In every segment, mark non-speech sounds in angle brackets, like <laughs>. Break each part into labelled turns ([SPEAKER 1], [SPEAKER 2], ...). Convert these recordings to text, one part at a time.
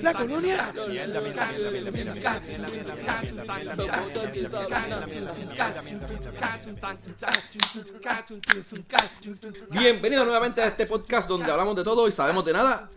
[SPEAKER 1] La colonia.
[SPEAKER 2] Bienvenidos nuevamente a este podcast donde hablamos de todo y sabemos de nada.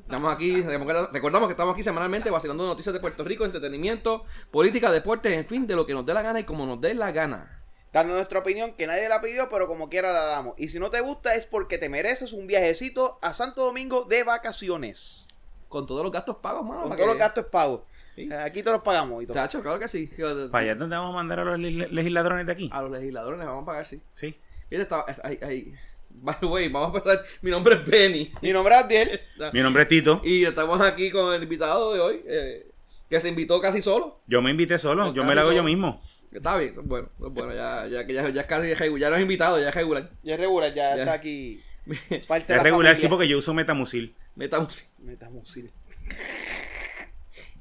[SPEAKER 2] Estamos aquí, recordamos que estamos aquí semanalmente vacilando noticias de Puerto Rico, entretenimiento, política, deportes, en fin, de lo que nos dé la gana y como nos dé la gana
[SPEAKER 3] dando nuestra opinión que nadie la pidió, pero como quiera la damos. Y si no te gusta es porque te mereces un viajecito a Santo Domingo de vacaciones.
[SPEAKER 2] Con todos los gastos pagos, mano.
[SPEAKER 3] Con todos que... los gastos pagos. ¿Sí? Aquí todos los pagamos. Y todo.
[SPEAKER 2] Chacho, claro que sí.
[SPEAKER 4] ¿Para allá dónde vamos a mandar a los legisladores de aquí?
[SPEAKER 2] A los legisladores les vamos a pagar, sí.
[SPEAKER 4] Sí.
[SPEAKER 2] Fíjate, estaba, ahí, ahí. By the way, vamos a empezar. Mi nombre es Benny.
[SPEAKER 3] Mi nombre es Adiel. <laughs>
[SPEAKER 4] Mi nombre es Tito.
[SPEAKER 2] Y estamos aquí con el invitado de hoy, eh, que se invitó casi solo.
[SPEAKER 4] Yo me invité solo, yo, yo me la hago solo. yo mismo.
[SPEAKER 2] Está bien, son buenos. Son buenos. Ya, ya, ya, ya, es casi regular. Ya no es invitado, ya es regular. <laughs>
[SPEAKER 3] Ya es regular, ya, ya. está aquí.
[SPEAKER 4] Parte es regular, sí, porque yo uso Metamucil.
[SPEAKER 2] Metamucil.
[SPEAKER 3] Metamucil.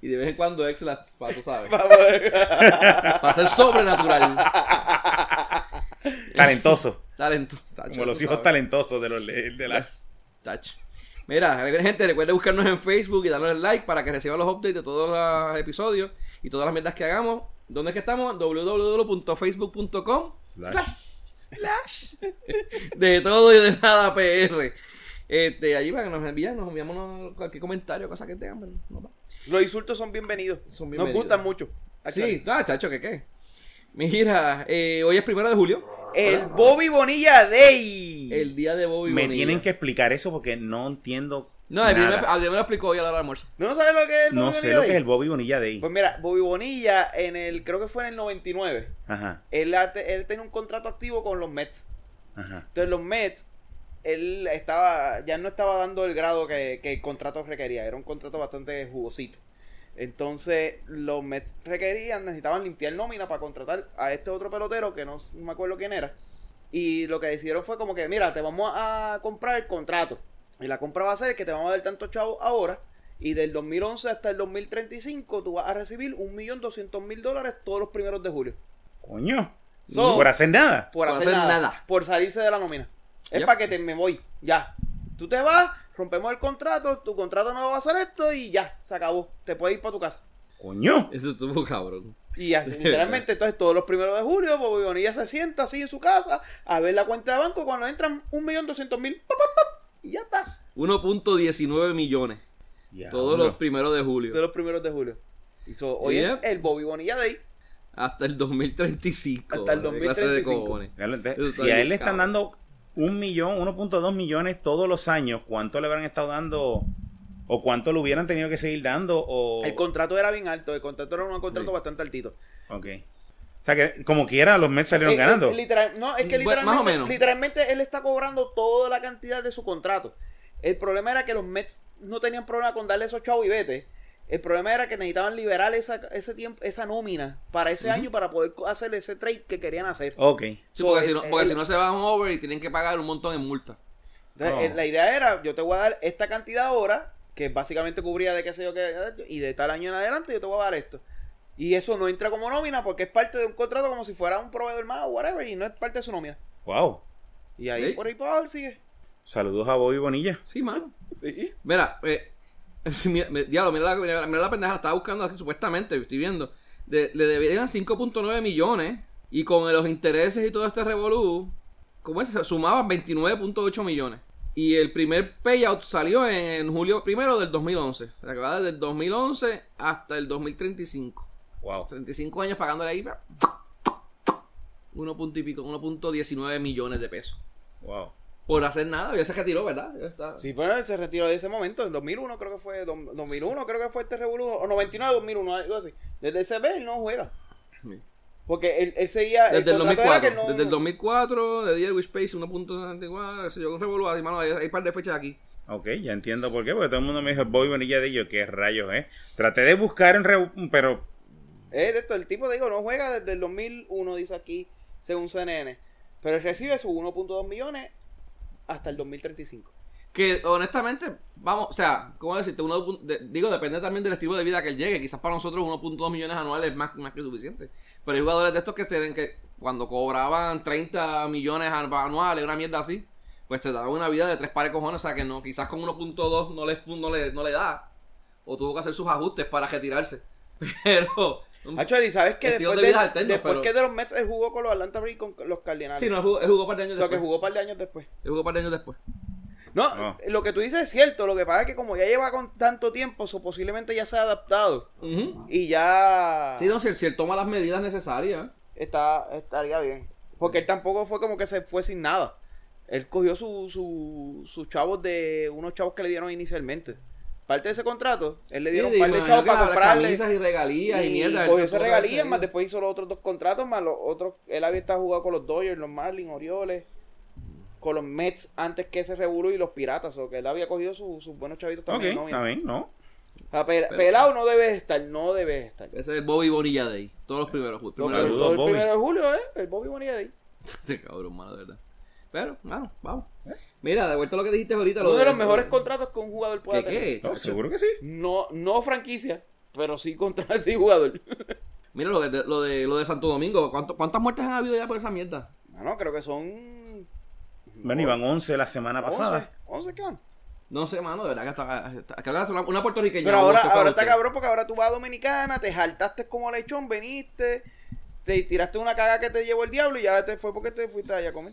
[SPEAKER 2] y de vez en cuando Exlax, para tú
[SPEAKER 4] <laughs>
[SPEAKER 2] sabes. <laughs> para ser sobrenatural.
[SPEAKER 3] <laughs>
[SPEAKER 4] Talentoso.
[SPEAKER 2] Talentoso.
[SPEAKER 4] Como los hijos talentosos de los de la.
[SPEAKER 2] Tacho. Mira, gente, recuerden buscarnos en Facebook y darnos el like para que reciban los updates de todos los episodios y todas las mierdas que hagamos. ¿Dónde es que estamos? www.facebook.com slash, slash. de todo y de nada PR. Este, allí van, nos envían, nos enviamos cualquier comentario, cosa que tengan. Pero no va.
[SPEAKER 3] Los insultos son bienvenidos. Son bienvenidos. Nos gustan mucho.
[SPEAKER 2] Sí, ah, chacho, que qué. Mira, eh, hoy es primero de julio.
[SPEAKER 3] El Bobby Bonilla Day.
[SPEAKER 2] El día de Bobby
[SPEAKER 4] Me
[SPEAKER 2] Bonilla.
[SPEAKER 4] tienen que explicar eso porque no entiendo
[SPEAKER 2] no, Abdiel me, me, lo explicó hoy a la hora de almuerzo.
[SPEAKER 3] ¿No, no sabes lo que es el
[SPEAKER 4] Bobby No sé
[SPEAKER 3] Bonilla
[SPEAKER 4] lo
[SPEAKER 3] Day?
[SPEAKER 4] que es el Bobby Bonilla Day.
[SPEAKER 3] Pues mira, Bobby Bonilla, en el, creo que fue en el 99,
[SPEAKER 4] Ajá.
[SPEAKER 3] Él, él tenía un contrato activo con los Mets.
[SPEAKER 4] Ajá.
[SPEAKER 3] Entonces los Mets, él estaba, ya no estaba dando el grado que, que el contrato requería, era un contrato bastante jugosito. Entonces los Mets requerían, necesitaban limpiar nómina para contratar a este otro pelotero que no, no me acuerdo quién era. Y lo que decidieron fue como que, mira, te vamos a comprar el contrato. Y la compra va a ser que te vamos a dar tantos chavos ahora. Y del 2011 hasta el 2035 tú vas a recibir 1.200.000 dólares todos los primeros de julio.
[SPEAKER 4] Coño. So, por hacer nada.
[SPEAKER 3] Por, hacer, hacer nada, nada, Por salirse de la nómina. Es yep. para que te me voy. Ya. Tú te vas, rompemos el contrato, tu contrato no va a ser esto y ya, se acabó. Te puedes ir para tu casa.
[SPEAKER 4] Coño.
[SPEAKER 2] Eso estuvo cabrón.
[SPEAKER 3] Y <laughs> así, literalmente, entonces todos los primeros de julio, Bobby Bonilla se sienta así en su casa a ver la cuenta de banco cuando entran 1.200.000. Y ya está.
[SPEAKER 2] 1.19 millones. Yeah, todos bro. los primeros de julio.
[SPEAKER 3] Todos los primeros de julio. Y so, hoy yeah. es el Bobby Bonilla Day.
[SPEAKER 2] Hasta el 2035.
[SPEAKER 3] Hasta el 2035. De
[SPEAKER 4] Entonces, si a él le están dando un millón, 1.2 millones todos los años, ¿cuánto le habrán estado dando? ¿O cuánto le hubieran tenido que seguir dando? O...
[SPEAKER 3] El contrato era bien alto. El contrato era un contrato Oh. sí. bastante altito.
[SPEAKER 4] Ok. O sea que como quiera los Mets salieron
[SPEAKER 3] es,
[SPEAKER 4] ganando.
[SPEAKER 3] Es, Eh, literal, no, es que literalmente, bueno, más o menos. literalmente él está cobrando toda la cantidad de su contrato. El problema era que los Mets no tenían problema con darle esos chavos y vete. El problema era que necesitaban liberar esa, ese tiempo, esa nómina para ese uh -huh. año para poder hacer ese trade que querían hacer.
[SPEAKER 4] Ok.
[SPEAKER 2] Sí, porque, so, si, no, porque el, si no se van over y tienen que pagar un montón de multas.
[SPEAKER 3] Entonces, oh. La idea era, yo te voy a dar esta cantidad ahora, que básicamente cubría de qué sé yo qué, y de tal año en adelante yo te voy a dar esto. Y eso no entra como nómina porque es parte de un contrato como si fuera un proveedor más o whatever y no es parte de su nómina.
[SPEAKER 4] Wow.
[SPEAKER 3] Y ahí ¿Sí? por ahí por ahí sigue.
[SPEAKER 4] Saludos a Bobby Bonilla.
[SPEAKER 2] Sí, mano.
[SPEAKER 3] sí.
[SPEAKER 2] Mira, eh, <laughs> mira, diablo, mira la, mira, mira la pendeja, la estaba buscando así, supuestamente, estoy viendo. De, le debían 5.9 millones y con los intereses y todo este revolú, ¿cómo es? Se sumaban 29.8 millones. Y el primer payout salió en, en julio primero del 2011. O sea, que va desde el 2011 hasta el 2035.
[SPEAKER 4] Wow.
[SPEAKER 2] 35 años pagándole ahí. Uno punto y pico, 1.19 millones de pesos.
[SPEAKER 4] Wow.
[SPEAKER 2] Por hacer nada, ya se retiró, ¿verdad? Ya está.
[SPEAKER 3] Sí, pero él se retiró de ese momento, en 2001 creo que fue, 2001 creo que fue este revolución, o 99, 2001, algo así. Desde ese mes él no juega. Sí. Porque él, él seguía...
[SPEAKER 2] Desde <laughs> el, el 2004, no, desde el 2004, de Deal with Space 1.74, se yo, un revolución, hermano, hay, hay un par de fechas aquí.
[SPEAKER 4] Ok, ya entiendo por qué, porque todo el mundo me dijo, Bobby Bonilla de ellos, qué rayos, ¿eh? Traté de buscar en... Re... pero
[SPEAKER 3] es Eh, de esto, el tipo, digo, no juega desde el 2001, dice aquí, según CNN. Pero recibe sus 1.2 millones hasta el 2035.
[SPEAKER 2] Que honestamente, vamos, o sea, ¿cómo decirte? Uno, de, digo, depende también del estilo de vida que él llegue. Quizás para nosotros 1.2 millones anuales es más, más que suficiente. Pero hay jugadores de estos que se den que cuando cobraban 30 millones anuales, una mierda así, pues te daba una vida de tres pares de cojones. O sea que no, quizás con 1.2 no le, no, le, no le da. O tuvo que hacer sus ajustes para retirarse. <laughs> Pero.
[SPEAKER 3] Actually, ¿sabes que
[SPEAKER 2] Estilo
[SPEAKER 3] después,
[SPEAKER 2] Este de
[SPEAKER 3] de,
[SPEAKER 2] vida alterno,
[SPEAKER 3] después
[SPEAKER 2] pero-
[SPEAKER 3] que de los Mets él jugó con los Atlanta Braves y con los Cardinals?
[SPEAKER 2] Sí, no, pues. él jugó, él jugó un par de
[SPEAKER 3] o
[SPEAKER 2] años
[SPEAKER 3] sea, que
[SPEAKER 2] después.
[SPEAKER 3] jugó un par de años después.
[SPEAKER 2] Él jugó un par de años después.
[SPEAKER 3] No,
[SPEAKER 4] No.
[SPEAKER 3] lo que tú dices es cierto. Lo que pasa es que como ya lleva con tanto tiempo, so posiblemente ya se ha adaptado.
[SPEAKER 2] Ujú.
[SPEAKER 3] Y ya
[SPEAKER 2] Sí, no, si él, si él toma las medidas necesarias.
[SPEAKER 3] está, estaría bien. Porque él tampoco fue como que se fue sin nada. Él cogió su- su- sus chavos de unos chavos que le dieron inicialmente. Parte de ese contrato, él le dieron
[SPEAKER 2] Sí,
[SPEAKER 3] un par de
[SPEAKER 2] imagino
[SPEAKER 3] chavos
[SPEAKER 2] que
[SPEAKER 3] para
[SPEAKER 2] las
[SPEAKER 3] comprarle.
[SPEAKER 2] camisas y regalías y,
[SPEAKER 3] Y
[SPEAKER 2] mierda.
[SPEAKER 3] cogió
[SPEAKER 2] él
[SPEAKER 3] esas
[SPEAKER 2] tuvo que
[SPEAKER 3] regalías,
[SPEAKER 2] haber
[SPEAKER 3] más
[SPEAKER 2] tenido.
[SPEAKER 3] después hizo los otros dos contratos, más los otros. Él había estado jugando con los Dodgers, los Marlins, Orioles, con los Mets antes que ese Rebulo y los Piratas. O que él había cogido su- sus buenos chavitos también.
[SPEAKER 4] ok,
[SPEAKER 3] ¿no?
[SPEAKER 4] está bien, ¿no?
[SPEAKER 3] O sea, pel- pelado no debe estar, no debe estar.
[SPEAKER 2] Ese es Bobby Bonilla de ahí. Todos los primeros.
[SPEAKER 3] Lo
[SPEAKER 2] justo.
[SPEAKER 4] Saludos,
[SPEAKER 3] preguntó el
[SPEAKER 4] Bobby.
[SPEAKER 3] primero de julio, ¿eh? El Bobby Bonilla de ahí.
[SPEAKER 2] Este cabrón, mano, de verdad. Pero, mano, vamos. Mira, de vuelta a lo que dijiste ahorita.
[SPEAKER 3] Uno
[SPEAKER 2] lo
[SPEAKER 3] de los mejores contratos que un jugador pueda
[SPEAKER 2] ¿Qué,
[SPEAKER 3] tener.
[SPEAKER 2] qué?
[SPEAKER 4] No,
[SPEAKER 2] chacho?
[SPEAKER 4] seguro que sí.
[SPEAKER 3] No, no franquicia, pero sí contra <laughs> ese jugador.
[SPEAKER 2] Mira lo de, lo de, lo de Santo Domingo. ¿Cuánto- ¿Cuántas muertes han habido ya por esa mierda?
[SPEAKER 3] Bueno, creo que son.
[SPEAKER 4] Bueno, iban 11 la semana
[SPEAKER 3] 11,
[SPEAKER 4] pasada.
[SPEAKER 3] 11 que van.
[SPEAKER 2] No sé, mano, de verdad que hasta. hasta- que ahora es una, una puertorriqueña.
[SPEAKER 3] Pero ahora,
[SPEAKER 2] no se fue a
[SPEAKER 3] ahora está
[SPEAKER 2] usted.
[SPEAKER 3] cabrón porque ahora tú vas a Dominicana, te jaltaste como lechón, veniste, te tiraste una caga que te llevó el diablo y ya te fue porque te fuiste allá a comer.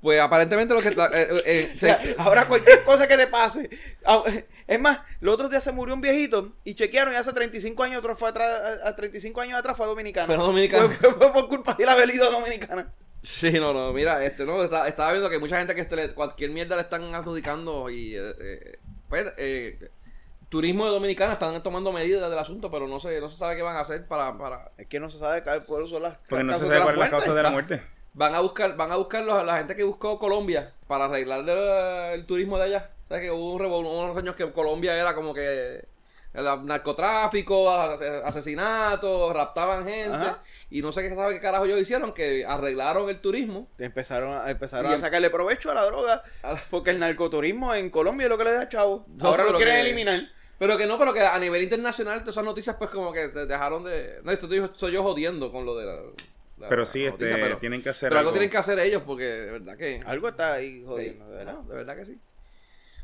[SPEAKER 2] Pues aparentemente lo que. está- eh, eh,
[SPEAKER 3] <laughs>
[SPEAKER 2] eh,
[SPEAKER 3] O
[SPEAKER 2] se-
[SPEAKER 3] sea, ahora cualquier cosa que te pase. au- Es más, los otros días se murió un viejito y chequearon y hace 35 años atrás fue atrás, a- a 35 años atrás fue a Dominicana.
[SPEAKER 2] Fue a Dominicana.
[SPEAKER 3] Fue, fue por culpa de la velida Dominicana.
[SPEAKER 2] Sí, no, no, mira, este, no, está- estaba viendo que mucha gente que este le- cualquier mierda le están adjudicando y, eh, eh, pues, eh, turismo de Dominicana están tomando medidas del asunto, pero no se, no se sabe qué van a hacer para, para,
[SPEAKER 3] Es que no se sabe cuál cuáles son las
[SPEAKER 4] Porque no
[SPEAKER 3] las
[SPEAKER 4] se
[SPEAKER 3] causas
[SPEAKER 4] sabe
[SPEAKER 3] de
[SPEAKER 4] cuál es la
[SPEAKER 3] muerte.
[SPEAKER 4] causa de la muerte.
[SPEAKER 2] van a buscar, van a buscar los- la gente que buscó Colombia para arreglar el, el turismo de allá, o sea, que hubo un revol- unos años que Colombia era como que el narcotráfico, ase- asesinatos, raptaban gente
[SPEAKER 3] Ajá.
[SPEAKER 2] y no sé qué sabe qué carajo ellos hicieron, que arreglaron el turismo
[SPEAKER 3] Empezaron a, empezaron
[SPEAKER 2] Y
[SPEAKER 3] a
[SPEAKER 2] em-
[SPEAKER 3] sacarle provecho a la droga
[SPEAKER 2] a la-
[SPEAKER 3] porque el narcoturismo en Colombia es lo que le da chavo.
[SPEAKER 2] No,
[SPEAKER 3] Ahora lo
[SPEAKER 2] pero
[SPEAKER 3] quieren
[SPEAKER 2] que-
[SPEAKER 3] eliminar.
[SPEAKER 2] Pero que no, pero que a nivel internacional todas esas noticias pues como que se dejaron de... No, esto estoy, estoy yo jodiendo con lo de la... la-
[SPEAKER 4] Pero
[SPEAKER 2] la
[SPEAKER 4] sí, este,
[SPEAKER 2] noticia, pero,
[SPEAKER 4] tienen que hacer
[SPEAKER 2] pero algo
[SPEAKER 4] algo.
[SPEAKER 2] tienen que hacer ellos porque de verdad que...
[SPEAKER 3] Algo está ahí
[SPEAKER 2] Sí,
[SPEAKER 3] jodiendo, de verdad.
[SPEAKER 2] no, de verdad que sí.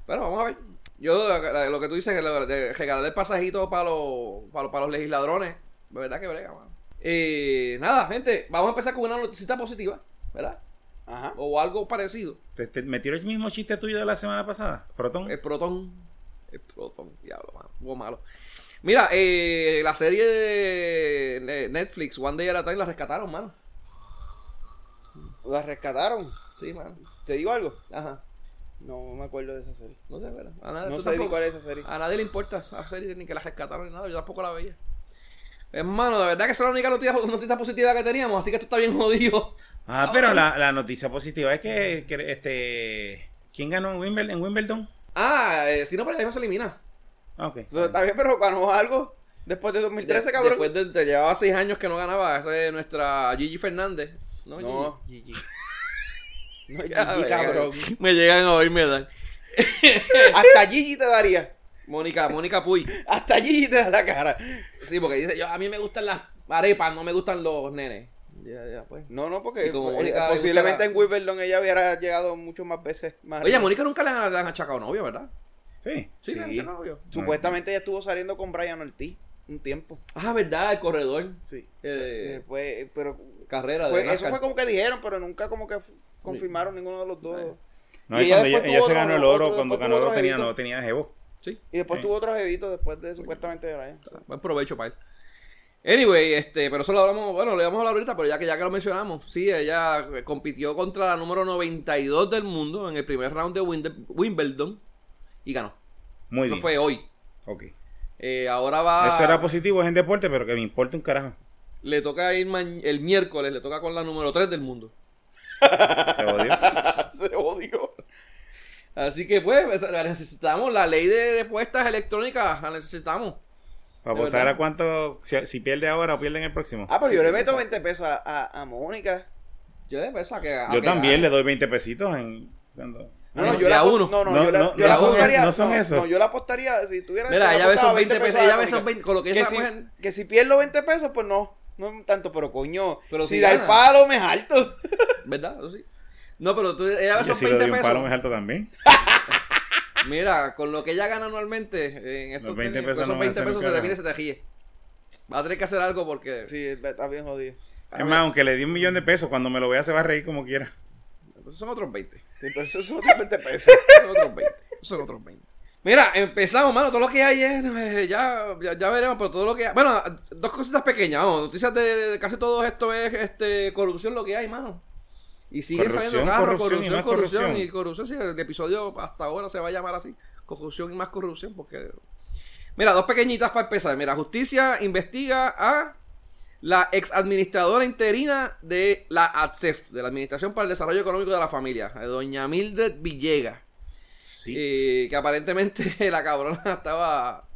[SPEAKER 2] Pero vamos a ver. Yo la- la- lo que tú dices, que lo de regalar el pasajito para los, para, los- para los legisladrones, de verdad que brega, mano. Eh, nada, gente, vamos a empezar con una noticia positiva, ¿verdad?
[SPEAKER 3] Ajá.
[SPEAKER 2] O algo parecido.
[SPEAKER 4] ¿Te, te- me tiró el mismo chiste tuyo de la semana pasada, Protón?
[SPEAKER 3] Eh,
[SPEAKER 2] El Proton. El Proton, diablo, mano. Estuvo malo. Mira, eh, la serie de ne- Netflix, One Day at a Time, la rescataron, mano.
[SPEAKER 3] La rescataron.
[SPEAKER 2] Sí, mano.
[SPEAKER 3] ¿Te digo algo?
[SPEAKER 2] Ajá.
[SPEAKER 3] No me acuerdo de esa serie.
[SPEAKER 2] No sé, ¿verdad? A, nadie,
[SPEAKER 3] No
[SPEAKER 2] Ah, tú
[SPEAKER 3] sé ni
[SPEAKER 2] tampoco- Ah,
[SPEAKER 3] cuál es esa serie.
[SPEAKER 2] a nadie le importa esa serie, ni que la rescataron ni nada. Yo tampoco la veía. Hermano, de verdad que esa es la única noticia, noticia positiva que teníamos, así que esto está bien jodido.
[SPEAKER 4] Ah, pero la, la noticia positiva es que, que, este, ¿quién ganó en Wimbledon? ¿En Wimbledon?
[SPEAKER 2] Ah, eh, si no, para allá mismo se elimina.
[SPEAKER 4] Ah, ok.
[SPEAKER 3] Pero está bien, pero ganó algo después de 2013,
[SPEAKER 2] De-
[SPEAKER 3] cabrón.
[SPEAKER 2] Después de, de- llevaba seis años que no ganaba. Esa es nuestra Gigi Fernández. No, Gigi?
[SPEAKER 3] No, Gigi. No, Gigi,
[SPEAKER 2] Ya, ya, ya. <laughs>
[SPEAKER 3] cabrón.
[SPEAKER 2] Me llegan a oír, me dan.
[SPEAKER 3] Hasta Gigi te daría.
[SPEAKER 2] Mónica, Mónica Puy.
[SPEAKER 3] Hasta Gigi te da la cara.
[SPEAKER 2] Sí, porque dice, yo, a mí me gustan las arepas, no me gustan los nenes. Ya, ya, pues.
[SPEAKER 3] No, no, porque
[SPEAKER 2] Y como
[SPEAKER 3] eh,
[SPEAKER 2] Mónica le
[SPEAKER 3] posiblemente
[SPEAKER 2] gusta la-
[SPEAKER 3] en Wimbledon ella hubiera llegado mucho más veces. Más
[SPEAKER 2] Oye, a
[SPEAKER 3] arriba.
[SPEAKER 2] Mónica nunca le han, le han achacado novio, ¿verdad?
[SPEAKER 4] Sí.
[SPEAKER 2] Sí, le han
[SPEAKER 3] Sí.
[SPEAKER 2] achacado novio.
[SPEAKER 3] Supuestamente ella estuvo saliendo con Brian Ortiz un tiempo.
[SPEAKER 2] Ah, ¿verdad? El corredor.
[SPEAKER 3] Sí.
[SPEAKER 2] Eh,
[SPEAKER 3] Después, pero
[SPEAKER 2] carrera
[SPEAKER 3] fue-
[SPEAKER 2] de
[SPEAKER 3] eso
[SPEAKER 2] NASCAR.
[SPEAKER 3] fue como que dijeron, pero nunca como que f- confirmaron ninguno de los dos.
[SPEAKER 4] No, y
[SPEAKER 3] Y ella
[SPEAKER 4] cuando ella,
[SPEAKER 3] después
[SPEAKER 4] ella
[SPEAKER 3] tuvo
[SPEAKER 4] se
[SPEAKER 3] otro-
[SPEAKER 4] ganó el oro,
[SPEAKER 3] otro-
[SPEAKER 4] cuando
[SPEAKER 3] después
[SPEAKER 4] ganó el
[SPEAKER 3] tuvo
[SPEAKER 4] oro
[SPEAKER 3] otro
[SPEAKER 4] tenía,
[SPEAKER 3] jevito.
[SPEAKER 4] no tenía jevo.
[SPEAKER 2] Sí.
[SPEAKER 3] Y después
[SPEAKER 4] Sí.
[SPEAKER 3] tuvo otros evitos después de supuestamente de
[SPEAKER 2] <laughs>
[SPEAKER 3] Brian. <laughs>
[SPEAKER 2] Buen provecho para él. Anyway, este, pero eso lo hablamos, bueno, le vamos a hablar ahorita, pero ya que ya que lo mencionamos, sí, ella eh, compitió contra la número 92 del mundo en el primer round de Wimble- Wimbledon y ganó.
[SPEAKER 4] Muy
[SPEAKER 2] Eso
[SPEAKER 4] bien.
[SPEAKER 2] fue hoy.
[SPEAKER 4] Ok.
[SPEAKER 2] Eh, ahora
[SPEAKER 3] Ah.
[SPEAKER 2] va
[SPEAKER 4] Eso era positivo, es en deporte, pero que me importa un carajo.
[SPEAKER 2] le toca ir ma- el miércoles, le toca con la número 3 del mundo.
[SPEAKER 4] Te odio.
[SPEAKER 3] <laughs> Se odió.
[SPEAKER 2] Así que pues esa- la necesitamos, la ley de, de apuestas electrónicas la necesitamos.
[SPEAKER 4] Para
[SPEAKER 2] De
[SPEAKER 4] votar
[SPEAKER 2] verdad.
[SPEAKER 4] a cuánto, si, si pierde ahora o pierde en el próximo.
[SPEAKER 3] Ah, pero
[SPEAKER 2] Sí,
[SPEAKER 3] yo le
[SPEAKER 2] sí,
[SPEAKER 3] meto
[SPEAKER 2] exacto.
[SPEAKER 3] 20 pesos a, a, a Mónica.
[SPEAKER 2] Yo le beso a que a
[SPEAKER 4] Yo
[SPEAKER 2] que
[SPEAKER 4] también le
[SPEAKER 2] gane.
[SPEAKER 4] doy 20 pesitos en... cuando-
[SPEAKER 3] Ah, eh. No,
[SPEAKER 2] Ah,
[SPEAKER 3] no,
[SPEAKER 2] no,
[SPEAKER 3] yo
[SPEAKER 2] de
[SPEAKER 3] la
[SPEAKER 2] a
[SPEAKER 3] apo-
[SPEAKER 2] uno.
[SPEAKER 3] No, no,
[SPEAKER 4] No,
[SPEAKER 3] yo la,
[SPEAKER 4] no,
[SPEAKER 3] yo la
[SPEAKER 4] no son-
[SPEAKER 3] apostaría.
[SPEAKER 4] no son eso.
[SPEAKER 3] No, yo la apostaría. Si tuviera yo
[SPEAKER 2] Mira,
[SPEAKER 3] la
[SPEAKER 2] ella ve esos
[SPEAKER 3] apostaba
[SPEAKER 2] 20 pesos,
[SPEAKER 3] a
[SPEAKER 2] ella ve
[SPEAKER 3] Mónica.
[SPEAKER 2] esos 20, con lo que
[SPEAKER 3] que
[SPEAKER 2] ella
[SPEAKER 3] si,
[SPEAKER 2] trabaja en-
[SPEAKER 3] que si pierdo 20 pesos, pues no. No es tanto, pero coño.
[SPEAKER 2] Pero
[SPEAKER 3] si,
[SPEAKER 2] si
[SPEAKER 3] da el
[SPEAKER 2] gana.
[SPEAKER 3] palo, me jalto.
[SPEAKER 2] ¿verdad? Eso sí. No, pero tú, ella ve
[SPEAKER 4] Ah, Yo
[SPEAKER 2] esos
[SPEAKER 4] si le
[SPEAKER 2] 20
[SPEAKER 4] doy un
[SPEAKER 2] pesos.
[SPEAKER 4] palo, me jalto también.
[SPEAKER 3] Ah,
[SPEAKER 2] Mira, con lo que ella gana anualmente, eh, en estos
[SPEAKER 4] Los 20 pesos
[SPEAKER 2] esos
[SPEAKER 4] no van a
[SPEAKER 2] 20
[SPEAKER 4] hacer
[SPEAKER 2] pesos
[SPEAKER 4] un
[SPEAKER 2] se te
[SPEAKER 4] carajo.
[SPEAKER 2] viene y se te ríe. Va a tener que hacer algo porque.
[SPEAKER 3] Sí, está bien jodido.
[SPEAKER 2] Ah,
[SPEAKER 4] Es más,
[SPEAKER 2] mira,
[SPEAKER 4] aunque le di un millón de pesos, cuando me lo vea se va a reír como quiera.
[SPEAKER 2] esos son otros 20.
[SPEAKER 3] Sí, pero eso es otro 20 pesos.
[SPEAKER 2] Son otros 20. Son otros 20. Mira, empezamos, mano. Todo lo que hay es. eh, ya, ya, ya veremos, pero todo lo que hay. Bueno, dos cositas pequeñas, vamos. Noticias de, de casi todo esto es este corrupción lo que hay, mano. Y siguen saliendo carros,
[SPEAKER 4] Corrupción, corrupción y
[SPEAKER 2] corrupción,
[SPEAKER 4] más
[SPEAKER 2] corrupción,
[SPEAKER 4] corrupción.
[SPEAKER 2] y corrupción. Sí, el episodio hasta ahora se va a llamar así. Corrupción y más corrupción, porque. Mira, dos pequeñitas para empezar. Mira, justicia investiga a la ex administradora interina de la ATSEF, de la Administración para el Desarrollo Económico de la Familia, eh, doña Mildred Villegas.
[SPEAKER 4] Sí.
[SPEAKER 2] Eh, que aparentemente <laughs> la cabrona estaba.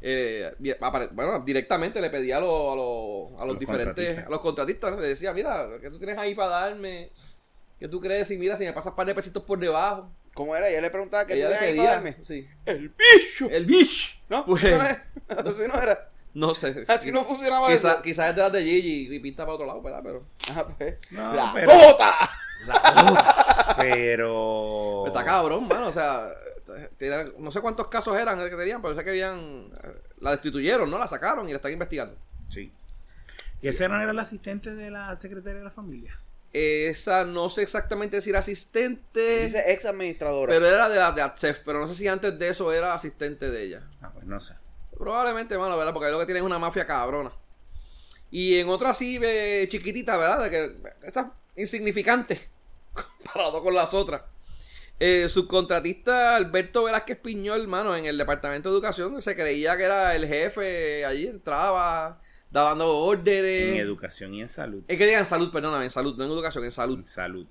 [SPEAKER 2] eh, di- apare- bueno, directamente le pedía a, los- a los- a los
[SPEAKER 4] Los
[SPEAKER 2] diferentes.
[SPEAKER 4] contratistas.
[SPEAKER 2] A los contratistas, ¿no? Le decía, mira, ¿qué tú tienes ahí para darme? ¿Qué tú crees? Y mira, si me pasas par de pesitos por debajo.
[SPEAKER 3] ¿Cómo era? Yo le preguntaba que tú
[SPEAKER 2] Ella le
[SPEAKER 3] tenías ahí
[SPEAKER 2] pedía.
[SPEAKER 3] para darme.
[SPEAKER 2] Sí.
[SPEAKER 3] ¡El bicho!
[SPEAKER 2] El bish.
[SPEAKER 3] ¿No?
[SPEAKER 2] Pues,
[SPEAKER 3] Eso no es- así no era.
[SPEAKER 2] no sé.
[SPEAKER 3] <laughs> Así no funcionaba
[SPEAKER 2] Quizás
[SPEAKER 3] eso.
[SPEAKER 2] es de las de Gigi y pinta para otro lado, ¿verdad? Pero.
[SPEAKER 3] Ah, pues.
[SPEAKER 4] No,
[SPEAKER 3] ¡La
[SPEAKER 4] pero-
[SPEAKER 3] bota! <laughs>
[SPEAKER 4] Pero.
[SPEAKER 3] Oh.
[SPEAKER 2] Pero Está cabrón, mano. O sea, está- tenía- no sé cuántos casos eran que tenían, pero sé que habían. eh, La destituyeron, ¿no? La sacaron y la están investigando.
[SPEAKER 4] Sí. ¿Y ese no era el asistente de la secretaria de la familia?
[SPEAKER 2] Esa no sé exactamente decir asistente,
[SPEAKER 3] Dice ex administradora.
[SPEAKER 2] pero era de la de ATSEF. Pero no sé si antes de eso era asistente de ella.
[SPEAKER 4] Ah, pues no sé.
[SPEAKER 2] Probablemente, mano, ¿verdad? Porque ahí lo que tiene es una mafia cabrona. Y en otra así eh, chiquitita, ¿verdad? De que está insignificante <laughs> comparado con las otras. Eh, subcontratista Alberto Velázquez Piñol, mano, en el Departamento de Educación se creía que era el jefe, allí entraba, dando
[SPEAKER 3] Eh,
[SPEAKER 4] en
[SPEAKER 2] órdenes.
[SPEAKER 4] educación y en salud.
[SPEAKER 2] Es que digan salud, perdóname, en salud, no en educación, en salud.
[SPEAKER 4] En salud.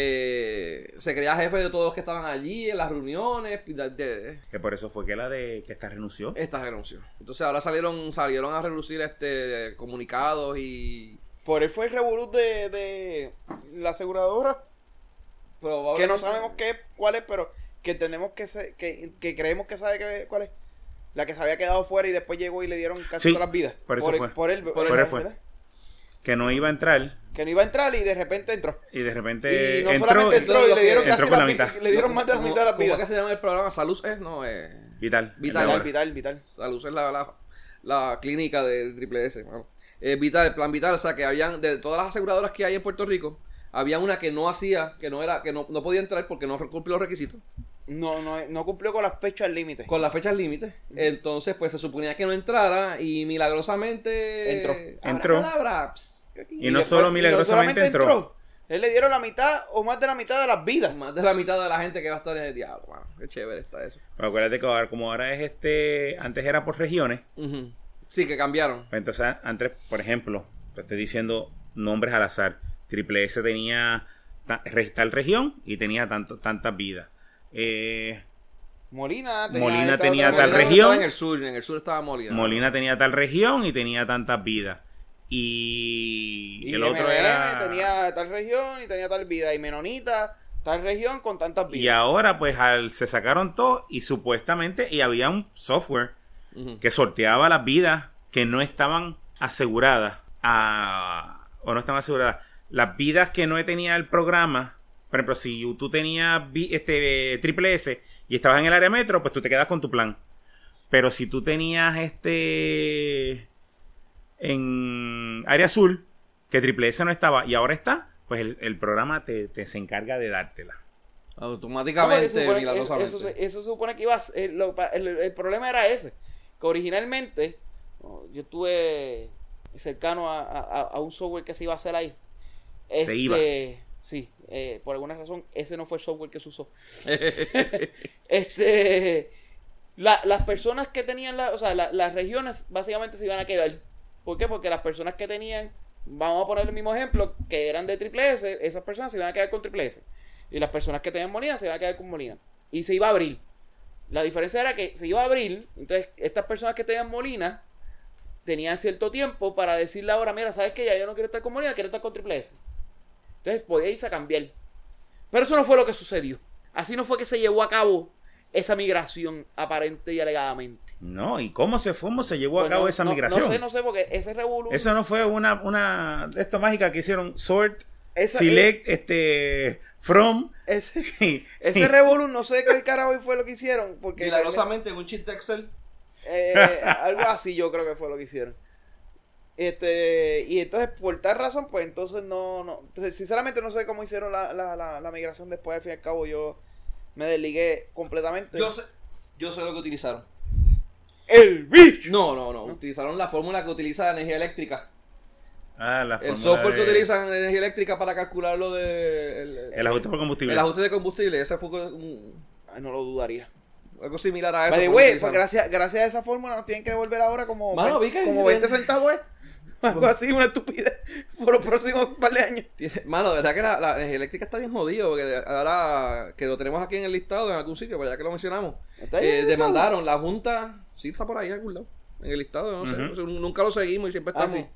[SPEAKER 2] Eh, se creía jefe de todos los que estaban allí en las reuniones. de- de-
[SPEAKER 4] Que por eso fue que la de que esta renunció.
[SPEAKER 2] esta renunció. Entonces ahora salieron salieron a relucir este comunicados y
[SPEAKER 3] Por él fue el revolut de, de la aseguradora. Que no sabemos qué, cuál es, pero que entendemos que, se- que, que creemos que sabe que- cuál es. La que se había quedado fuera y después llegó y le dieron casi
[SPEAKER 4] Sí,
[SPEAKER 3] todas las vidas.
[SPEAKER 4] por eso
[SPEAKER 3] por,
[SPEAKER 4] fue.
[SPEAKER 3] Por él,
[SPEAKER 2] Por
[SPEAKER 3] él,
[SPEAKER 4] él fue.
[SPEAKER 3] ¿verdad?
[SPEAKER 4] Que no iba a entrar
[SPEAKER 3] Que no iba a entrar y de repente entró.
[SPEAKER 4] y de repente
[SPEAKER 3] y no
[SPEAKER 4] entró
[SPEAKER 3] solamente entró y
[SPEAKER 2] entró
[SPEAKER 3] le dieron
[SPEAKER 4] entró
[SPEAKER 3] casi
[SPEAKER 4] con la
[SPEAKER 3] vi-
[SPEAKER 4] mitad.
[SPEAKER 3] Le dieron
[SPEAKER 2] No,
[SPEAKER 3] más de la
[SPEAKER 2] ¿cómo-
[SPEAKER 3] mitad de las
[SPEAKER 2] ¿Cómo es que
[SPEAKER 3] vidas.
[SPEAKER 2] se llama el programa? Salud es, no, eh,
[SPEAKER 4] vital.
[SPEAKER 2] Vital,
[SPEAKER 4] el de
[SPEAKER 3] Vital,
[SPEAKER 4] ahora.
[SPEAKER 3] vital, vital.
[SPEAKER 2] Salud es la, la, la clínica de Triple S. mano. Eh, vital, plan vital, o sea que habían, de todas las aseguradoras que hay en Puerto Rico, había una que no hacía, que no era, que no, no podía entrar porque no cumplió los requisitos.
[SPEAKER 3] No, no, no cumplió con las fechas límite.
[SPEAKER 2] Con las fechas límite. Entonces, pues se suponía que no entrara y milagrosamente.
[SPEAKER 3] Entró.
[SPEAKER 2] Abra
[SPEAKER 4] Entró.
[SPEAKER 2] cadabra, ps,
[SPEAKER 4] Y no solo
[SPEAKER 3] y
[SPEAKER 4] milagrosamente entró.
[SPEAKER 3] Él le dieron la mitad o más de la mitad de las vidas.
[SPEAKER 2] Más de la mitad de la gente que va a estar en el diablo, mano. Qué chévere está eso.
[SPEAKER 4] Pero acuérdate que ahora, como ahora es este, antes era por regiones,
[SPEAKER 2] Ujú. Sí, que cambiaron.
[SPEAKER 4] pues entonces antes, por ejemplo, te estoy diciendo nombres al azar. Triple S tenía ta- re- tal región y tenía tanto, tantas vidas. Eh,
[SPEAKER 3] Molina tenía,
[SPEAKER 4] Molina
[SPEAKER 3] esta
[SPEAKER 4] tenía
[SPEAKER 3] otra
[SPEAKER 4] tal
[SPEAKER 2] Molina
[SPEAKER 3] Molina.
[SPEAKER 4] región.
[SPEAKER 2] estaba En el sur, en el sur estaba Molina.
[SPEAKER 4] Molina tenía tal región y tenía tantas vidas. Y,
[SPEAKER 3] Y
[SPEAKER 4] el otro
[SPEAKER 3] MNM
[SPEAKER 4] era.
[SPEAKER 3] tenía tal región y tenía tal vida. Y Menonita, tal región con tantas
[SPEAKER 4] Y
[SPEAKER 3] vidas.
[SPEAKER 4] ahora, pues, al- se sacaron todo y supuestamente, y había un software
[SPEAKER 2] Ujú.
[SPEAKER 4] que sorteaba las vidas que no estaban aseguradas a- o no estaban aseguradas. Las vidas que no tenía el programa, por ejemplo, si tú tenías vi- este triple S y estabas en el área metro, pues tú te quedas con tu plan. Pero si tú tenías este en área azul, que triple S no estaba y ahora está, pues el, el programa te, te se encarga de dártela.
[SPEAKER 3] ¿Cómo que
[SPEAKER 2] Automáticamente,
[SPEAKER 3] se supone- eso,
[SPEAKER 2] milagrosamente.
[SPEAKER 3] eso se- eso se supone que iba a ser- eh, lo- pa- el, el problema era ese. Que originalmente oh, yo estuve cercano a, a- a un software que se iba a hacer ahí.
[SPEAKER 4] Se iba.
[SPEAKER 3] Este, Sí, eh, por alguna razón ese no fue el software que se usó. Este, la- las personas que tenían, la, o sea, la- las regiones básicamente se iban a quedar. ¿Por qué? Porque las personas que tenían, vamos a poner el mismo ejemplo, que eran de triple S, esas personas se iban a quedar con triple S. Y las personas que tenían Molina se iban a quedar con Molina. Y se iba a abrir. La diferencia era que se iba a abrir, entonces estas personas que tenían Molina tenían cierto tiempo para decirle ahora, mira, ¿sabes qué? Ya yo no quiero estar con Molina, quiero estar con triple S. Entonces podía irse a cambiar. Pero eso no fue lo que sucedió. Así no fue que se llevó a cabo esa migración aparente y alegadamente.
[SPEAKER 4] No, ¿y cómo se fue? ¿Cómo se llevó a
[SPEAKER 3] Pues
[SPEAKER 4] cabo
[SPEAKER 3] no-
[SPEAKER 4] esa
[SPEAKER 3] no-
[SPEAKER 4] migración?
[SPEAKER 3] No sé, no sé, porque ese revolución.
[SPEAKER 4] Eso no fue una, una de estas mágicas que hicieron Sort, Select, este, From.
[SPEAKER 3] e-
[SPEAKER 4] <laughs>
[SPEAKER 3] Ese, ese revolú, no sé qué carajo fue lo que hicieron. Porque
[SPEAKER 2] <laughs> Milagrosamente en un chip de Excel.
[SPEAKER 3] Eh, eh, algo así yo creo que fue lo que hicieron. Este, y entonces, por tal razón, pues entonces no, no. entonces, sinceramente no sé cómo hicieron la, la, la, la migración después, al fin y al cabo yo me desligué completamente.
[SPEAKER 2] Yo sé, yo sé lo que utilizaron.
[SPEAKER 3] ¡El bicho!
[SPEAKER 2] No, no, no. Utilizaron la fórmula que utiliza la energía eléctrica.
[SPEAKER 4] Ah, la
[SPEAKER 2] El
[SPEAKER 4] fórmula
[SPEAKER 2] software que
[SPEAKER 4] de-
[SPEAKER 2] utilizan en energía eléctrica para calcular lo de. El,
[SPEAKER 4] El ajuste por combustible.
[SPEAKER 2] el ajuste de combustible. Ese fue un-
[SPEAKER 3] Ay, no lo dudaría.
[SPEAKER 2] algo similar a eso.
[SPEAKER 3] By the
[SPEAKER 2] fue lo
[SPEAKER 3] way,
[SPEAKER 2] que
[SPEAKER 3] pues,
[SPEAKER 2] utilizaron.
[SPEAKER 3] gracias, gracias a esa fórmula nos tienen que devolver ahora como,
[SPEAKER 2] Mano,
[SPEAKER 3] ve-
[SPEAKER 2] vi que-
[SPEAKER 3] como 20 centavos, eh. Algo así, una estupidez <laughs> por los próximos par de años.
[SPEAKER 2] Tiene- <laughs> Mano, de verdad que la, la energía eléctrica está bien jodido, porque ahora que lo tenemos aquí en el listado, en algún sitio, pues ya que lo mencionamos,
[SPEAKER 3] ¿Está ahí
[SPEAKER 2] eh,
[SPEAKER 3] el listado?
[SPEAKER 2] demandaron la Junta, sí está por ahí en algún lado, en el listado, no sé,
[SPEAKER 4] Ujú.
[SPEAKER 2] no sé, nunca lo seguimos y siempre
[SPEAKER 3] Ah,
[SPEAKER 2] estamos...
[SPEAKER 3] sí.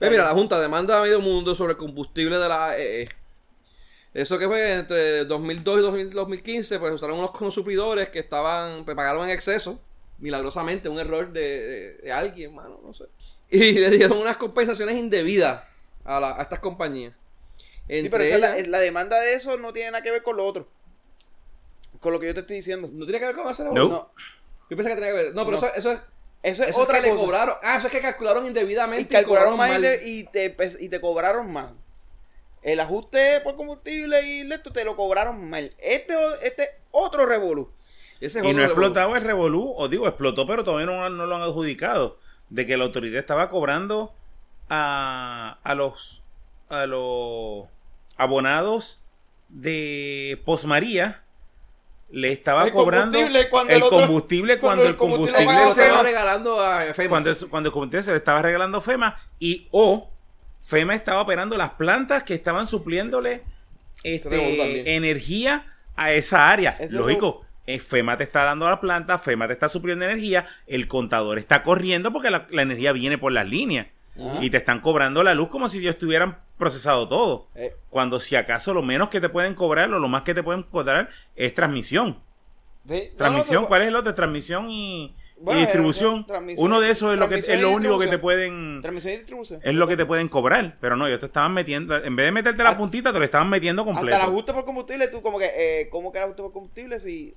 [SPEAKER 2] Ve, mira, la Junta demanda a medio mundo sobre el combustible de la AEE. Eso que fue entre 2002 y 2000 2015, pues usaron unos consumidores que estaban, pues pagaron en exceso, milagrosamente, un error de, de- de alguien, mano, no sé. Y <laughs> le dieron unas compensaciones indebidas a, la- a estas compañías. Entre
[SPEAKER 3] Sí, pero esa es la,
[SPEAKER 2] ellas-
[SPEAKER 3] es la demanda de eso no tiene nada que ver con lo otro. Con lo que yo te estoy diciendo.
[SPEAKER 2] ¿No tiene que ver con Barcelona?
[SPEAKER 4] No.
[SPEAKER 2] Yo pensé que tenía que ver. No, pero
[SPEAKER 3] No.
[SPEAKER 2] Eso, eso es,
[SPEAKER 3] Eso es
[SPEAKER 2] eso es
[SPEAKER 3] otra
[SPEAKER 2] que le
[SPEAKER 3] cosa.
[SPEAKER 2] cobraron. Ah, eso es que calcularon indebidamente.
[SPEAKER 3] y calcularon
[SPEAKER 2] cobraron
[SPEAKER 3] más y, te- y te, pe- y te cobraron más. El ajuste por combustible y esto te lo cobraron mal. Este o- este otro revolú.
[SPEAKER 2] Ese es
[SPEAKER 4] Y
[SPEAKER 2] otro
[SPEAKER 4] no ha
[SPEAKER 2] revolú.
[SPEAKER 4] explotado el revolú, o digo, explotó, pero todavía no, no lo han adjudicado. De que la autoridad estaba cobrando a, a los a los abonados de Posmaría. Le estaba
[SPEAKER 3] El
[SPEAKER 4] cobrando
[SPEAKER 3] combustible cuando
[SPEAKER 4] el
[SPEAKER 3] el otro-
[SPEAKER 4] combustible cuando, el combustible,
[SPEAKER 2] El que
[SPEAKER 3] paga
[SPEAKER 2] lo
[SPEAKER 4] se-
[SPEAKER 2] estaba
[SPEAKER 3] FEMA.
[SPEAKER 2] regalando a FEMA.
[SPEAKER 4] cuando, eso- cuando el combustible se le estaba regalando FEMA y o FEMA estaba operando las plantas que estaban supliéndole
[SPEAKER 2] Eso revolú también.
[SPEAKER 4] este, energía a esa área.
[SPEAKER 3] Eso
[SPEAKER 4] Lógico, eh, FEMA te está dando las plantas, FEMA te está supliendo energía, el contador está corriendo porque la, la energía viene por las líneas
[SPEAKER 3] Ajá.
[SPEAKER 4] y te están cobrando la luz como si ellos estuvieran procesado todo.
[SPEAKER 3] Eh,
[SPEAKER 4] Cuando si acaso lo menos que te pueden cobrar o lo más que te pueden cobrar es transmisión.
[SPEAKER 3] sí, no,
[SPEAKER 4] Transmisión,
[SPEAKER 3] no,
[SPEAKER 4] ¿cuál es el otro? Transmisión y, y
[SPEAKER 3] Bueno,
[SPEAKER 4] distribución.
[SPEAKER 3] eh, transmisión-
[SPEAKER 4] Uno de esos es lo que es
[SPEAKER 3] transmisión y
[SPEAKER 4] lo único que te
[SPEAKER 3] distribución.
[SPEAKER 4] pueden
[SPEAKER 3] Transmisión y distribución.
[SPEAKER 4] es lo que te pueden cobrar, pero no, ellos te estaban metiendo en vez de meterte la
[SPEAKER 3] Hasta-
[SPEAKER 4] puntita te lo estaban metiendo
[SPEAKER 3] Ah, Hasta el
[SPEAKER 4] completo.
[SPEAKER 3] ajuste por combustible, tú como que, eh, ¿cómo que el ajuste por combustible? Si.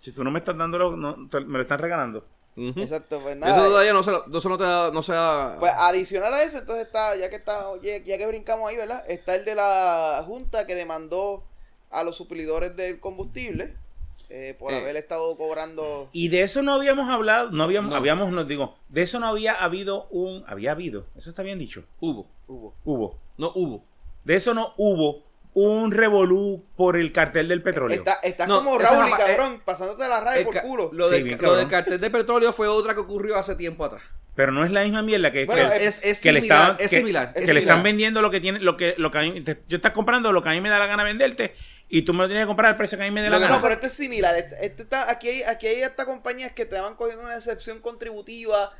[SPEAKER 4] Si tú no me estás dando lo- no, te- me lo están regalando.
[SPEAKER 2] Ujú.
[SPEAKER 3] Exacto, pues nada.
[SPEAKER 2] ¿Mm? Eso todavía no se, lo- eso no te da- no se da-
[SPEAKER 3] Pues adicional a eso, entonces está, ya que está, oye, ya que brincamos ahí, ¿verdad? Está el de la Junta que demandó a los suplidores del combustible eh, por
[SPEAKER 2] Eh.
[SPEAKER 3] haber estado cobrando.
[SPEAKER 4] Y de eso no habíamos hablado, no habíamos
[SPEAKER 2] No.
[SPEAKER 4] habíamos nos digo, de eso no había habido un había habido, eso está bien dicho.
[SPEAKER 2] hubo.
[SPEAKER 3] Hubo.
[SPEAKER 4] Hubo.
[SPEAKER 2] No hubo.
[SPEAKER 4] De eso no hubo un revolú por el cartel del petróleo.
[SPEAKER 3] Está, estás
[SPEAKER 2] No,
[SPEAKER 3] como
[SPEAKER 2] eso es
[SPEAKER 3] Raúl, y
[SPEAKER 2] jamás-
[SPEAKER 3] cabrón, pasándote la raya
[SPEAKER 2] El
[SPEAKER 3] ah, por
[SPEAKER 2] ca-
[SPEAKER 3] culo.
[SPEAKER 2] Lo,
[SPEAKER 4] Sí,
[SPEAKER 2] del,
[SPEAKER 4] bien
[SPEAKER 2] lo del
[SPEAKER 4] cabrón.
[SPEAKER 2] cartel de petróleo fue otra que ocurrió hace tiempo atrás.
[SPEAKER 4] Pero no es la misma mierda que,
[SPEAKER 3] Bueno,
[SPEAKER 4] que-
[SPEAKER 2] es- es
[SPEAKER 4] que le
[SPEAKER 2] similar,
[SPEAKER 4] estaban-
[SPEAKER 2] es
[SPEAKER 4] que-
[SPEAKER 2] similar,
[SPEAKER 4] que
[SPEAKER 2] es
[SPEAKER 4] le
[SPEAKER 2] similar.
[SPEAKER 4] están vendiendo lo que tiene, lo que, lo que a mí, te- yo estás comprando lo que a mí me da la gana venderte y tú me lo tienes que comprar al precio que a mí me dé la
[SPEAKER 3] No,
[SPEAKER 4] gana.
[SPEAKER 3] no, pero este es similar. Este, este está, aquí, hay, aquí hay hasta compañías que te van cogiendo una excepción contributiva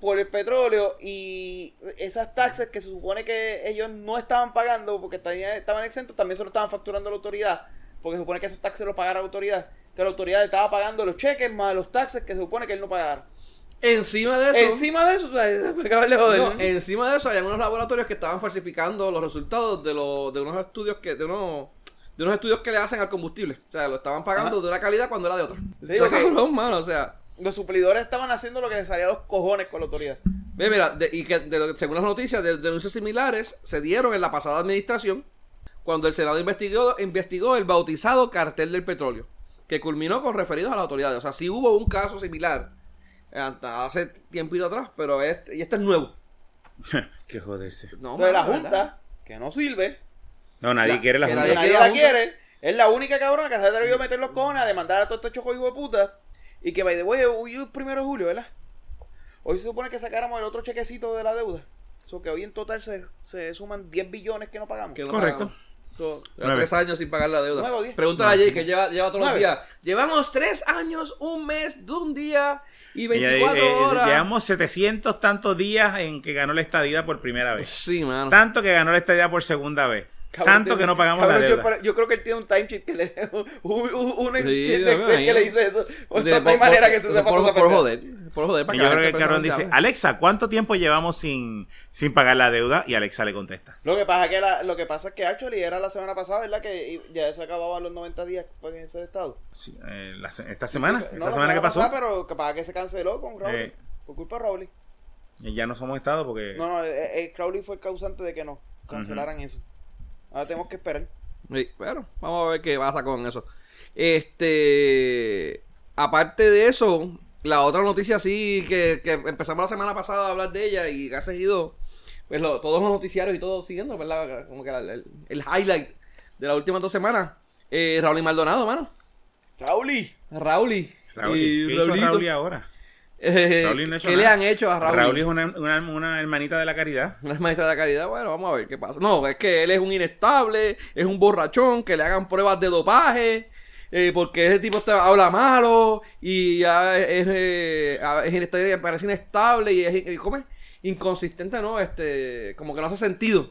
[SPEAKER 3] por el petróleo y esas taxas que se supone que ellos no estaban pagando porque tenía- estaban exentos, también se lo estaban facturando a la autoridad, porque se supone que esos taxes los pagara la autoridad. Entonces la autoridad estaba pagando los cheques más los taxes que se supone que él no pagara.
[SPEAKER 2] Encima de eso.
[SPEAKER 3] Encima <laughs> de eso, o sea, es acabable de joder.
[SPEAKER 2] No, eh. encima de eso había unos laboratorios que estaban falsificando los resultados de, los, de unos estudios que de unos, de unos estudios que le hacen al combustible. O sea, lo estaban pagando de una calidad cuando era de otra.
[SPEAKER 3] Sí,
[SPEAKER 2] Está
[SPEAKER 3] ok.
[SPEAKER 2] cabrón, mano, o sea,
[SPEAKER 3] Los suplidores estaban haciendo lo que les salía a los cojones con la autoridad.
[SPEAKER 2] ve, mira, de- y que de lo que- según las noticias, de, denuncias similares se dieron en la pasada administración cuando el Senado investigó, investigó el bautizado cartel del petróleo, que culminó con referidos a las autoridades. O sea, sí hubo un caso similar eh, hasta hace tiempito atrás, pero este, y este es nuevo.
[SPEAKER 4] Qué joderse.
[SPEAKER 2] No,
[SPEAKER 3] Entonces la
[SPEAKER 2] mano, de
[SPEAKER 3] Junta,
[SPEAKER 2] verdad.
[SPEAKER 3] que no sirve,
[SPEAKER 4] No, nadie
[SPEAKER 2] La-
[SPEAKER 4] quiere la
[SPEAKER 2] que
[SPEAKER 4] junta.
[SPEAKER 3] nadie,
[SPEAKER 2] nadie
[SPEAKER 3] la
[SPEAKER 2] quiere la
[SPEAKER 3] quiere. Es la única cabrona que se ha atrevido a meter los cojones a demandar a todos estos chocos hijo de puta. Y que, by the way, hoy es primero de julio, ¿verdad? Hoy se supone que sacáramos el otro chequecito de la deuda. So que hoy en total se, se suman 10 billones que no pagamos.
[SPEAKER 2] Que no
[SPEAKER 4] Correcto.
[SPEAKER 2] pagamos.
[SPEAKER 3] So,
[SPEAKER 2] Lleva
[SPEAKER 4] Nueve.
[SPEAKER 2] tres años sin pagar la deuda.
[SPEAKER 3] Nueve o diez.
[SPEAKER 2] Pregúntale a Jay que lleva, lleva todos
[SPEAKER 3] Nueve.
[SPEAKER 2] los días. Llevamos tres años, un mes, de un día y
[SPEAKER 4] Ella-
[SPEAKER 2] 24
[SPEAKER 4] eh, eh,
[SPEAKER 2] horas.
[SPEAKER 4] Llevamos 700 tantos días en que ganó la estadía por primera vez.
[SPEAKER 2] Sí, mano.
[SPEAKER 4] Tanto que ganó la estadía por segunda vez.
[SPEAKER 3] Cabrón,
[SPEAKER 4] Tanto que no pagamos
[SPEAKER 3] yo
[SPEAKER 4] la deuda.
[SPEAKER 3] para- Yo, creo que él tiene un time sheet que le un, un, un
[SPEAKER 2] Sí,
[SPEAKER 3] sheet
[SPEAKER 2] yo
[SPEAKER 3] de
[SPEAKER 2] me
[SPEAKER 3] Excel que
[SPEAKER 2] imagino.
[SPEAKER 3] le dice eso.
[SPEAKER 2] Por-
[SPEAKER 3] Pues no hay
[SPEAKER 2] por-
[SPEAKER 3] manera que se
[SPEAKER 2] por-
[SPEAKER 3] sepa
[SPEAKER 2] por,
[SPEAKER 3] toda esa
[SPEAKER 2] por
[SPEAKER 3] pendeja.
[SPEAKER 2] joder. Por joder, para
[SPEAKER 4] Y yo creo que el
[SPEAKER 2] esta
[SPEAKER 4] cabrón
[SPEAKER 2] persona
[SPEAKER 4] dice,
[SPEAKER 2] te hable.
[SPEAKER 4] Alexa, ¿cuánto tiempo llevamos sin, sin pagar la deuda? Y Alexa le contesta.
[SPEAKER 3] Lo que pasa que la- lo que pasa es que actually era la semana pasada, ¿verdad? Que i- ya se acababan los 90 días para que ese estado.
[SPEAKER 4] Sí, eh, la se- esta semana,
[SPEAKER 3] No,
[SPEAKER 4] esta
[SPEAKER 3] la
[SPEAKER 4] semana que pasó,
[SPEAKER 3] pasada, pero que pasa que se canceló con Crowley.
[SPEAKER 4] Eh.
[SPEAKER 3] Por culpa de Crowley.
[SPEAKER 4] y ya no somos Estado porque...
[SPEAKER 3] No, no, eh, eh, Crowley fue el causante de que no cancelaran eso. Ahora tenemos que esperar.
[SPEAKER 2] Sí, bueno, vamos a ver qué pasa con eso. Este. Aparte de eso, la otra noticia así que, que empezamos la semana pasada a hablar de ella y que ha seguido, pues lo- todos los noticiarios y todo siguiendo, ¿verdad? Como que la- el, el highlight de las últimas dos semanas. Eh, Raúl y Maldonado, mano.
[SPEAKER 3] ¡Crowley!
[SPEAKER 2] Raúl y
[SPEAKER 4] Raúl,
[SPEAKER 2] y
[SPEAKER 4] ¿Qué hizo
[SPEAKER 2] Raulito.
[SPEAKER 4] Raúl ahora?
[SPEAKER 2] Eh,
[SPEAKER 4] Raúl no ha hecho
[SPEAKER 2] ¿Qué le
[SPEAKER 4] nada.
[SPEAKER 2] han hecho a Raúl?
[SPEAKER 4] Raúl es una, una- una hermanita de la caridad.
[SPEAKER 2] Una maestra de la caridad, bueno, vamos a ver qué pasa. No, es que él es un inestable, es un borrachón, que le hagan pruebas de dopaje, eh, porque ese tipo está- habla malo y ya es, eh, a- es inestable, parece inestable y es y ¿cómo es? inconsistente, ¿no? Este, como que no hace sentido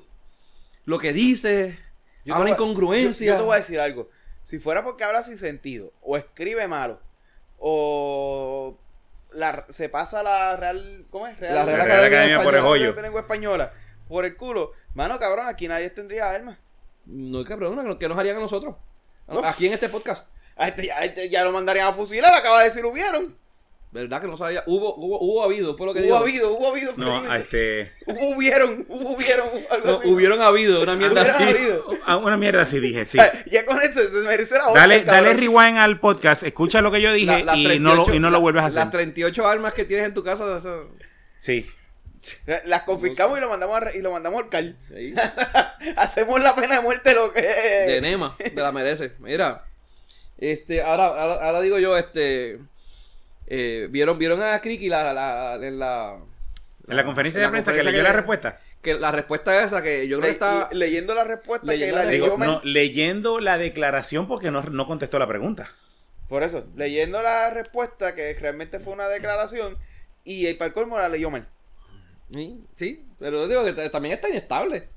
[SPEAKER 2] lo que dice,
[SPEAKER 3] Yo
[SPEAKER 2] habla
[SPEAKER 3] te voy a-
[SPEAKER 2] incongruencia.
[SPEAKER 3] Yo, yo te voy a decir algo. Si fuera porque habla sin sentido, o escribe malo, o la- se pasa la Real. ¿Cómo es?
[SPEAKER 2] La Real
[SPEAKER 4] Academia por el
[SPEAKER 3] Española-
[SPEAKER 4] hoyo.
[SPEAKER 3] Lengua española. Por el culo. Mano, cabrón, aquí nadie tendría alma.
[SPEAKER 2] No, cabrón, ¿qué nos harían a nosotros?
[SPEAKER 3] Uf.
[SPEAKER 2] Aquí en este podcast.
[SPEAKER 3] A este, ya- a este ya lo mandarían a fusilar, acaba de decir, hubieron.
[SPEAKER 2] ¿Verdad que no sabía? Hubo, hubo, hubo habido, fue lo que
[SPEAKER 3] Hubo
[SPEAKER 2] dijo.
[SPEAKER 3] habido, hubo habido.
[SPEAKER 2] <laughs>
[SPEAKER 4] No,
[SPEAKER 3] pero-
[SPEAKER 4] a este...
[SPEAKER 3] hubo, hubieron, hubo, hubieron. Algo
[SPEAKER 2] No,
[SPEAKER 3] así.
[SPEAKER 2] hubieron habido, una mierda
[SPEAKER 3] Hubieran
[SPEAKER 2] así.
[SPEAKER 3] habido.
[SPEAKER 4] a Ah, una mierda así
[SPEAKER 2] <laughs>
[SPEAKER 4] dije, sí.
[SPEAKER 3] Ay, Ah, Ya con esto se merece la otra.
[SPEAKER 4] Dale, dale rewind al podcast, escucha lo que yo dije
[SPEAKER 2] La- las
[SPEAKER 4] y, no lo, y
[SPEAKER 2] 38
[SPEAKER 4] no lo vuelves a
[SPEAKER 2] Las
[SPEAKER 4] hacer.
[SPEAKER 2] 38 armas que tienes en tu casa, o sea,
[SPEAKER 4] Sí.
[SPEAKER 3] Las confiscamos y lo mandamos, a re- y lo mandamos al cal.
[SPEAKER 2] <laughs> ahí,
[SPEAKER 3] Hacemos la pena de muerte lo que
[SPEAKER 2] de Nema, te la mereces. Mira, este, ahora, ahora, ahora digo yo, este, eh, vieron, vieron a Criqui la, la, en la,
[SPEAKER 4] En la conferencia de
[SPEAKER 2] en la
[SPEAKER 4] prensa que
[SPEAKER 2] conferencia
[SPEAKER 4] leyó la respuesta.
[SPEAKER 2] que la respuesta esa que yo creo
[SPEAKER 3] Le-
[SPEAKER 2] que está,
[SPEAKER 3] leyendo la respuesta que
[SPEAKER 2] leyendo
[SPEAKER 3] la
[SPEAKER 2] la-
[SPEAKER 3] leyó
[SPEAKER 4] Digo,
[SPEAKER 3] men-
[SPEAKER 4] no, leyendo la declaración porque no, no contestó la pregunta.
[SPEAKER 3] Por eso, leyendo la respuesta que realmente fue una declaración y el para el colmo la leyó mal.
[SPEAKER 2] sí, sí, pero digo que t- también está inestable.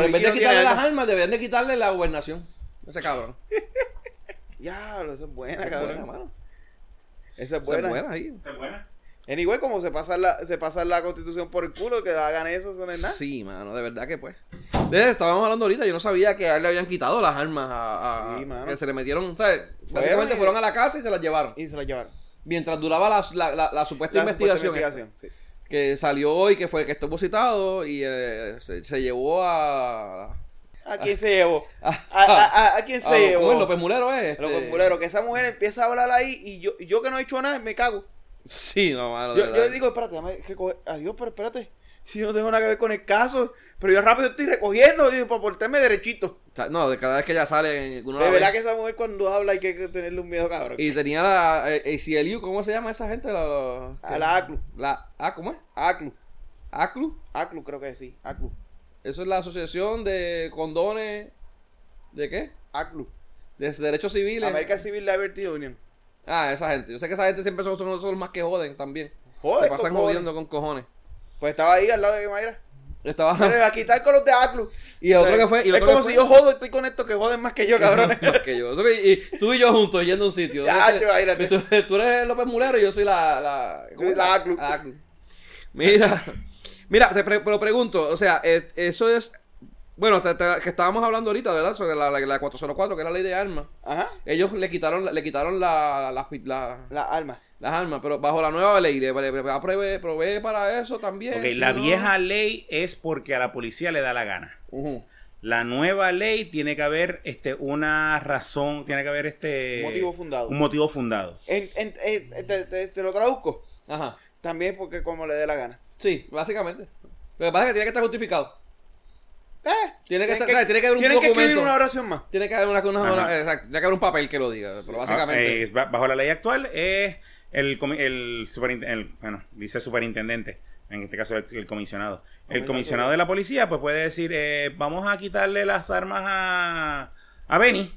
[SPEAKER 3] Pero,
[SPEAKER 2] en vez
[SPEAKER 3] Ricky
[SPEAKER 2] de
[SPEAKER 3] no
[SPEAKER 2] quitarle
[SPEAKER 3] tiene
[SPEAKER 2] las
[SPEAKER 3] alma.
[SPEAKER 2] armas, deberían de quitarle la gobernación. Ese <laughs> cabrón.
[SPEAKER 3] Ya, eso es buena,
[SPEAKER 2] Esa es
[SPEAKER 3] cabrón.
[SPEAKER 2] buena, mano.
[SPEAKER 3] Esa es
[SPEAKER 2] Esa es
[SPEAKER 3] buena.
[SPEAKER 2] buena, sí.
[SPEAKER 3] Anyway, como se pasa la, se pasa la constitución por el culo, que hagan eso, eso no es nada.
[SPEAKER 2] Sí, mano, de verdad que pues. De, estábamos hablando ahorita, yo no sabía que a él le habían quitado las armas a, a-
[SPEAKER 3] Sí, mano.
[SPEAKER 2] que se le metieron, ¿sabes? Básicamente
[SPEAKER 3] y-
[SPEAKER 2] fueron a la casa y se las llevaron.
[SPEAKER 3] Y se la llevaron.
[SPEAKER 2] Mientras duraba la, la- la- la supuesta
[SPEAKER 3] La
[SPEAKER 2] investigación,
[SPEAKER 3] supuesta investigación, sí.
[SPEAKER 2] que salió hoy, que fue que estuvo citado y eh, se, se llevó a...
[SPEAKER 3] ¿A quién se
[SPEAKER 2] <laughs>
[SPEAKER 3] llevó? ¿A,
[SPEAKER 2] a-
[SPEAKER 3] a, a- a quién se
[SPEAKER 2] a- Ah, ¿cómo
[SPEAKER 3] llevó?
[SPEAKER 2] es? López Mulero, ¿eh? Este-
[SPEAKER 3] López Mulero, que esa mujer empieza a hablar ahí y yo, yo que no he hecho nada, me cago.
[SPEAKER 2] Sí, no, mano, de
[SPEAKER 3] Yo, yo
[SPEAKER 2] verdad.
[SPEAKER 3] digo, espérate, dame que coger- Adiós, pero espérate. <laughs> Si yo no tengo nada que ver con el caso, pero yo rápido estoy recogiendo digo, para portarme derechito.
[SPEAKER 2] O sea, no, de cada vez que ella sale, uno
[SPEAKER 3] De
[SPEAKER 2] la
[SPEAKER 3] verdad
[SPEAKER 2] ve.
[SPEAKER 3] que esa mujer cuando habla hay que que tenerle un miedo, cabrón.
[SPEAKER 2] Y tenía la eh, ACLU, ¿cómo se llama esa gente? La,
[SPEAKER 3] A la ACLU.
[SPEAKER 2] La, ah, ¿cómo es?
[SPEAKER 3] ACLU.
[SPEAKER 2] ACLU.
[SPEAKER 3] ACLU, creo que sí. ACLU.
[SPEAKER 2] Eso es la asociación de condones. ¿De qué?
[SPEAKER 3] ACLU.
[SPEAKER 2] De derechos civiles.
[SPEAKER 3] American Civil Liberty Union.
[SPEAKER 2] Ah, esa gente. Yo sé que esa gente siempre son, son, son los más que joden también.
[SPEAKER 3] Joder,
[SPEAKER 2] Se pasan
[SPEAKER 3] cojones.
[SPEAKER 2] jodiendo con cojones.
[SPEAKER 3] Pues estaba ahí al lado de
[SPEAKER 2] <laughs>
[SPEAKER 3] Mayra.
[SPEAKER 2] Estaba.
[SPEAKER 3] Pero aquí está con los de ACLU.
[SPEAKER 2] Y el otro que fue. Y el
[SPEAKER 3] eh, es
[SPEAKER 2] otro
[SPEAKER 3] como
[SPEAKER 2] que
[SPEAKER 3] si
[SPEAKER 2] fue-
[SPEAKER 3] yo
[SPEAKER 2] <laughs>
[SPEAKER 3] jodo y estoy con estos que joden más que yo, cabrones. Ah,
[SPEAKER 2] Más que yo. Otro que- Y, tú y yo juntos yendo a un sitio.
[SPEAKER 3] <laughs> Ya,
[SPEAKER 2] Este-
[SPEAKER 3] yo, imagínate.
[SPEAKER 2] tú, tú <laughs> eres López Mulero y yo soy la. la ¿cómo es?
[SPEAKER 3] La ACLU.
[SPEAKER 2] Mira. Mira, te pre- pero pregunto. O sea, eh, eso es. Bueno, te- te- que estábamos hablando ahorita, ¿verdad? Sobre la, la, la 404, que es la ley de armas.
[SPEAKER 3] Ajá.
[SPEAKER 2] Ellos le quitaron, le quitaron la, la- la-
[SPEAKER 3] La alma.
[SPEAKER 2] las armas, pero bajo la nueva ley, le le- le- le- provee, provee para eso también.
[SPEAKER 4] Ok,
[SPEAKER 2] si
[SPEAKER 4] la
[SPEAKER 2] no-
[SPEAKER 4] vieja ley es porque a la policía le da la gana.
[SPEAKER 2] Ujú.
[SPEAKER 4] La nueva ley tiene que haber este una razón, tiene que haber este
[SPEAKER 3] Motivo fundado.
[SPEAKER 4] Un motivo fundado.
[SPEAKER 3] En- en- en- eh, te, te- te lo traduzco.
[SPEAKER 2] Ajá.
[SPEAKER 3] También porque como le dé la gana.
[SPEAKER 2] Sí, básicamente. Lo que pasa es que tiene que estar justificado.
[SPEAKER 3] Eh,
[SPEAKER 2] Tiene
[SPEAKER 3] tienen
[SPEAKER 2] que estar- o sea, tiene que haber un
[SPEAKER 3] tienen
[SPEAKER 2] documento.
[SPEAKER 3] escribir una oración más.
[SPEAKER 2] Tiene que haber una, una-
[SPEAKER 4] Ajá.
[SPEAKER 2] una- exacto, tiene que haber un papel que lo diga, pero
[SPEAKER 4] Ah,
[SPEAKER 2] básicamente.
[SPEAKER 4] eh, ba- bajo la ley actual es el, comi- el, superinten- el- bueno, dice superintendente, en este caso el, el comisionado. El
[SPEAKER 3] Comisionado.
[SPEAKER 4] comisionado de la policía pues puede decir, eh, vamos a quitarle las armas a a Benny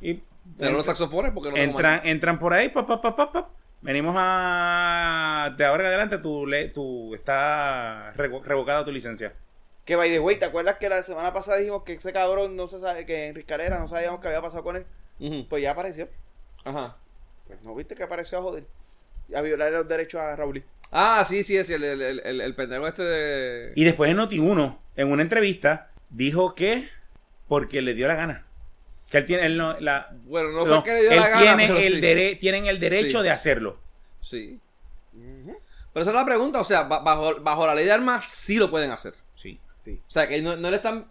[SPEAKER 4] y
[SPEAKER 2] Serán los saxofones porque no tengo
[SPEAKER 4] entran,
[SPEAKER 2] más.
[SPEAKER 4] entran por ahí, pap, pap, pap, pap, pap. Venimos a de ahora en adelante tu le- tu está revo- revocada tu licencia.
[SPEAKER 3] Que by the way, ¿te acuerdas que la semana pasada dijimos que ese cabrón no se sabe, que Enrique Calera no sabíamos qué había pasado con él?
[SPEAKER 2] Ujú.
[SPEAKER 3] Pues ya apareció.
[SPEAKER 2] Ajá.
[SPEAKER 3] Pues no viste que apareció a joder. A violar los derechos a Raúl.
[SPEAKER 2] Ah, sí, sí, es el, el, el, el- el pendejo este de.
[SPEAKER 4] Y después en Noti1, en una entrevista, dijo que porque le dio la gana. Que él tiene, él no, la,
[SPEAKER 2] Bueno, no,
[SPEAKER 4] no,
[SPEAKER 2] fue que le dio
[SPEAKER 4] él
[SPEAKER 2] la gana.
[SPEAKER 4] tiene
[SPEAKER 2] pero
[SPEAKER 4] el
[SPEAKER 2] sí.
[SPEAKER 4] dere- tienen el derecho
[SPEAKER 2] Sí.
[SPEAKER 4] de hacerlo.
[SPEAKER 2] Sí. Pero esa es la pregunta, o sea, ba- bajo, bajo la ley de armas sí lo pueden hacer.
[SPEAKER 4] Sí.
[SPEAKER 3] Sí.
[SPEAKER 2] O sea, que no, no le están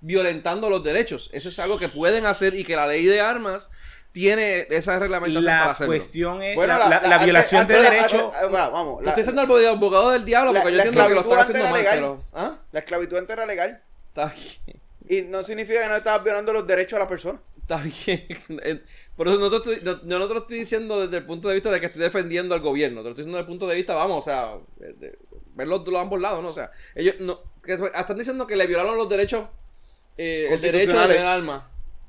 [SPEAKER 2] violentando los derechos. Eso es algo que pueden hacer y que la ley de armas tiene esa reglamentación para
[SPEAKER 4] La
[SPEAKER 2] hacerlo.
[SPEAKER 4] cuestión es
[SPEAKER 3] Bueno,
[SPEAKER 4] la, la- la
[SPEAKER 3] antes-
[SPEAKER 4] violación
[SPEAKER 3] antes
[SPEAKER 4] de
[SPEAKER 3] la-
[SPEAKER 4] derecho.
[SPEAKER 3] ah, ah, vamos, la,
[SPEAKER 2] Usted siendo el abogado del diablo
[SPEAKER 3] la-
[SPEAKER 2] porque yo
[SPEAKER 3] la
[SPEAKER 2] entiendo que lo
[SPEAKER 3] esclavitud
[SPEAKER 2] están haciendo mal,
[SPEAKER 3] antes era
[SPEAKER 2] pero... ¿Ah?
[SPEAKER 3] la esclavitud antes era legal.
[SPEAKER 2] Está bien.
[SPEAKER 3] Y no significa que no estabas violando los derechos a la persona.
[SPEAKER 2] Está bien. <laughs> Eh, Por eso no te, estoy, no- yo no te lo estoy diciendo desde el punto de vista de que estoy defendiendo al gobierno. Te lo estoy diciendo desde el punto de vista, vamos, o sea, de- de- ver los, los ambos lados, ¿no? O sea, ellos no, que fue- están diciendo que le violaron los derechos, eh, el derecho de
[SPEAKER 3] Constitucionales.
[SPEAKER 2] tener armas.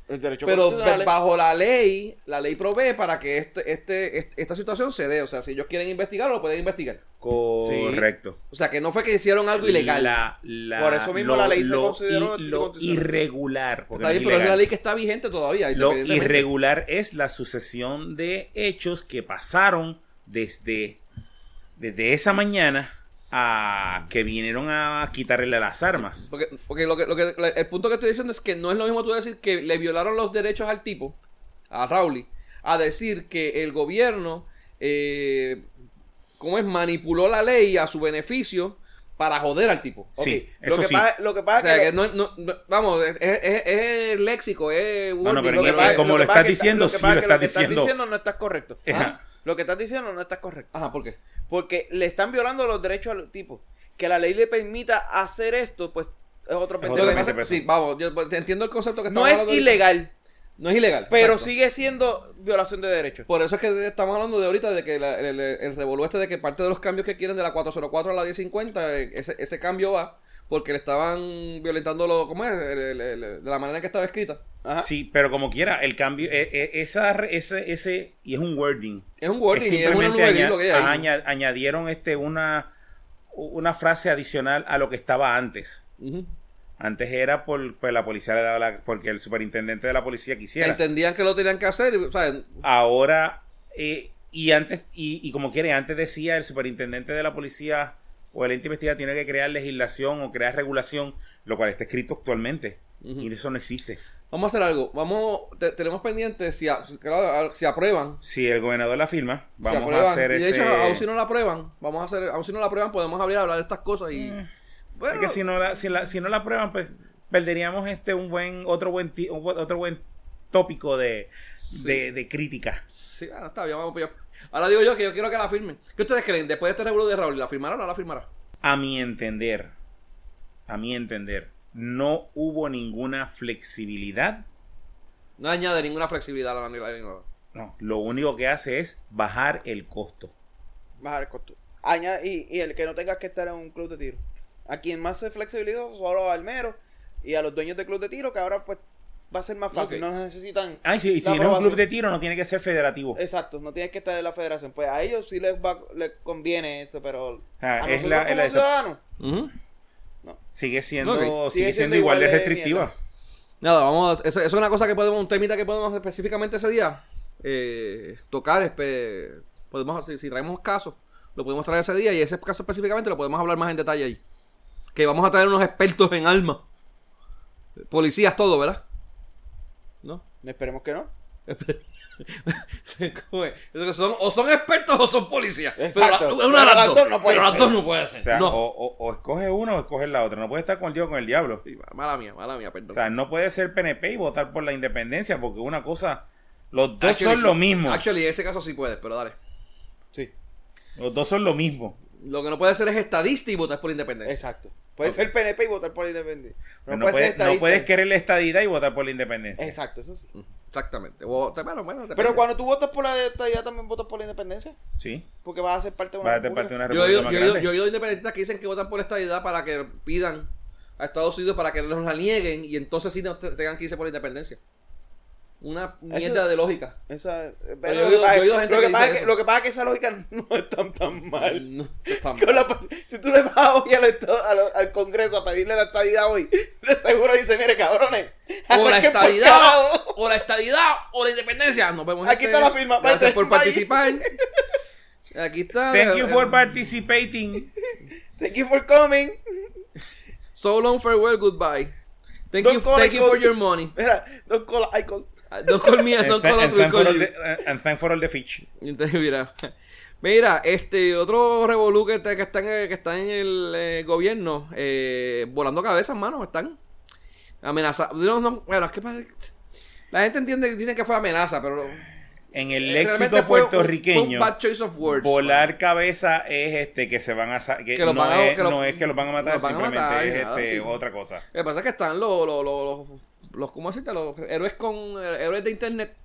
[SPEAKER 3] El derecho
[SPEAKER 2] Pero
[SPEAKER 3] constitucional es-
[SPEAKER 2] bajo la ley, la ley provee para que este, este, est- esta situación se dé. O sea, si ellos quieren investigar, lo pueden investigar.
[SPEAKER 4] Correcto.
[SPEAKER 2] O sea, que no fue que hicieron algo ilegal.
[SPEAKER 4] La- la-
[SPEAKER 3] Por eso mismo la ley se consideró
[SPEAKER 4] lo
[SPEAKER 3] anticonstitucional.
[SPEAKER 4] irregular. porque
[SPEAKER 2] Está bien,
[SPEAKER 4] no
[SPEAKER 2] pero es una
[SPEAKER 4] ilegal.
[SPEAKER 2] ley que está vigente todavía.
[SPEAKER 4] Lo
[SPEAKER 2] independientemente.
[SPEAKER 4] irregular es la sucesión de hechos que pasaron desde, desde esa mañana a que vinieron a quitarle las armas.
[SPEAKER 2] Porque, porque lo que, lo que- la- el punto que estoy diciendo es que no es lo mismo tú decir que le violaron los derechos al tipo, a Rowley, a decir que el gobierno, eh, ¿cómo es? Manipuló la ley a su beneficio para joder al tipo.
[SPEAKER 3] Ok,
[SPEAKER 4] Sí,
[SPEAKER 3] lo
[SPEAKER 4] eso
[SPEAKER 3] que
[SPEAKER 4] sí.
[SPEAKER 3] Pasa, lo que
[SPEAKER 2] O
[SPEAKER 3] pasa
[SPEAKER 2] sea,
[SPEAKER 3] es Ah, que,
[SPEAKER 2] que no, no- no- vamos, es, es- es léxico, es...
[SPEAKER 4] No, no, pero
[SPEAKER 2] lo
[SPEAKER 4] en-
[SPEAKER 2] que
[SPEAKER 4] en
[SPEAKER 2] pasa es-
[SPEAKER 4] como
[SPEAKER 3] que
[SPEAKER 4] lo
[SPEAKER 3] pasa
[SPEAKER 4] estás
[SPEAKER 3] es que está-
[SPEAKER 4] diciendo,
[SPEAKER 3] que
[SPEAKER 4] sí,
[SPEAKER 3] pasa es
[SPEAKER 4] lo
[SPEAKER 3] que
[SPEAKER 4] estás
[SPEAKER 3] que
[SPEAKER 4] diciendo.
[SPEAKER 3] no estás correcto.
[SPEAKER 4] Ajá.
[SPEAKER 3] Lo que estás diciendo no estás correcto.
[SPEAKER 2] Ajá, ¿por qué?
[SPEAKER 3] Porque le están violando los derechos al tipo. Que la ley le permita hacer esto, pues es otro
[SPEAKER 4] Es
[SPEAKER 2] Lo
[SPEAKER 4] otro
[SPEAKER 2] que
[SPEAKER 3] pendejo.
[SPEAKER 2] pasa-
[SPEAKER 4] 20%.
[SPEAKER 2] sí, vamos, yo pues, entiendo el concepto que
[SPEAKER 3] No
[SPEAKER 2] estamos
[SPEAKER 3] es
[SPEAKER 2] hablando ahorita.
[SPEAKER 3] ilegal,
[SPEAKER 2] No es ilegal.
[SPEAKER 3] pero
[SPEAKER 2] exacto.
[SPEAKER 3] sigue siendo violación de derechos.
[SPEAKER 2] Por eso es que estamos hablando de ahorita de que la- el, el, el revolú este de que parte de los cambios que quieren de la 404 a la 1050, eh, ese, ese cambio va porque le estaban violentando lo, ¿cómo es? El- el- el- de la manera en que estaba escrita.
[SPEAKER 3] Ajá.
[SPEAKER 4] Sí, pero como quiera, el cambio, e- e- esa, re- ese, ese, y es un wording.
[SPEAKER 2] Es un wording,
[SPEAKER 4] Es
[SPEAKER 2] y es una
[SPEAKER 4] simplemente
[SPEAKER 2] nube
[SPEAKER 4] aña-
[SPEAKER 2] gris lo que hay. ahí.
[SPEAKER 4] aña- añadieron este una, una frase adicional a lo que estaba antes.
[SPEAKER 2] Ujú.
[SPEAKER 4] Antes era por, pues, la policía le daba la- porque el superintendente de la policía
[SPEAKER 2] Que
[SPEAKER 4] quisiera.
[SPEAKER 2] Entendían que lo tenían que hacer, y, o sea,
[SPEAKER 4] ahora eh, y antes y, y como quiere antes decía el superintendente de la policía o el ente investigador tiene que crear legislación o crear regulación lo cual está escrito actualmente
[SPEAKER 2] Ujú.
[SPEAKER 4] y eso no existe
[SPEAKER 2] vamos a hacer algo. Vamos, te- tenemos pendiente si, a- si- claro, a- si aprueban.
[SPEAKER 4] si el gobernador la firma
[SPEAKER 2] si
[SPEAKER 4] vamos
[SPEAKER 2] aprueban.
[SPEAKER 4] a hacer
[SPEAKER 2] y de
[SPEAKER 4] ese
[SPEAKER 2] hecho, aún si no la aprueban, vamos a hacer, aún si no la aprueban, podemos abrir a hablar de estas cosas y.
[SPEAKER 4] Eh,
[SPEAKER 2] Bueno,
[SPEAKER 4] es que si no la si, la, si no la aprueban pues perderíamos este un buen otro buen ti- un buen- otro buen tópico de, de, de crítica
[SPEAKER 2] Sí, ah, está bien, vamos pues yo- Ahora digo yo que yo quiero que la firmen. ¿Qué ustedes creen? Después de este revuelo de Raúl, ¿la firmará o no la firmará?
[SPEAKER 4] a mi entender a mi entender no hubo ninguna flexibilidad
[SPEAKER 2] No añade ninguna flexibilidad a la manera de nada.
[SPEAKER 4] No, lo único que hace es bajar el costo.
[SPEAKER 3] Bajar el costo. Aña- y, y el que no tengas que estar en un club de tiro. A quien más se flexibilizó solo a Almero y a los dueños de club de tiro, que ahora pues va a ser más fácil.
[SPEAKER 2] Ok.
[SPEAKER 3] No necesitan.
[SPEAKER 4] Ay, sí, y si
[SPEAKER 3] la
[SPEAKER 4] no es un
[SPEAKER 3] aprobación.
[SPEAKER 4] club de tiro, Ah, no tiene que ser federativo.
[SPEAKER 3] Exacto, no tienes que estar en la federación. Pues a ellos sí les, va- les conviene esto, pero
[SPEAKER 4] Ah,
[SPEAKER 3] a
[SPEAKER 4] es
[SPEAKER 3] nosotros
[SPEAKER 4] la- es
[SPEAKER 3] como
[SPEAKER 4] la- esto-
[SPEAKER 3] ciudadanos.
[SPEAKER 4] Sigue siendo,
[SPEAKER 2] Ok.
[SPEAKER 3] Sigue
[SPEAKER 4] sigue siendo
[SPEAKER 3] siendo
[SPEAKER 4] igual de
[SPEAKER 3] igual de
[SPEAKER 4] restrictiva.
[SPEAKER 2] Nada, vamos. Eso, eso es una cosa que podemos, un temita que podemos específicamente ese día eh, tocar. espe- podemos, si, si traemos casos, lo podemos traer ese día y ese caso específicamente lo podemos hablar más en detalle ahí. Que vamos a traer unos expertos en alma. Policías, todo, ¿verdad? ¿No?
[SPEAKER 3] Esperemos que no.
[SPEAKER 2] <laughs> ¿Cómo es? Eso que son- o son expertos o son policías.
[SPEAKER 3] Exacto.
[SPEAKER 2] Pero la- una
[SPEAKER 3] Pero
[SPEAKER 2] de las
[SPEAKER 3] las
[SPEAKER 2] dos.
[SPEAKER 3] dos no puede
[SPEAKER 2] pero las
[SPEAKER 3] ser.
[SPEAKER 2] dos no puede ser.
[SPEAKER 4] O sea,
[SPEAKER 2] no.
[SPEAKER 4] o, o- o escoges uno o escoges la otra. No puede estar con el diablo con el diablo.
[SPEAKER 2] Sí, Mala mía, mala mía, perdón.
[SPEAKER 4] O sea, no puede ser PNP y votar por la independencia, porque una cosa. Los dos
[SPEAKER 2] Actually,
[SPEAKER 4] son lo
[SPEAKER 2] sí.
[SPEAKER 4] mismo.
[SPEAKER 2] Actually, en ese caso sí puedes, pero dale.
[SPEAKER 3] Sí,
[SPEAKER 4] Los dos son lo mismo.
[SPEAKER 2] Lo que no puede ser es estadista y votar por independencia.
[SPEAKER 3] exacto. Puede ser PNP y votar por independiente. puede
[SPEAKER 4] No, puedes,
[SPEAKER 3] ser
[SPEAKER 4] no
[SPEAKER 3] estadista.
[SPEAKER 4] puedes querer la estadidad y votar por la independencia.
[SPEAKER 3] Exacto, eso sí.
[SPEAKER 2] Exactamente. O- o sea, bueno, bueno, depende.
[SPEAKER 3] Pero cuando tú votas por la estadía, también votas por la independencia.
[SPEAKER 4] Sí.
[SPEAKER 3] Porque vas a ser parte de una.
[SPEAKER 4] Va a ser
[SPEAKER 3] república.
[SPEAKER 4] parte de una
[SPEAKER 2] yo he,
[SPEAKER 4] república
[SPEAKER 2] oído,
[SPEAKER 4] más
[SPEAKER 2] yo he oído-
[SPEAKER 4] grande.
[SPEAKER 2] yo he oído independentistas que dicen que votan por estadidad para que pidan a Estados Unidos para que nos la nieguen y entonces sí nos te- tengan que irse por la independencia. una mierda de lógica.
[SPEAKER 3] Esa, eh, pero
[SPEAKER 2] yo
[SPEAKER 3] lo,
[SPEAKER 2] he
[SPEAKER 3] que
[SPEAKER 2] oído-
[SPEAKER 3] pasa,
[SPEAKER 2] yo he oído
[SPEAKER 3] es-
[SPEAKER 2] gente
[SPEAKER 3] lo que
[SPEAKER 2] que
[SPEAKER 3] pasa
[SPEAKER 2] dice
[SPEAKER 3] es que,
[SPEAKER 2] eso.
[SPEAKER 3] lo que pasa es que esa lógica <laughs> no es tan, tan mal.
[SPEAKER 2] No, está
[SPEAKER 3] <laughs>
[SPEAKER 2] mal.
[SPEAKER 3] Con la pa- si tú le vas hoy al, Estado- a lo- al Congreso a pedirle la estadidad hoy, <laughs> de seguro dice, mire cabrones,
[SPEAKER 2] o la
[SPEAKER 3] arranquen por
[SPEAKER 2] estadidad,
[SPEAKER 3] carajo".
[SPEAKER 2] o la estadidad, o la independencia. Nos vemos.
[SPEAKER 3] Aquí
[SPEAKER 2] gente.
[SPEAKER 3] está la firma.
[SPEAKER 2] Gracias
[SPEAKER 3] Bye,
[SPEAKER 2] por
[SPEAKER 3] bye.
[SPEAKER 2] participar. Aquí está.
[SPEAKER 4] Thank you for
[SPEAKER 2] Eh, <laughs>
[SPEAKER 4] participating.
[SPEAKER 3] Thank you for coming.
[SPEAKER 2] So long, farewell, goodbye. Thank
[SPEAKER 3] Don't
[SPEAKER 2] you,
[SPEAKER 3] call
[SPEAKER 2] thank
[SPEAKER 3] it
[SPEAKER 2] you for
[SPEAKER 3] gold.
[SPEAKER 2] your money.
[SPEAKER 3] Mira, don't call Icon.
[SPEAKER 2] Uh, Don't call me,
[SPEAKER 4] <laughs> And
[SPEAKER 2] don't
[SPEAKER 4] tha-
[SPEAKER 2] call us,
[SPEAKER 4] and
[SPEAKER 2] we
[SPEAKER 4] thank for
[SPEAKER 2] call
[SPEAKER 4] all
[SPEAKER 2] you.
[SPEAKER 4] the- and- and thank for all the fish.
[SPEAKER 2] Entonces, mira, mira, este otro revolú que, está- que está en el- que está en el eh, gobierno, eh, volando cabezas, mano, están amenazados. No, no, bueno, es que pasa- la gente entiende, dicen que fue amenaza, pero
[SPEAKER 4] En el
[SPEAKER 2] Eh, realmente fue
[SPEAKER 4] léxico
[SPEAKER 2] un- fue un
[SPEAKER 4] puertorriqueño,
[SPEAKER 2] bad choice of words.
[SPEAKER 4] volar cabeza es este que se van a sa- que,
[SPEAKER 2] Que los
[SPEAKER 4] no,
[SPEAKER 2] van a-
[SPEAKER 4] es,
[SPEAKER 2] que los-
[SPEAKER 4] no es que los van a matar,
[SPEAKER 2] los van a
[SPEAKER 4] simplemente
[SPEAKER 2] matar,
[SPEAKER 4] es
[SPEAKER 2] nada,
[SPEAKER 4] este,
[SPEAKER 2] sí.
[SPEAKER 4] otra cosa.
[SPEAKER 2] Lo que pasa es que están los, los, los, los, los- ¿cómo decirte? Los héroes con eh, héroes de internet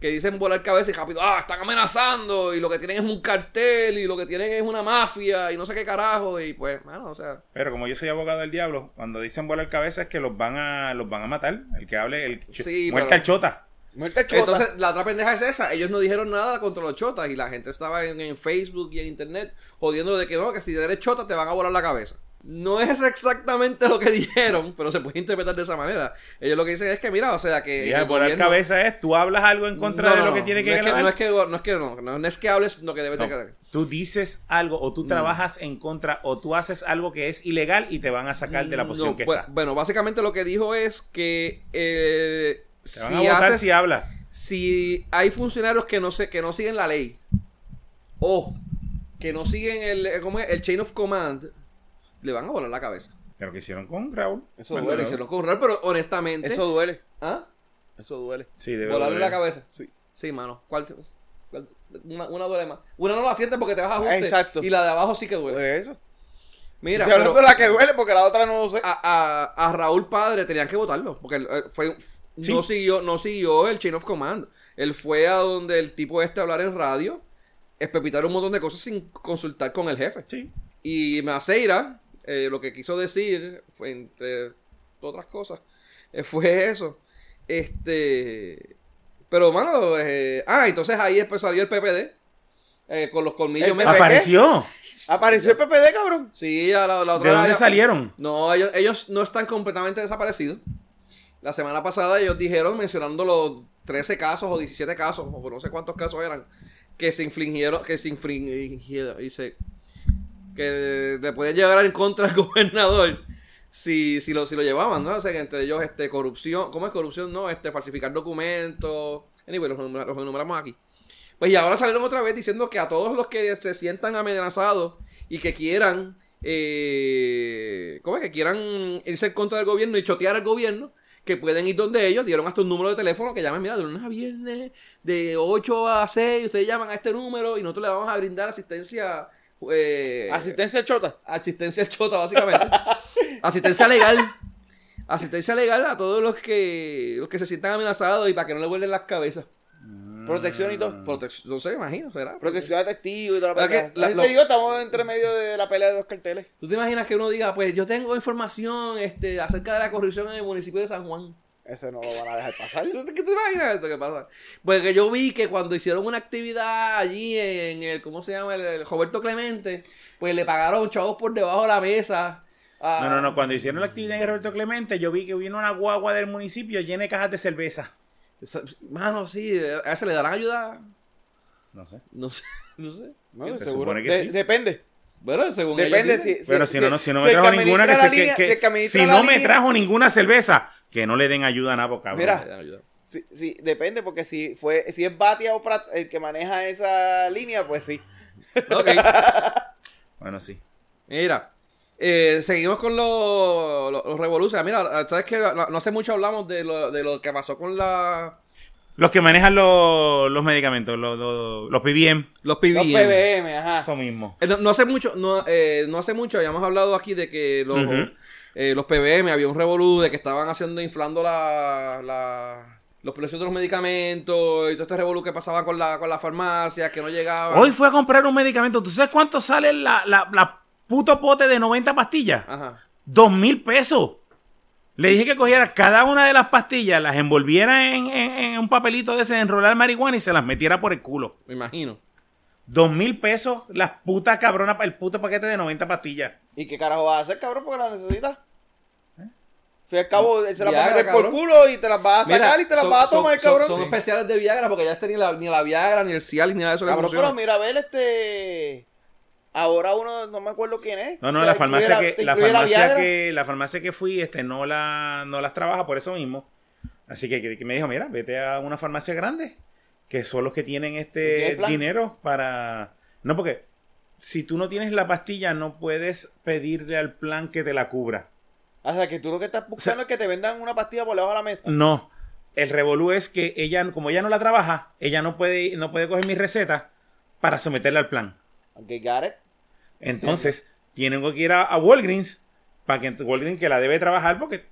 [SPEAKER 2] que dicen volar cabeza y rápido, ah, están amenazando y lo que tienen es un cartel y lo que tienen es una mafia y no sé qué carajo y pues, mano, o sea,
[SPEAKER 4] Pero como yo soy abogado del diablo, cuando dicen volar cabeza es que los van a los van a matar, el que hable el
[SPEAKER 2] Sí,
[SPEAKER 4] muerta
[SPEAKER 2] pero-
[SPEAKER 4] al chota.
[SPEAKER 3] Muerte chota.
[SPEAKER 2] Entonces, la otra pendeja es esa. Ellos no dijeron nada contra los chotas y la gente estaba en, en Facebook y en internet jodiendo de que no, que si eres chota te van a volar la cabeza. No es exactamente lo que <laughs> dijeron, pero se puede interpretar de esa manera. Ellos lo que dicen es que, mira, o sea, que.
[SPEAKER 4] Y el
[SPEAKER 2] el
[SPEAKER 4] volar
[SPEAKER 2] gobierno-
[SPEAKER 4] cabeza es tú hablas algo en contra
[SPEAKER 2] No,
[SPEAKER 4] de
[SPEAKER 2] no,
[SPEAKER 4] lo
[SPEAKER 2] no.
[SPEAKER 4] que tiene
[SPEAKER 2] No
[SPEAKER 4] que
[SPEAKER 2] es
[SPEAKER 4] grabar.
[SPEAKER 2] No es que no es que no, no, no es que hables lo que Mm. debes de
[SPEAKER 4] No,
[SPEAKER 2] grabar.
[SPEAKER 4] Tú dices algo o tú trabajas en contra o tú haces algo que es ilegal y te van a sacar de la posición
[SPEAKER 2] Mm, No, pues,
[SPEAKER 4] que
[SPEAKER 2] bu-
[SPEAKER 4] está.
[SPEAKER 2] Bueno, básicamente lo que dijo es que eh,
[SPEAKER 4] Te van a votar
[SPEAKER 2] haces-
[SPEAKER 4] si hablas.
[SPEAKER 2] si hay funcionarios que no se, que no siguen la ley o que no siguen el, eh, ¿cómo es? el chain of command, le van a volar la cabeza.
[SPEAKER 4] De lo que hicieron con Raúl.
[SPEAKER 3] Eso
[SPEAKER 2] Bueno,
[SPEAKER 4] Bueno,
[SPEAKER 3] duele.
[SPEAKER 2] Pues, lo hicieron con Raúl, pero honestamente,
[SPEAKER 3] Eso duele.
[SPEAKER 2] ¿ah?
[SPEAKER 3] Eso duele.
[SPEAKER 4] Sí, debe
[SPEAKER 2] volarle la
[SPEAKER 4] doler.
[SPEAKER 2] cabeza.
[SPEAKER 3] Sí.
[SPEAKER 2] Sí, mano. ¿Cuál- cuál- una, una duele más. Una no la siente porque te vas a ajuste.
[SPEAKER 3] Exacto.
[SPEAKER 2] Y la de abajo sí que duele.
[SPEAKER 3] Duele eso.
[SPEAKER 2] Mira,
[SPEAKER 3] Estoy hablando
[SPEAKER 2] pero Ah,
[SPEAKER 3] de la que duele porque la otra no lo sé.
[SPEAKER 2] a, a- a Raúl Padre tenían que votarlo. Porque él, eh, fue,
[SPEAKER 4] Sí.
[SPEAKER 2] no, siguió, no siguió el chain of command. Él fue a donde el tipo este a hablar en radio, espepitar un montón de cosas sin consultar con el jefe.
[SPEAKER 4] Sí.
[SPEAKER 2] Y Maceira, eh, lo que quiso decir, fue entre otras cosas, eh, fue eso. Este. Pero, mano, eh, ah, entonces ahí después salió el PPD eh, con los colmillos.
[SPEAKER 3] El
[SPEAKER 2] me-
[SPEAKER 4] ah,
[SPEAKER 3] PPD.
[SPEAKER 4] Apareció.
[SPEAKER 3] Apareció el PPD, cabrón.
[SPEAKER 2] Sí, a la, la otra
[SPEAKER 4] ¿De dónde
[SPEAKER 2] ya-
[SPEAKER 4] salieron?
[SPEAKER 2] No, ellos, ellos no están completamente desaparecidos. La semana pasada ellos dijeron, mencionando los 13 casos o 17 casos, o no sé cuántos casos eran, que se infligieron, que se infringieron, y se- que le podían llevar en contra al <laughs> gobernador si, si, lo, si lo llevaban, ¿no? O sea, que entre ellos, este, corrupción, ¿cómo es corrupción? No, este, falsificar documentos, anyway, los, enumera- los enumeramos aquí. Pues y ahora salieron otra vez diciendo que a todos los que se sientan amenazados y que quieran, eh, ¿cómo es? Que quieran irse en contra del gobierno y chotear al gobierno, que pueden ir donde ellos, dieron hasta un número de teléfono que llaman, mira, de lunes a viernes, de 8 a 6, ustedes llaman a este número y nosotros le vamos a brindar asistencia. eh,
[SPEAKER 3] Asistencia chota.
[SPEAKER 2] asistencia chota, básicamente. asistencia legal. Asistencia legal a todos los que, los que se sientan amenazados y para que no le vuelven las cabezas. Mm.
[SPEAKER 3] Protección y todo.
[SPEAKER 2] Protec- no sé, imagino, será.
[SPEAKER 3] Protección a testigo y toda la
[SPEAKER 2] Es que
[SPEAKER 3] pendeja.
[SPEAKER 2] la-
[SPEAKER 3] Así
[SPEAKER 2] lo-
[SPEAKER 3] te digo, estamos entre medio de la pelea de dos carteles.
[SPEAKER 2] ¿Tú te imaginas que uno diga, pues yo tengo información este, acerca de la corrupción en el municipio de San Juan?
[SPEAKER 3] Ese no lo van a dejar
[SPEAKER 4] <laughs>
[SPEAKER 3] pasar.
[SPEAKER 2] ¿Qué te imaginas esto que pasa? Pues que yo vi que cuando hicieron una actividad allí en el, ¿cómo se llama? El, el Roberto Clemente, pues le pagaron chavos por debajo de la mesa. a-
[SPEAKER 3] Ah.
[SPEAKER 4] No, no, no. Cuando hicieron la actividad en Roberto Clemente, yo vi que vino una guagua del municipio llena de cajas de cerveza.
[SPEAKER 2] Esa- Mano, sí, a ese le darán ayuda.
[SPEAKER 4] No sé.
[SPEAKER 2] No sé, <laughs> no sé.
[SPEAKER 3] No,
[SPEAKER 4] Se
[SPEAKER 3] seguro.
[SPEAKER 4] supone que
[SPEAKER 3] De-
[SPEAKER 4] sí.
[SPEAKER 3] Depende.
[SPEAKER 2] Bueno, según
[SPEAKER 3] Depende
[SPEAKER 2] ellos dicen.
[SPEAKER 3] si.
[SPEAKER 4] Pero si, no, no, si no me
[SPEAKER 3] el
[SPEAKER 4] trajo
[SPEAKER 3] administra
[SPEAKER 4] ninguna, que,
[SPEAKER 3] la
[SPEAKER 4] se- que-
[SPEAKER 3] línea-
[SPEAKER 4] que-
[SPEAKER 3] si el administra
[SPEAKER 4] si
[SPEAKER 3] la
[SPEAKER 4] no me
[SPEAKER 3] línea-
[SPEAKER 4] trajo ninguna cerveza, que no le den ayuda a Napo, cabrón.
[SPEAKER 3] Mira.
[SPEAKER 2] Le ayuda.
[SPEAKER 3] Sí, sí, depende, porque si fue, si es Batia o Prat el que maneja esa línea, pues sí.
[SPEAKER 2] Ok,
[SPEAKER 4] Bueno, sí.
[SPEAKER 2] mira. eh, seguimos con los los- los revoluciones. Ah, Mira, sabes que no, no hace mucho hablamos de lo, de lo que pasó con la,
[SPEAKER 4] Los que manejan los, los medicamentos, los, los, los PBM,
[SPEAKER 2] los
[SPEAKER 3] Los
[SPEAKER 2] PBM.
[SPEAKER 3] PBM, ajá.
[SPEAKER 4] eso mismo.
[SPEAKER 2] Eh, No, no hace mucho, no, eh, no hace mucho habíamos hablado aquí de que los,
[SPEAKER 4] Ujú.
[SPEAKER 2] eh, los PBM había un revolú de que estaban haciendo, inflando la, la- los precios de los medicamentos y todo este revolú que pasaba con la, con la farmacia, que no
[SPEAKER 3] Ah.
[SPEAKER 2] llegaban.
[SPEAKER 4] Hoy fui a comprar un medicamento. ¿Tú sabes cuánto sale
[SPEAKER 3] Ah.
[SPEAKER 4] la, la, la puto pote de 90 pastillas?
[SPEAKER 2] Ajá.
[SPEAKER 4] Dos mil pesos. Le dije que cogiera cada una de las pastillas, las envolviera en, en- en un papelito de ese, de enrolar marihuana y se las metiera por el culo.
[SPEAKER 2] Me imagino.
[SPEAKER 4] Dos mil pesos las putas cabrona, el puto paquete de 90 pastillas.
[SPEAKER 3] ¿Y qué carajo vas a hacer, cabrón? Porque las necesitas. Fui al cabo, él se las va a
[SPEAKER 2] Viagra,
[SPEAKER 3] meter por
[SPEAKER 2] ¿Eh? cabrón.
[SPEAKER 3] culo y te las vas a sacar
[SPEAKER 2] Mira,
[SPEAKER 3] y te las
[SPEAKER 2] son-
[SPEAKER 3] vas a tomar,
[SPEAKER 2] son-
[SPEAKER 3] cabrón.
[SPEAKER 2] Son, son
[SPEAKER 3] Sí.
[SPEAKER 2] especiales de Viagra porque ya este ni la, ni la Viagra, ni el Cialis, ni nada de eso. le
[SPEAKER 3] Cabrón,
[SPEAKER 2] funciona.
[SPEAKER 3] pero mira, a ver, este. Ahora uno, no me acuerdo quién es.
[SPEAKER 4] No, no,
[SPEAKER 3] Te
[SPEAKER 4] la farmacia
[SPEAKER 3] incluye
[SPEAKER 4] que
[SPEAKER 3] te
[SPEAKER 4] la
[SPEAKER 3] incluye
[SPEAKER 4] farmacia
[SPEAKER 3] Viagra.
[SPEAKER 4] que la farmacia que fui este no la no las trabaja por eso mismo. Así que, que- que me dijo, "Mira, vete a una farmacia grande que son los que tienen
[SPEAKER 3] ¿Tienes
[SPEAKER 4] este
[SPEAKER 3] plan?
[SPEAKER 4] dinero para no porque si tú no tienes la pastilla no puedes pedirle al plan que te la cubra.
[SPEAKER 3] O sea, que tú lo que estás buscando es que te vendan una pastilla por debajo de la mesa.
[SPEAKER 4] No. El revolú es que ella como ella no la trabaja, ella no puede no puede coger mi receta para someterla al plan.
[SPEAKER 3] Aunque Gareth.
[SPEAKER 4] Entonces, tienen que ir a, a Walgreens para que Walgreens que la debe trabajar porque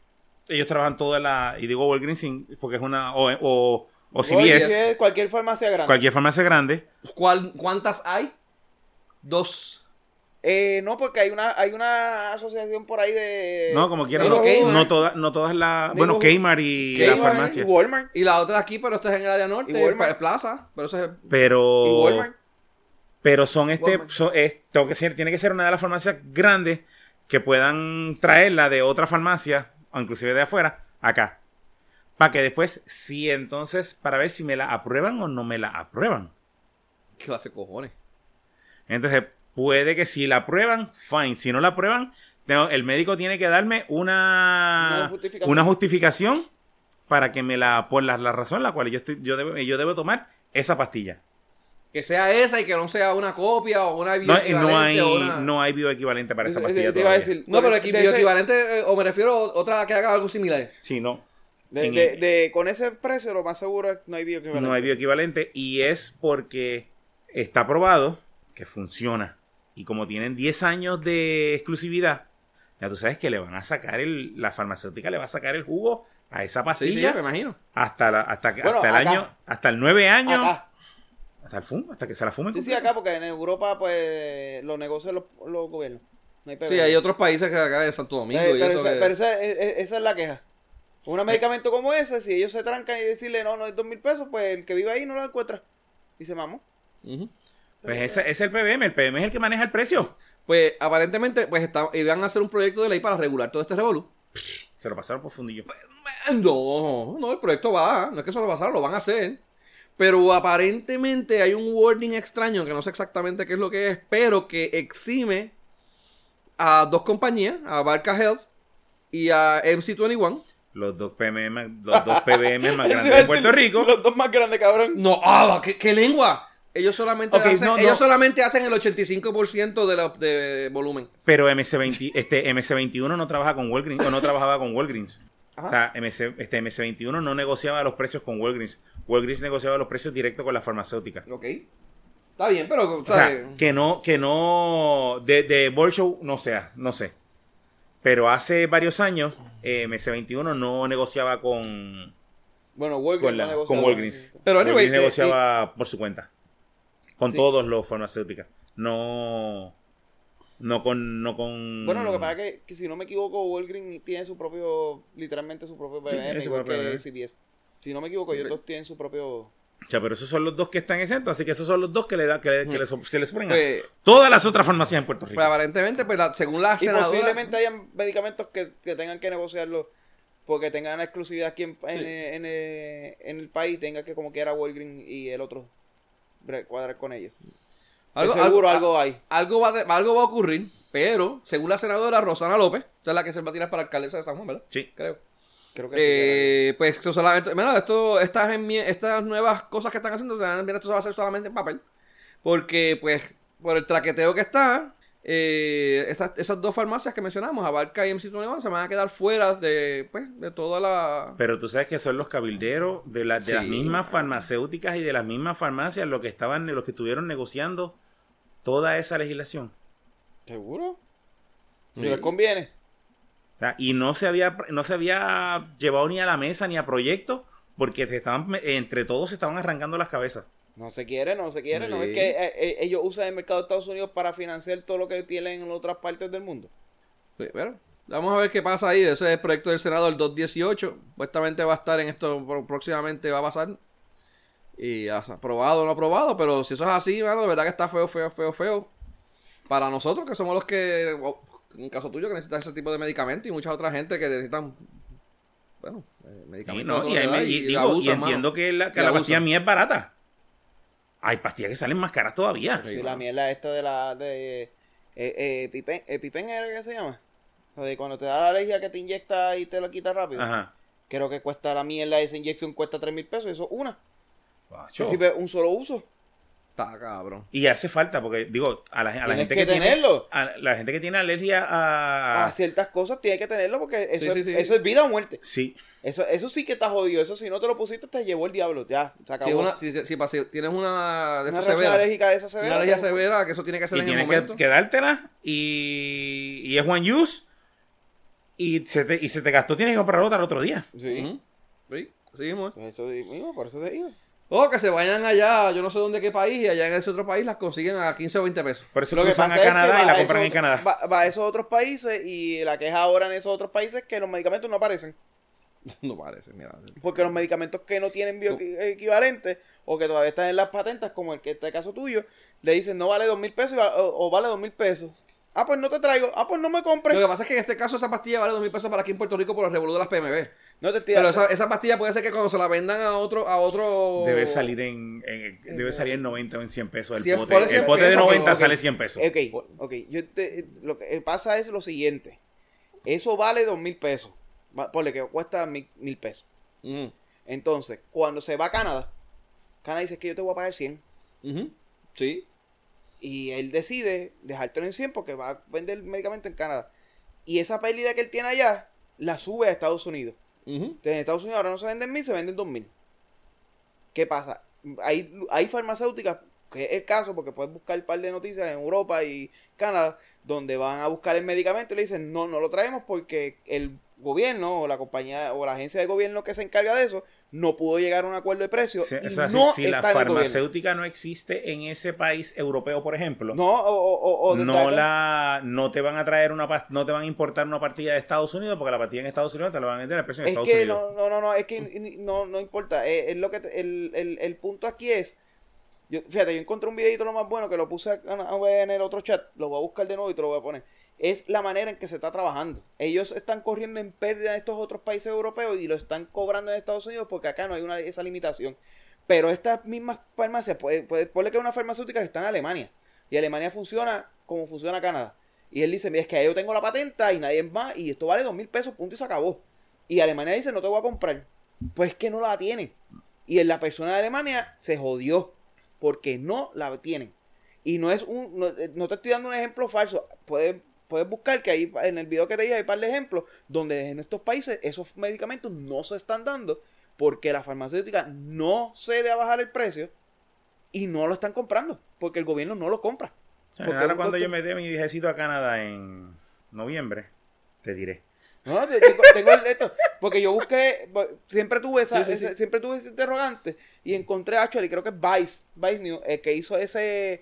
[SPEAKER 4] ellos trabajan toda la y digo Walgreens sin- porque es una o, E, o, o CVS,
[SPEAKER 3] Cualquier farmacia grande.
[SPEAKER 4] cualquier farmacia grande.
[SPEAKER 2] ¿Cuál- ¿Cuántas hay? Dos.
[SPEAKER 3] Eh, no, porque hay una, hay una asociación por ahí de.
[SPEAKER 4] No, como quieran,
[SPEAKER 2] Digo
[SPEAKER 4] no,
[SPEAKER 2] Kmart.
[SPEAKER 4] no todas no todas las
[SPEAKER 2] Digo
[SPEAKER 4] bueno, Kmart y
[SPEAKER 2] Kmart
[SPEAKER 4] la
[SPEAKER 3] Kmart,
[SPEAKER 4] farmacia,
[SPEAKER 3] Walmart.
[SPEAKER 2] Y la otra aquí, pero esta es en el área norte,
[SPEAKER 3] Y Walmart.
[SPEAKER 2] pa- plaza. Pero eso es.
[SPEAKER 3] Y
[SPEAKER 4] pero
[SPEAKER 3] Walmart.
[SPEAKER 4] pero son este
[SPEAKER 2] Walmart.
[SPEAKER 4] son- es- tengo que ser tiene que ser una de las farmacias grandes que puedan traerla de otra farmacia, o inclusive de afuera, acá. Para que después, sí, entonces, para ver si me la aprueban o no me la aprueban.
[SPEAKER 2] ¿Qué clase de cojones?
[SPEAKER 4] Entonces, puede que si la aprueban, fine. Si no la aprueban, tengo- el médico tiene que darme una,
[SPEAKER 3] Una justificación.
[SPEAKER 4] una justificación para que me la, por la, la razón la cual yo estoy, yo debo, yo debo tomar esa pastilla.
[SPEAKER 2] Que sea esa y que no sea una copia o una
[SPEAKER 4] No,
[SPEAKER 2] bioequivalente
[SPEAKER 4] no hay,
[SPEAKER 2] o una-
[SPEAKER 4] no hay bioequivalente para esa
[SPEAKER 3] Te- te-
[SPEAKER 4] pastilla.
[SPEAKER 3] te iba a
[SPEAKER 4] todavía.
[SPEAKER 3] decir,
[SPEAKER 2] No,
[SPEAKER 3] por
[SPEAKER 2] pero
[SPEAKER 3] ese-
[SPEAKER 2] equi-
[SPEAKER 3] de ese-
[SPEAKER 2] bioequivalente, eh, o me refiero a otra que haga algo similar.
[SPEAKER 4] Sí, no.
[SPEAKER 3] de-
[SPEAKER 4] en
[SPEAKER 3] de-
[SPEAKER 4] el-
[SPEAKER 3] de- Con ese precio, lo más seguro es que no hay bioequivalente.
[SPEAKER 4] No hay bioequivalente y es porque está probado que funciona. Y como tienen 10 años de exclusividad, ya tú sabes que le van a sacar el, la farmacéutica le va a sacar el jugo a esa
[SPEAKER 2] Sí, sí,
[SPEAKER 4] pastilla.
[SPEAKER 2] me imagino.
[SPEAKER 4] hasta la- hasta, que-
[SPEAKER 3] Bueno,
[SPEAKER 4] hasta el
[SPEAKER 3] acá.
[SPEAKER 4] año hasta el nueve años
[SPEAKER 3] Acá.
[SPEAKER 4] hasta el fumo hasta que se la fumen
[SPEAKER 3] Sí, sí,
[SPEAKER 4] completa.
[SPEAKER 3] acá, porque en Europa, pues, los negocios los, los gobiernos. No hay problema.
[SPEAKER 2] Sí, hay otros países que acá de Santo Domingo
[SPEAKER 3] Eh,
[SPEAKER 2] y
[SPEAKER 3] pero
[SPEAKER 2] eso
[SPEAKER 3] esa,
[SPEAKER 2] que-
[SPEAKER 3] pero esa- e- e- esa es la queja. Un medicamento como ese, si ellos se trancan y decirle no, no es dos mil pesos, pues el que vive ahí no lo encuentra. Y se mamó.
[SPEAKER 2] Ujú.
[SPEAKER 4] pues ese ese es el PBM el PBM es el que maneja el precio
[SPEAKER 2] Pues aparentemente pues está- iban a hacer un proyecto de ley para regular todo este revolú.
[SPEAKER 4] se lo pasaron por fundillo
[SPEAKER 2] No, no, el proyecto va, no es que eso lo pasaron, lo van a hacer. Pero aparentemente hay un wording extraño que no sé exactamente qué es lo que es, pero que exime a dos compañías, a Barca Health y a MC21.
[SPEAKER 4] los dos PBM los dos PBM más
[SPEAKER 3] <laughs>
[SPEAKER 4] grandes de Puerto Rico
[SPEAKER 3] Los dos más grandes, cabrón.
[SPEAKER 2] No, ah, ¿qué, qué lengua? Ellos solamente,
[SPEAKER 4] Ok,
[SPEAKER 2] hacen,
[SPEAKER 4] no, no.
[SPEAKER 2] ellos solamente hacen el 85% de, la- de volumen.
[SPEAKER 4] pero MC20 este MC21 no trabaja con Walgreens o no trabajaba con Walgreens
[SPEAKER 2] Ajá.
[SPEAKER 4] o sea MC, este MC21 no negociaba los precios con Walgreens Walgreens negociaba los precios directos con la farmacéutica
[SPEAKER 2] Ok. Está bien, pero...
[SPEAKER 4] O sea,
[SPEAKER 2] ¿sabes?
[SPEAKER 4] que no, que no, de, de Board Show no sea, no sé. Pero hace varios años, eh, MC21 no negociaba con,
[SPEAKER 3] Bueno, Walgreens.
[SPEAKER 4] con, la-
[SPEAKER 3] no negocia
[SPEAKER 4] con
[SPEAKER 3] nada.
[SPEAKER 4] Walgreens.
[SPEAKER 2] Pero, anyway,
[SPEAKER 4] Walgreens
[SPEAKER 2] eh,
[SPEAKER 4] negociaba por su cuenta. Con
[SPEAKER 2] Sí.
[SPEAKER 4] todos los farmacéuticas. No, no con, no con.
[SPEAKER 3] Bueno, lo que pasa es que, que si no me equivoco, Walgreens tiene su propio, literalmente su propio
[SPEAKER 4] tiene
[SPEAKER 3] PBM,
[SPEAKER 4] su
[SPEAKER 3] igual
[SPEAKER 4] propio
[SPEAKER 3] que
[SPEAKER 4] PBM.
[SPEAKER 3] CBS. Si no me equivoco, ellos
[SPEAKER 2] Ok.
[SPEAKER 3] dos tienen su propio...
[SPEAKER 4] O sea, pero esos son los dos que están exentos, así que esos son los dos que le da, que, le-
[SPEAKER 2] Mm.
[SPEAKER 4] que le so- se les ponen a
[SPEAKER 2] Eh,
[SPEAKER 4] todas las otras farmacias en Puerto Rico.
[SPEAKER 2] pues aparentemente, pues la- según la
[SPEAKER 3] Y
[SPEAKER 2] senadora-
[SPEAKER 3] posiblemente hayan medicamentos que, que tengan que negociarlo porque tengan exclusividad aquí en, en,
[SPEAKER 2] Sí.
[SPEAKER 3] eh, en, eh, en el país, tenga que como quiera Walgreens y el otro bre- cuadrar con ellos.
[SPEAKER 2] algo,
[SPEAKER 3] De seguro
[SPEAKER 2] algo, ah,
[SPEAKER 3] algo, hay.
[SPEAKER 2] algo va, de- algo va a ocurrir, pero según la senadora Rosana López, esa es la que se va a tirar para alcaldesa de San Juan, ¿verdad?
[SPEAKER 4] Sí.
[SPEAKER 2] Creo.
[SPEAKER 3] Creo que sí, que
[SPEAKER 2] Eh, pues esto solamente, mira, esto, estas, enmi- estas nuevas cosas que están haciendo, se van a- mira, esto se va a hacer solamente en papel, porque pues por el traqueteo que está, eh, esas, esas dos farmacias que mencionamos, Abarca y MC21, se van a quedar fuera de, pues, de toda la...
[SPEAKER 4] Pero tú sabes que son los cabilderos de, la- de las
[SPEAKER 2] Sí.
[SPEAKER 4] mismas farmacéuticas y de las mismas farmacias los que estaban, los que estuvieron negociando toda esa legislación.
[SPEAKER 3] era. ¿Seguro? Si
[SPEAKER 2] Sí.
[SPEAKER 3] les conviene.
[SPEAKER 4] O sea, y no se había, no se había llevado ni a la mesa ni a proyecto, porque se estaban, entre todos se estaban arrancando las cabezas.
[SPEAKER 3] No se quiere, no se quiere. No es
[SPEAKER 2] Sí.
[SPEAKER 3] que eh, eh, ellos usan el mercado de Estados Unidos para financiar todo lo que tienen en otras partes del mundo.
[SPEAKER 2] Sí, pero, Pues, Vamos a ver qué pasa ahí. Ese es el proyecto del Senado, el 218. Supuestamente va a estar en esto, pro- próximamente va a pasar. Y ya está, aprobado o no aprobado, pero si eso es así, mano, de verdad que está feo, feo, feo, feo. Para nosotros, que somos los que, o, en caso tuyo, que necesitas ese tipo de medicamento y mucha otra gente que necesitan, bueno, eh,
[SPEAKER 4] Y,
[SPEAKER 2] medicamentos. a
[SPEAKER 4] no,
[SPEAKER 2] todo
[SPEAKER 4] y,
[SPEAKER 2] lo
[SPEAKER 4] ahí
[SPEAKER 2] que
[SPEAKER 4] me-
[SPEAKER 2] da
[SPEAKER 4] y-
[SPEAKER 2] y
[SPEAKER 4] digo,
[SPEAKER 2] abusan,
[SPEAKER 4] y
[SPEAKER 2] mano.
[SPEAKER 4] entiendo que la, que
[SPEAKER 2] Y
[SPEAKER 4] la
[SPEAKER 2] abusan.
[SPEAKER 4] pastilla mía es barata. Hay pastillas que salen más caras todavía.
[SPEAKER 2] Sí.
[SPEAKER 3] Sí, la mierda esta de la de eh, eh, epipen, epipen era que se llama. O sea, de cuando te da la alergia que te inyecta y te la quita rápido.
[SPEAKER 4] Ajá.
[SPEAKER 3] Creo que cuesta la mierda esa inyección cuesta tres mil pesos, y eso es una.
[SPEAKER 4] Guacho.
[SPEAKER 3] Que sirve un solo uso.
[SPEAKER 2] Está cabrón.
[SPEAKER 4] Y hace falta, porque digo, a la, a la
[SPEAKER 3] Tienes
[SPEAKER 4] gente
[SPEAKER 3] que
[SPEAKER 4] que, tiene, Ah.
[SPEAKER 3] tenerlo. Ah,
[SPEAKER 4] a la gente que tiene alergia a...
[SPEAKER 3] A ciertas cosas tienes que tenerlo porque eso,
[SPEAKER 2] sí,
[SPEAKER 3] es,
[SPEAKER 2] sí.
[SPEAKER 3] eso es vida o muerte.
[SPEAKER 4] Sí,
[SPEAKER 3] Eso, eso sí que está jodido. Eso si no te lo pusiste te llevó el diablo. Ya, se acabó.
[SPEAKER 2] Si, una- si- si- si tienes una de
[SPEAKER 3] Una
[SPEAKER 2] estas
[SPEAKER 3] reacción
[SPEAKER 2] severas,
[SPEAKER 3] alérgica de esa severa.
[SPEAKER 2] una alergia
[SPEAKER 3] te-
[SPEAKER 2] severa, que eso tiene que ser
[SPEAKER 4] y
[SPEAKER 2] en el
[SPEAKER 4] tienes que,
[SPEAKER 2] momento.
[SPEAKER 4] que dártela y, y es one use y se, te, y se te gastó, tienes que comprar otra al otro día.
[SPEAKER 3] Sí.
[SPEAKER 2] Ujú. Sí, seguimos.
[SPEAKER 3] Pues eso digo, por eso te digo.
[SPEAKER 2] O que se vayan allá, yo no sé dónde, qué país, y allá en ese otro país las consiguen a 15 o 20 pesos. <laughs>
[SPEAKER 4] Por eso
[SPEAKER 3] Lo que
[SPEAKER 4] cruzan
[SPEAKER 3] pasa
[SPEAKER 4] a
[SPEAKER 3] es
[SPEAKER 4] Canadá
[SPEAKER 3] que
[SPEAKER 4] y la
[SPEAKER 3] va a
[SPEAKER 4] compran
[SPEAKER 3] esos-
[SPEAKER 4] en Canadá.
[SPEAKER 3] Va, va a esos otros países y la queja ahora en esos otros países es que los medicamentos no aparecen.
[SPEAKER 2] No parece, mira.
[SPEAKER 3] Porque los medicamentos que no tienen bioequivalentes o que todavía están en las patentes, como el que este caso tuyo, le dicen no vale dos mil pesos y va- o, o vale dos mil pesos. Ah, pues no te traigo. Ah, pues no me
[SPEAKER 2] Lo
[SPEAKER 3] compres.
[SPEAKER 2] que pasa es que en este caso esa pastilla vale 2 mil pesos para aquí en Puerto Rico por el revolú de las PMB.
[SPEAKER 3] No te estoy
[SPEAKER 2] Pero
[SPEAKER 3] dando.
[SPEAKER 2] esa, esa pastilla puede ser que cuando se la vendan a otro... A otro
[SPEAKER 4] Debe salir en, en- debe salir en 90 o en 100 pesos el
[SPEAKER 2] 100,
[SPEAKER 4] pote.
[SPEAKER 2] por eso
[SPEAKER 4] El
[SPEAKER 2] es
[SPEAKER 4] pote
[SPEAKER 2] que
[SPEAKER 4] de
[SPEAKER 2] eso,
[SPEAKER 4] 90
[SPEAKER 2] ok.
[SPEAKER 4] sale 100 pesos.
[SPEAKER 3] Ok, ok. Yo te- lo que eh, pasa es lo siguiente. Eso vale dos mil pesos. Va- Ponle que cuesta mil, mil pesos.
[SPEAKER 2] Mm,
[SPEAKER 3] Entonces, cuando se va a Canadá, Canadá dice que yo te voy a pagar 100.
[SPEAKER 2] ujú, Sí.
[SPEAKER 3] Y él decide dejártelo en 100 porque va a vender medicamento en Canadá. Y esa pérdida que él tiene allá, la sube a Estados Unidos.
[SPEAKER 2] ujú.
[SPEAKER 3] Entonces, en Estados Unidos ahora no se venden mil, se venden dos mil. ¿Qué pasa? Hay, hay farmacéuticas, que es el caso, porque puedes buscar un par de noticias en Europa y Canadá, donde van a buscar el medicamento y le dicen, no, no lo traemos porque el gobierno o la compañía o la agencia de gobierno que se encarga de eso no pudo llegar a un acuerdo de precio.
[SPEAKER 4] Sí,
[SPEAKER 3] y
[SPEAKER 4] o sea, si-
[SPEAKER 3] no
[SPEAKER 4] si,
[SPEAKER 3] está en
[SPEAKER 4] la
[SPEAKER 3] el gobierno.
[SPEAKER 4] farmacéutica no existe en ese país europeo, por ejemplo,
[SPEAKER 3] No, o, o- o- o de-
[SPEAKER 4] no la no te van a traer una pas- no te van a importar una partida de Estados Unidos porque la partida en Estados Unidos te la van a vender al precio en
[SPEAKER 3] Es
[SPEAKER 4] Estados
[SPEAKER 3] que
[SPEAKER 4] Unidos.
[SPEAKER 3] no, no, no, no, es que ni- ni- no, no importa. eh, Es, lo que te- el, el- el punto aquí es. Yo, fíjate, yo encontré un videito lo más bueno que lo puse acá en el otro chat. Lo voy a buscar de nuevo y te lo voy a poner. Es la manera en que se está trabajando. Ellos están corriendo en pérdida en estos otros países europeos y lo están cobrando en Estados Unidos porque acá no hay una, esa limitación. Pero estas mismas farmacias, puede, puede, ponle que hay una farmacéutica que está en Alemania. Y Alemania funciona como funciona Canadá. Y él dice, mira, es que ahí yo tengo la patenta y nadie más y esto vale dos mil pesos, punto y se acabó. Y Alemania dice, no te voy a comprar. Pues es que no la tienen. Y la persona de Alemania se jodió porque no la tienen. Y no es un, no, eh, no te estoy dando un ejemplo falso. Puedes, puedes buscar que ahí en el video que te dije hay un par de ejemplos donde en estos países esos medicamentos no se están dando porque la farmacéutica no cede a bajar el precio y no lo están comprando porque el gobierno no lo compra.
[SPEAKER 4] O sea,
[SPEAKER 3] porque
[SPEAKER 4] ahora
[SPEAKER 3] un
[SPEAKER 4] cuando
[SPEAKER 3] costo-
[SPEAKER 4] yo me dé mi viajecito a Canadá en noviembre, te diré.
[SPEAKER 3] No, te- tengo, tengo el esto, porque yo busqué, bo- siempre tuve esa,
[SPEAKER 2] Sí, sí, sí.
[SPEAKER 3] ese- siempre tuve ese interrogante y encontré a y creo que es Vice, Vice News, el que hizo ese,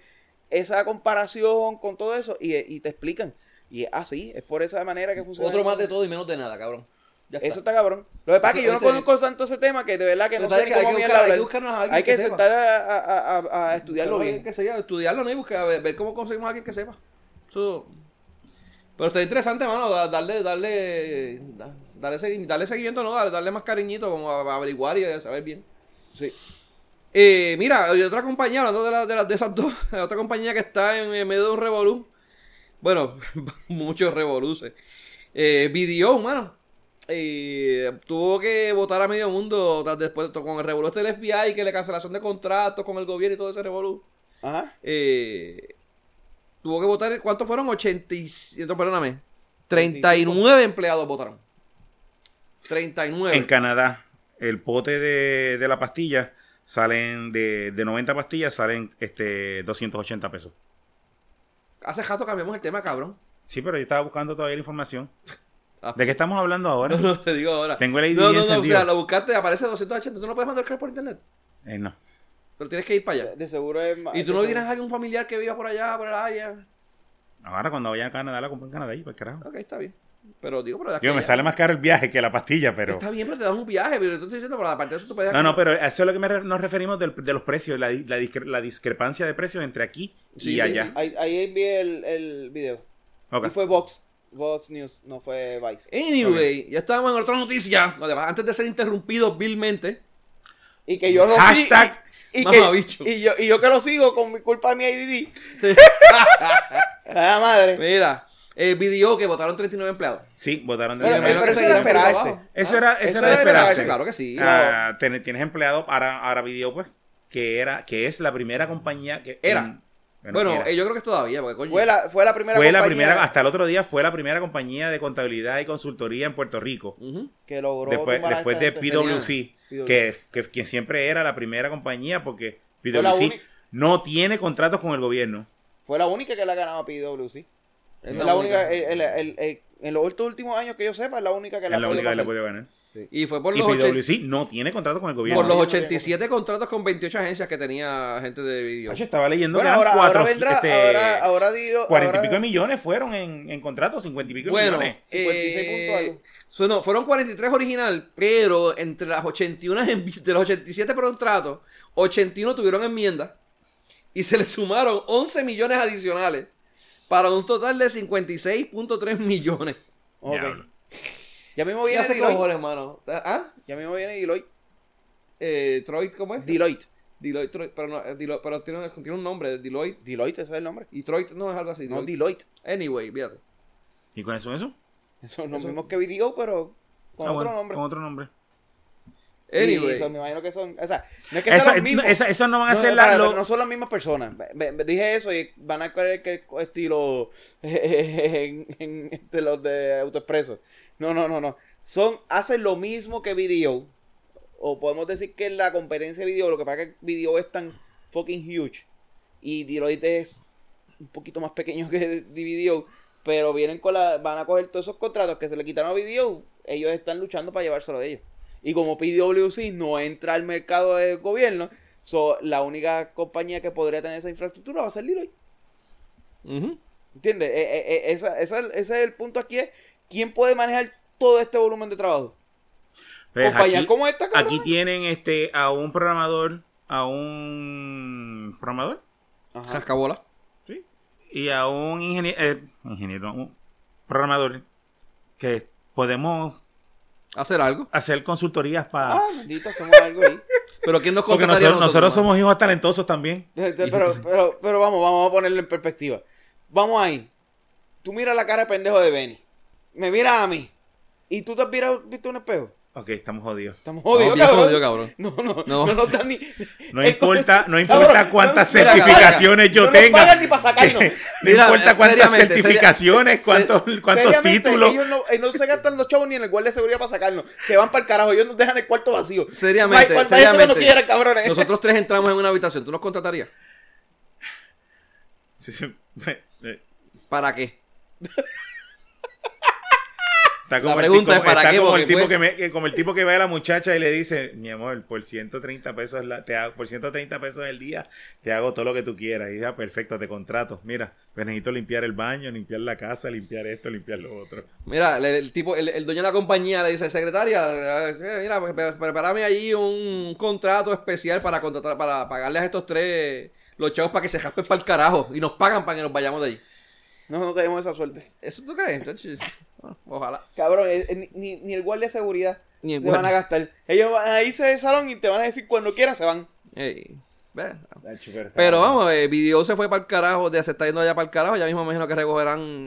[SPEAKER 3] esa comparación con todo eso y, y te explican. Y es así, es por esa manera que funciona.
[SPEAKER 2] Otro más de todo y menos de nada, cabrón. Ya
[SPEAKER 3] Eso
[SPEAKER 2] está.
[SPEAKER 3] está cabrón. Lo que pasa es que yo no
[SPEAKER 2] Este-
[SPEAKER 3] conozco tanto ese tema que de verdad que no
[SPEAKER 2] Total,
[SPEAKER 3] sé
[SPEAKER 2] es
[SPEAKER 3] ni
[SPEAKER 2] que hay,
[SPEAKER 3] cómo
[SPEAKER 2] que
[SPEAKER 3] mierda
[SPEAKER 2] buscar, hay que
[SPEAKER 3] hablar.
[SPEAKER 2] buscarnos a alguien
[SPEAKER 3] Hay que
[SPEAKER 2] sepa.
[SPEAKER 3] sentar a, a- a- a estudiarlo
[SPEAKER 2] Pero,
[SPEAKER 3] bien.
[SPEAKER 2] que sea, estudiarlo, ¿no? Y buscar, a ver, ver cómo conseguimos a alguien que sepa. Eso- Pero está interesante, mano, da- darle, darle, da- darle, segui- darle seguimiento, no, darle, darle más cariñito, como a- a averiguar y a saber bien.
[SPEAKER 3] Sí.
[SPEAKER 2] Eh, mira, hay otra compañía, hablando de, la- de, la- de esas dos, <laughs> hay otra compañía que está en, en medio de un revolú. Bueno, <laughs> muchos revoluces. Eh, BDO, mano. eh, tuvo que votar a medio mundo tras- después con el revolú este del FBI, que la cancelación de contratos con el gobierno y todo ese revolú.
[SPEAKER 3] Ajá.
[SPEAKER 2] Eh, tuvo que votar, ¿cuántos fueron? 87, perdóname. 39 empleados votaron. 39.
[SPEAKER 4] En Canadá, el pote de, de la pastilla salen de, de 90 pastillas salen este 280 pesos.
[SPEAKER 2] Hace rato cambiamos el tema, cabrón.
[SPEAKER 4] Sí, pero yo estaba buscando todavía la información.
[SPEAKER 2] Ah.
[SPEAKER 4] ¿De qué estamos hablando
[SPEAKER 3] <laughs>
[SPEAKER 2] No, <laughs>
[SPEAKER 4] ahora?
[SPEAKER 2] no, te digo ahora.
[SPEAKER 4] Tengo el ID
[SPEAKER 2] No, no, no, o
[SPEAKER 4] encendido.
[SPEAKER 2] sea, lo buscaste, aparece 280, tú no puedes mandar carro por internet,
[SPEAKER 4] Eh, no.
[SPEAKER 2] pero tienes que ir para allá.
[SPEAKER 3] De seguro es más-
[SPEAKER 2] Y
[SPEAKER 3] de
[SPEAKER 2] tú no
[SPEAKER 3] seguro-
[SPEAKER 2] tienes algún familiar que viva por allá, por el área.
[SPEAKER 4] Ahora cuando vaya a Canadá la compro en Canadá y para el carajo.
[SPEAKER 2] Ok, está bien. Pero digo, pero de
[SPEAKER 4] Digo, me
[SPEAKER 2] aquella-
[SPEAKER 4] sale más caro el viaje que la pastilla, pero.
[SPEAKER 2] Está bien, pero te das un viaje, pero yo te estoy diciendo, pero aparte de eso tú puedes...
[SPEAKER 4] No, no, pero eso es lo que me re- nos referimos del- de los precios, la, di- la discre- la discrepancia de precios entre aquí
[SPEAKER 2] Sí,
[SPEAKER 4] y
[SPEAKER 2] sí,
[SPEAKER 4] allá.
[SPEAKER 2] sí.
[SPEAKER 3] Ahí, ahí envié el, el video.
[SPEAKER 4] Ok.
[SPEAKER 3] Y fue Vox. Vox News, no fue Vice.
[SPEAKER 2] Anyway, ya estábamos en otra noticia. Vale, Antes de ser interrumpidos vilmente.
[SPEAKER 3] Y que yo lo
[SPEAKER 4] Hashtag
[SPEAKER 3] y, y
[SPEAKER 2] mamabicho.
[SPEAKER 3] que, y, yo, y yo que lo sigo con mi culpa de mi IDD.
[SPEAKER 2] Sí.
[SPEAKER 3] Ah, madre.
[SPEAKER 2] Mira, eh, video que votaron 39 empleados.
[SPEAKER 4] Sí, votaron de
[SPEAKER 3] Pero-
[SPEAKER 4] primero.
[SPEAKER 3] eh, pero eso
[SPEAKER 4] Sí,
[SPEAKER 3] era
[SPEAKER 4] votaron.
[SPEAKER 3] esperarse.
[SPEAKER 4] Eso era, eso
[SPEAKER 3] eso
[SPEAKER 4] era
[SPEAKER 3] era
[SPEAKER 4] de esperarse.
[SPEAKER 3] esperarse,
[SPEAKER 2] Claro que sí.
[SPEAKER 4] Ah, ten- tienes empleado ahora, ahora video, pues, que era, que es la primera compañía que
[SPEAKER 2] Era.
[SPEAKER 4] en-
[SPEAKER 2] bueno,
[SPEAKER 4] era.
[SPEAKER 2] eh, yo creo que es todavía, porque coño.
[SPEAKER 3] Fue la, fue la primera
[SPEAKER 4] fue la
[SPEAKER 3] compañía
[SPEAKER 4] primera, hasta el otro día fue la primera compañía de contabilidad y consultoría en Puerto Rico.
[SPEAKER 2] Ujú.
[SPEAKER 3] que logró
[SPEAKER 4] Después,
[SPEAKER 3] tumbar a
[SPEAKER 4] después
[SPEAKER 3] esta
[SPEAKER 4] de
[SPEAKER 3] gente.
[SPEAKER 4] PwC,
[SPEAKER 3] PwC.
[SPEAKER 4] que, que quien siempre era la primera compañía, porque
[SPEAKER 3] Fue la
[SPEAKER 4] PwC
[SPEAKER 3] única.
[SPEAKER 4] no tiene contratos con el gobierno.
[SPEAKER 3] Fue la única que la ganaba PwC.
[SPEAKER 2] Es
[SPEAKER 3] Es la única, el- el- el- el- en los últimos últimos años que yo sepa, es la única que
[SPEAKER 4] Es
[SPEAKER 3] la,
[SPEAKER 4] la
[SPEAKER 3] puede
[SPEAKER 4] única que la
[SPEAKER 3] pasar.
[SPEAKER 4] puede ganar.
[SPEAKER 2] Y fue por
[SPEAKER 4] Y
[SPEAKER 2] los, ochen-
[SPEAKER 4] PwC no tiene contratos con el gobierno.
[SPEAKER 2] por los
[SPEAKER 3] No, no, no, no, no, no, no, no.
[SPEAKER 2] 87 contratos con 28 agencias que tenía gente de video.
[SPEAKER 4] Yo estaba leyendo
[SPEAKER 3] Bueno,
[SPEAKER 4] que eran
[SPEAKER 3] ahora- ahora
[SPEAKER 4] cuatro,
[SPEAKER 3] vendrá-
[SPEAKER 4] este,
[SPEAKER 3] ahora- ahora digo-
[SPEAKER 4] 40 y
[SPEAKER 3] ahora-
[SPEAKER 4] pico de millones fueron en, en contratos, 50 y pico de
[SPEAKER 2] Bueno,
[SPEAKER 4] millones.
[SPEAKER 3] 56 punto
[SPEAKER 2] eh,
[SPEAKER 3] algo.
[SPEAKER 2] so- no, fueron 43 original, pero entre las 81 envi- de los 87 contratos, 81 tuvieron enmiendas y se le sumaron 11 millones adicionales para un total de 56.3 millones.
[SPEAKER 3] Ok.
[SPEAKER 4] Diablo.
[SPEAKER 3] Ya mismo
[SPEAKER 2] ¿Qué
[SPEAKER 3] viene
[SPEAKER 2] hace
[SPEAKER 3] Deloitte.
[SPEAKER 2] cojones, hermano? ¿Ah?
[SPEAKER 3] Ya mismo viene Deloitte.
[SPEAKER 2] Eh, Troy, ¿cómo es?
[SPEAKER 3] Deloight.
[SPEAKER 2] Deloitte, Troy- pero, no, eh, Deloitte- pero tiene, tiene un nombre, Deloitte.
[SPEAKER 3] Deloitte, ese es el nombre.
[SPEAKER 2] Y Troy no es algo así.
[SPEAKER 3] No,
[SPEAKER 2] Deloitte.
[SPEAKER 3] Deloitte.
[SPEAKER 2] Anyway, fíjate.
[SPEAKER 4] ¿Y con eso eso?
[SPEAKER 3] Son los
[SPEAKER 2] Eso-
[SPEAKER 3] mismos que video, pero con
[SPEAKER 4] Ah,
[SPEAKER 3] otro
[SPEAKER 4] bueno,
[SPEAKER 3] nombre.
[SPEAKER 4] Con otro nombre.
[SPEAKER 3] Y
[SPEAKER 2] Anyway.
[SPEAKER 3] son- me imagino que son. O sea, no es que
[SPEAKER 4] Esa-
[SPEAKER 3] sean los
[SPEAKER 4] no,
[SPEAKER 3] mismos.
[SPEAKER 4] esa- Esos no van a
[SPEAKER 3] no,
[SPEAKER 4] ser
[SPEAKER 3] espérate,
[SPEAKER 4] las...
[SPEAKER 3] pero
[SPEAKER 4] lo-
[SPEAKER 3] no son las mismas personas. Ve- ve- dije eso y van a creer que es estilo <laughs> en, en- este, los de Autoexpreso. No, no, no, no. Son, hacen lo mismo que video. O podemos decir que la competencia de video, lo que pasa es que video es tan fucking huge. Y Deloitte es un poquito más pequeño <laughs> que video. Pero vienen con la, van a coger todos esos contratos que se le quitaron a video. Ellos están luchando para llevárselo a ellos. Y como PwC no entra al mercado del gobierno, so, la única compañía que podría tener esa infraestructura va a ser Deloitte.
[SPEAKER 2] Ujú.
[SPEAKER 3] ¿Entiendes? E- e- e- esa- esa- ese es el punto aquí. Es, ¿Quién puede manejar todo este volumen de trabajo?
[SPEAKER 4] Pues
[SPEAKER 3] compañías
[SPEAKER 4] aquí,
[SPEAKER 3] como esta, cabrón.
[SPEAKER 4] aquí tienen este, a un programador, a un programador
[SPEAKER 3] Ajá.
[SPEAKER 2] Jascabola.
[SPEAKER 4] ¿sí? y a un ingeniero, ingeniero, un programador que podemos
[SPEAKER 2] Hacer algo.
[SPEAKER 4] hacer consultorías para...
[SPEAKER 3] Ah, bendito, somos algo ahí.
[SPEAKER 2] Pero ¿quién nos
[SPEAKER 4] porque
[SPEAKER 2] contrataría a
[SPEAKER 4] nosotros, nosotros
[SPEAKER 2] hermano?
[SPEAKER 4] somos hijos talentosos también.
[SPEAKER 3] Este, Pero, pero, pero vamos, vamos a ponerlo en perspectiva. Vamos ahí. Tú miras la cara de pendejo de Benny. Me miras a mí. ¿Y tú te has mirado, visto un espejo?
[SPEAKER 4] Ok, estamos jodidos.
[SPEAKER 3] Estamos jodidos,
[SPEAKER 2] Jodido,
[SPEAKER 3] cabrón.
[SPEAKER 2] jodido, cabrón.
[SPEAKER 3] No, no,
[SPEAKER 2] No.
[SPEAKER 3] no, no nos dan ni...
[SPEAKER 4] No
[SPEAKER 3] el-
[SPEAKER 4] importa, no
[SPEAKER 3] Cabrón,
[SPEAKER 4] importa cuántas
[SPEAKER 3] no, mira,
[SPEAKER 4] certificaciones
[SPEAKER 3] cabrón,
[SPEAKER 4] yo
[SPEAKER 3] no nos
[SPEAKER 4] tenga.
[SPEAKER 3] pagan ni para sacarnos.
[SPEAKER 4] <laughs> No
[SPEAKER 2] Mira,
[SPEAKER 4] importa cuántas
[SPEAKER 2] seriamente, seria-
[SPEAKER 4] certificaciones, cuántos, cuántos
[SPEAKER 3] Seriamente,
[SPEAKER 2] <laughs>
[SPEAKER 4] títulos.
[SPEAKER 3] Ellos no, ellos no se gastan los chavos ni en el guardia de seguridad para sacarnos. Se van para el carajo. Ellos nos dejan el cuarto vacío.
[SPEAKER 2] Seriamente,
[SPEAKER 3] Vaya- vaya
[SPEAKER 2] seriamente.
[SPEAKER 3] que no quieran, cabrones.
[SPEAKER 2] Nosotros tres entramos en una habitación. ¿Tú nos contratarías?
[SPEAKER 4] Sí, sí. Eh,
[SPEAKER 2] ¿Para qué?
[SPEAKER 4] Está como
[SPEAKER 2] La
[SPEAKER 4] el
[SPEAKER 2] pregunta
[SPEAKER 4] tipo-
[SPEAKER 2] es, ¿para
[SPEAKER 4] está
[SPEAKER 2] qué?
[SPEAKER 4] como el
[SPEAKER 2] Porque,
[SPEAKER 4] tipo
[SPEAKER 2] pues-
[SPEAKER 4] que me- que- como el tipo que ve a la muchacha y le dice, mi amor, por 130 pesos la, te hago, por 130 pesos el día, te hago todo lo que tú quieras. Y dice, "Ah, perfecto, te contrato. Mira, pues necesito limpiar el baño, limpiar la casa, limpiar esto, limpiar lo otro.
[SPEAKER 2] Mira, le- el, tipo, el, el dueño de la compañía le dice, secretaria, eh, mira, pre- pre- prepárame allí un contrato especial para contratar, para pagarles a estos tres los chavos para que se jaspen para el carajo y nos pagan para que nos vayamos de allí.
[SPEAKER 3] <laughs> No, no tenemos esa suerte.
[SPEAKER 2] ¿Eso tú crees? Entonces, <laughs> bueno, Ojalá.
[SPEAKER 3] Cabrón, eh, eh, ni, ni el guardia de seguridad
[SPEAKER 2] Ni el
[SPEAKER 3] se van a
[SPEAKER 2] guardia.
[SPEAKER 3] gastar. Ellos van a irse del salón y te van a decir cuando quieran se van.
[SPEAKER 2] Ey, ve.
[SPEAKER 4] Nacho, pero está-
[SPEAKER 2] Pero vamos, eh, Video se fue para el carajo, ya se está yendo allá para el carajo, ya mismo me imagino que recogerán...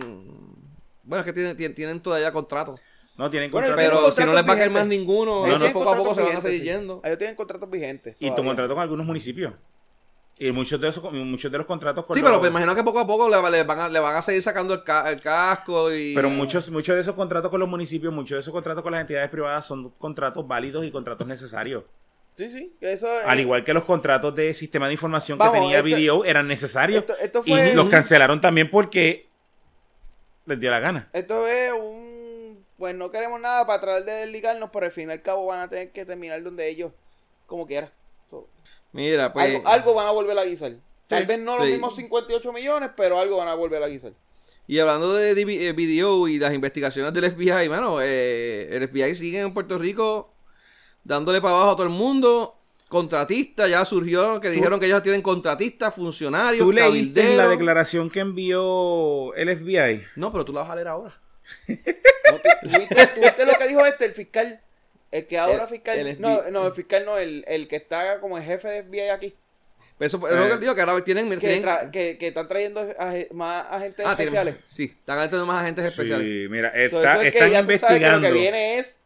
[SPEAKER 2] Bueno, es que tienen, tienen, tienen todavía contratos.
[SPEAKER 4] No, tienen
[SPEAKER 3] Bueno, Tienen
[SPEAKER 4] contrato.
[SPEAKER 2] Pero si no
[SPEAKER 3] contratos
[SPEAKER 2] les va a caer
[SPEAKER 3] vigentes.
[SPEAKER 2] más ninguno,
[SPEAKER 3] Ellos
[SPEAKER 4] no,
[SPEAKER 3] tienen
[SPEAKER 2] poco a poco
[SPEAKER 3] contratos
[SPEAKER 2] se van a
[SPEAKER 3] vigentes,
[SPEAKER 2] seguir
[SPEAKER 3] sí.
[SPEAKER 2] yendo.
[SPEAKER 3] Ellos tienen contratos vigentes.
[SPEAKER 4] y tu
[SPEAKER 3] todavía.
[SPEAKER 4] contrato con algunos municipios. Y muchos de esos, muchos de los contratos con
[SPEAKER 2] Sí, pero
[SPEAKER 4] los-
[SPEAKER 2] me
[SPEAKER 3] pues,
[SPEAKER 2] imagino que poco a poco le, le van, a, le van a seguir sacando el, ca- el casco y...
[SPEAKER 4] Pero muchos, muchos de esos contratos con los municipios, muchos de esos contratos con las entidades privadas son contratos válidos y contratos necesarios.
[SPEAKER 3] Sí, sí. Eso,
[SPEAKER 4] Al
[SPEAKER 3] eh,
[SPEAKER 4] igual que los contratos de sistema de información
[SPEAKER 3] Vamos,
[SPEAKER 4] que tenía
[SPEAKER 3] esto-
[SPEAKER 4] Video eran necesarios.
[SPEAKER 3] esto- esto fue-
[SPEAKER 4] y los cancelaron también porque les dio la gana.
[SPEAKER 3] Esto es un... Pues no queremos nada para tratar de ligarnos, pero al fin y al cabo van a tener que terminar donde ellos, como quieran. So,
[SPEAKER 2] Mira, pues...
[SPEAKER 3] algo, algo van a volver a guisar. Tal
[SPEAKER 4] Sí,
[SPEAKER 3] vez no los
[SPEAKER 2] sí.
[SPEAKER 3] mismos 58 millones, pero algo van a volver a guisar.
[SPEAKER 2] Y hablando de DB- eh, BDO y las investigaciones del FBI, mano, eh, el FBI sigue en Puerto Rico dándole para abajo a todo el mundo. Contratistas, ya surgió que dijeron que ellos tienen contratistas, funcionarios,
[SPEAKER 4] ¿Tú leíste la
[SPEAKER 2] cabilderos.
[SPEAKER 4] declaración que envió el FBI?
[SPEAKER 2] No, pero tú la vas a leer ahora.
[SPEAKER 4] <laughs>
[SPEAKER 3] No, tú- tú viste- tú viste lo que dijo este, el fiscal? El que ahora
[SPEAKER 2] El-
[SPEAKER 3] fiscal.
[SPEAKER 2] el
[SPEAKER 3] no,
[SPEAKER 2] FBI.
[SPEAKER 3] no, el fiscal no, el, el que está como el jefe de FBI aquí.
[SPEAKER 2] Pero Eso fue es lo que
[SPEAKER 4] Eh.
[SPEAKER 2] él dijo, que ahora tienen...
[SPEAKER 3] Que,
[SPEAKER 2] tienen-
[SPEAKER 3] tra- que, que están trayendo aje- más agentes
[SPEAKER 2] ah, tienen-
[SPEAKER 3] especiales.
[SPEAKER 2] sí, están entrando más agentes especiales.
[SPEAKER 4] Sí, mira,
[SPEAKER 3] So,
[SPEAKER 4] está-
[SPEAKER 3] eso es que ya
[SPEAKER 4] están
[SPEAKER 3] tú sabes que
[SPEAKER 4] investigando.
[SPEAKER 3] Lo que viene es.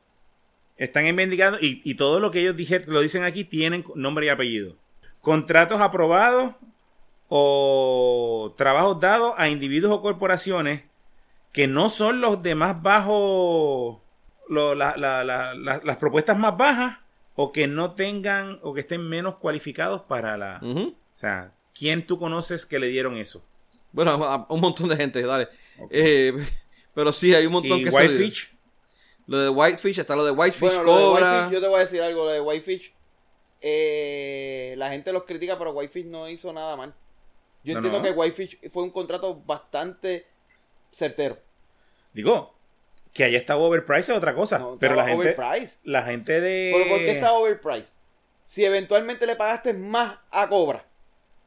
[SPEAKER 4] Están investigando y, y todo lo que ellos dijeron, lo dicen aquí, tienen nombre y apellido. Contratos aprobados o trabajos dados a individuos o corporaciones que no son los de más bajo, lo- la- la- la- la- las propuestas más bajas o que no tengan o que estén menos cualificados para la...
[SPEAKER 2] Ujú.
[SPEAKER 4] O sea, ¿quién tú conoces que le dieron eso?
[SPEAKER 2] Bueno, a, a un montón de gente, dale.
[SPEAKER 4] Ok.
[SPEAKER 2] Eh, pero sí, hay un montón
[SPEAKER 4] Y
[SPEAKER 2] que
[SPEAKER 4] Whitefish,
[SPEAKER 2] Lo de Whitefish, está lo de Whitefish
[SPEAKER 3] Bueno, lo de
[SPEAKER 2] Cobra.
[SPEAKER 3] Whitefish, yo te voy a decir algo, lo de Whitefish. eh, la gente los critica, pero Whitefish no hizo nada mal. Yo
[SPEAKER 4] No,
[SPEAKER 3] entiendo
[SPEAKER 4] no.
[SPEAKER 3] que Whitefish fue un contrato bastante certero.
[SPEAKER 4] digo, que haya estado overpriced es otra cosa,
[SPEAKER 3] No,
[SPEAKER 4] pero la
[SPEAKER 3] estaba
[SPEAKER 4] gente, Eh.
[SPEAKER 3] overpriced.
[SPEAKER 4] la gente de...
[SPEAKER 3] ¿Pero por qué está overpriced? Si eventualmente le pagaste más a Cobra.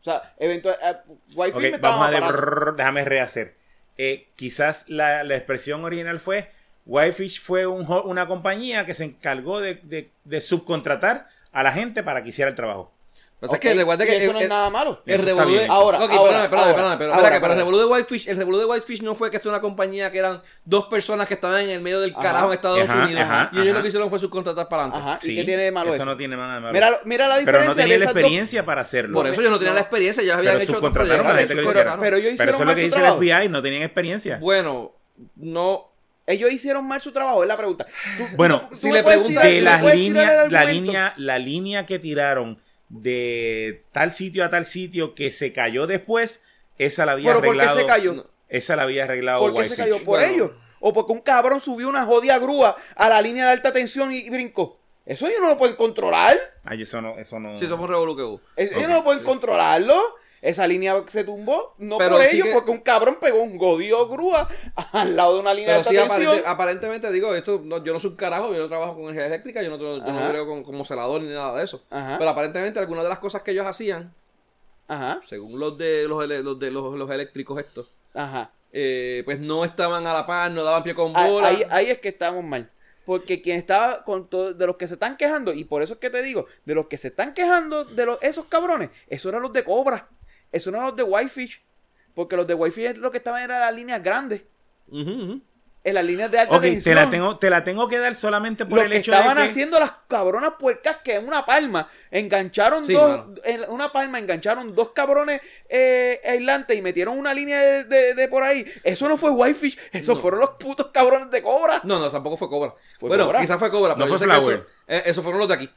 [SPEAKER 3] O sea, eventualmente.
[SPEAKER 4] Ok,
[SPEAKER 3] Whitefish me estaba
[SPEAKER 4] vamos a
[SPEAKER 3] más
[SPEAKER 4] de-
[SPEAKER 3] barato.
[SPEAKER 4] brrr, déjame rehacer. Eh, quizás la, la expresión original fue, Whitefish fue un ho- una compañía que se encargó de, de- de subcontratar a la gente para que hiciera el trabajo.
[SPEAKER 2] Pasa
[SPEAKER 3] Ok,
[SPEAKER 2] que recuerda
[SPEAKER 3] y
[SPEAKER 2] que
[SPEAKER 3] eso
[SPEAKER 2] el-
[SPEAKER 3] no es
[SPEAKER 2] el-
[SPEAKER 3] nada malo.
[SPEAKER 2] el
[SPEAKER 4] Eso está
[SPEAKER 2] revolú de-
[SPEAKER 4] bien.
[SPEAKER 3] Ahora,
[SPEAKER 2] Ok,
[SPEAKER 3] ahora,
[SPEAKER 2] perdóname, perdóname,
[SPEAKER 3] ahora,
[SPEAKER 2] perdóname, pero,
[SPEAKER 3] ahora,
[SPEAKER 2] espera, que- pero
[SPEAKER 3] ahora.
[SPEAKER 2] el revolú de Whitefish, el revolú de Whitefish no fue que esto era una compañía que eran dos personas que estaban en el medio del
[SPEAKER 3] Ajá.
[SPEAKER 2] carajo en Estados
[SPEAKER 4] Ajá,
[SPEAKER 2] Unidos
[SPEAKER 4] ajá,
[SPEAKER 2] y ellos
[SPEAKER 4] ajá.
[SPEAKER 2] lo que hicieron fue subcontratar para adelante.
[SPEAKER 3] Ajá, Ah, ¿y qué tiene de malo eso?
[SPEAKER 4] no tiene nada de malo.
[SPEAKER 3] Mira, lo- mira la diferencia
[SPEAKER 4] pero no tenía
[SPEAKER 3] de
[SPEAKER 4] la
[SPEAKER 3] esas dos-
[SPEAKER 4] experiencia para hacerlo.
[SPEAKER 2] Por eso yo no tenía
[SPEAKER 3] no.
[SPEAKER 2] la experiencia, ellos habían
[SPEAKER 4] Pero
[SPEAKER 2] hecho otros
[SPEAKER 4] subcontrataron
[SPEAKER 2] proyectos,
[SPEAKER 4] a la gente que lo
[SPEAKER 2] subcontrataron.
[SPEAKER 3] Pero ellos
[SPEAKER 4] Pero
[SPEAKER 3] hicieron
[SPEAKER 4] eso es lo
[SPEAKER 3] mal
[SPEAKER 4] que
[SPEAKER 3] su
[SPEAKER 4] dice
[SPEAKER 3] trabajo.
[SPEAKER 4] el FBI, no tenían experiencia.
[SPEAKER 2] Bueno, no
[SPEAKER 3] Ellos hicieron mal su trabajo, es la pregunta. Tú-
[SPEAKER 4] Bueno,
[SPEAKER 3] tú
[SPEAKER 2] si
[SPEAKER 3] me
[SPEAKER 2] le
[SPEAKER 3] puedes
[SPEAKER 2] preguntas-
[SPEAKER 3] tirar-
[SPEAKER 4] de
[SPEAKER 3] tú me
[SPEAKER 4] las
[SPEAKER 3] puedes tirar
[SPEAKER 4] líneas,
[SPEAKER 3] el
[SPEAKER 4] la
[SPEAKER 3] argumento.
[SPEAKER 4] línea, la línea que tiraron de tal sitio a tal sitio que se cayó después, esa la había
[SPEAKER 3] Pero ¿por qué
[SPEAKER 4] arreglado.
[SPEAKER 3] se cayó?
[SPEAKER 4] Esa la había arreglado
[SPEAKER 3] ¿Por qué se
[SPEAKER 4] Whitefish.
[SPEAKER 3] cayó? ¿Por
[SPEAKER 2] Bueno.
[SPEAKER 3] ellos? ¿O porque un cabrón subió una jodida grúa a la línea de alta tensión y, y brincó? Eso ellos no lo pueden controlar.
[SPEAKER 4] Ay, eso no, eso no.
[SPEAKER 2] si eso fue un revolú que hubo.
[SPEAKER 3] Es-
[SPEAKER 4] Ok.
[SPEAKER 3] Ellos no pueden controlarlo. Esa línea se tumbó, no
[SPEAKER 2] Pero
[SPEAKER 3] por
[SPEAKER 2] sí
[SPEAKER 3] ellos,
[SPEAKER 2] que-
[SPEAKER 3] porque un cabrón pegó un jodido grúa al lado de una línea
[SPEAKER 2] Pero sí,
[SPEAKER 3] de alta
[SPEAKER 2] aparente-
[SPEAKER 3] tensión.
[SPEAKER 2] aparentemente digo, esto no- yo no soy un carajo, yo no trabajo con energía eléctrica, yo no, yo no
[SPEAKER 3] Ajá.
[SPEAKER 2] creo con- como celador ni nada de eso.
[SPEAKER 3] Ajá,
[SPEAKER 2] Pero aparentemente algunas de las cosas que ellos hacían,
[SPEAKER 3] ajá,
[SPEAKER 2] según los de los, ele- los de los, los eléctricos estos,
[SPEAKER 3] ajá.
[SPEAKER 2] eh, pues no estaban a la par, no daban pie con
[SPEAKER 3] Ah,
[SPEAKER 2] bola.
[SPEAKER 3] Ahí, ahí es que estamos mal. Porque quien estaba con todo, de los que se están quejando, y por eso es que te digo, de los que se están quejando de los, esos cabrones, esos eran los de Cobra, esos eran los de Whitefish. Porque los de Whitefish lo que estaban eran las líneas grandes,
[SPEAKER 2] Ujú, ujú.
[SPEAKER 3] en las líneas de alta
[SPEAKER 4] Ok, te
[SPEAKER 3] tensión.
[SPEAKER 4] la, tengo, te la tengo que dar solamente por
[SPEAKER 3] Lo
[SPEAKER 4] el
[SPEAKER 3] que
[SPEAKER 4] hecho de
[SPEAKER 3] estaban
[SPEAKER 4] que...
[SPEAKER 3] haciendo las cabronas puercas que en una palma engancharon
[SPEAKER 2] Sí,
[SPEAKER 3] dos,
[SPEAKER 2] mano.
[SPEAKER 3] en una palma engancharon dos cabrones eh, aislantes y metieron una línea de, de- de por ahí. Eso no fue Whitefish, esos
[SPEAKER 2] No.
[SPEAKER 3] fueron los putos cabrones de Cobra.
[SPEAKER 2] No, no, tampoco fue Cobra.
[SPEAKER 3] Fue
[SPEAKER 2] bueno,
[SPEAKER 3] Cobra.
[SPEAKER 2] quizás fue Cobra,
[SPEAKER 4] No
[SPEAKER 2] pero yo
[SPEAKER 4] fue
[SPEAKER 2] sé que
[SPEAKER 4] Flower.
[SPEAKER 2] eso- eh, esos fueron los de aquí.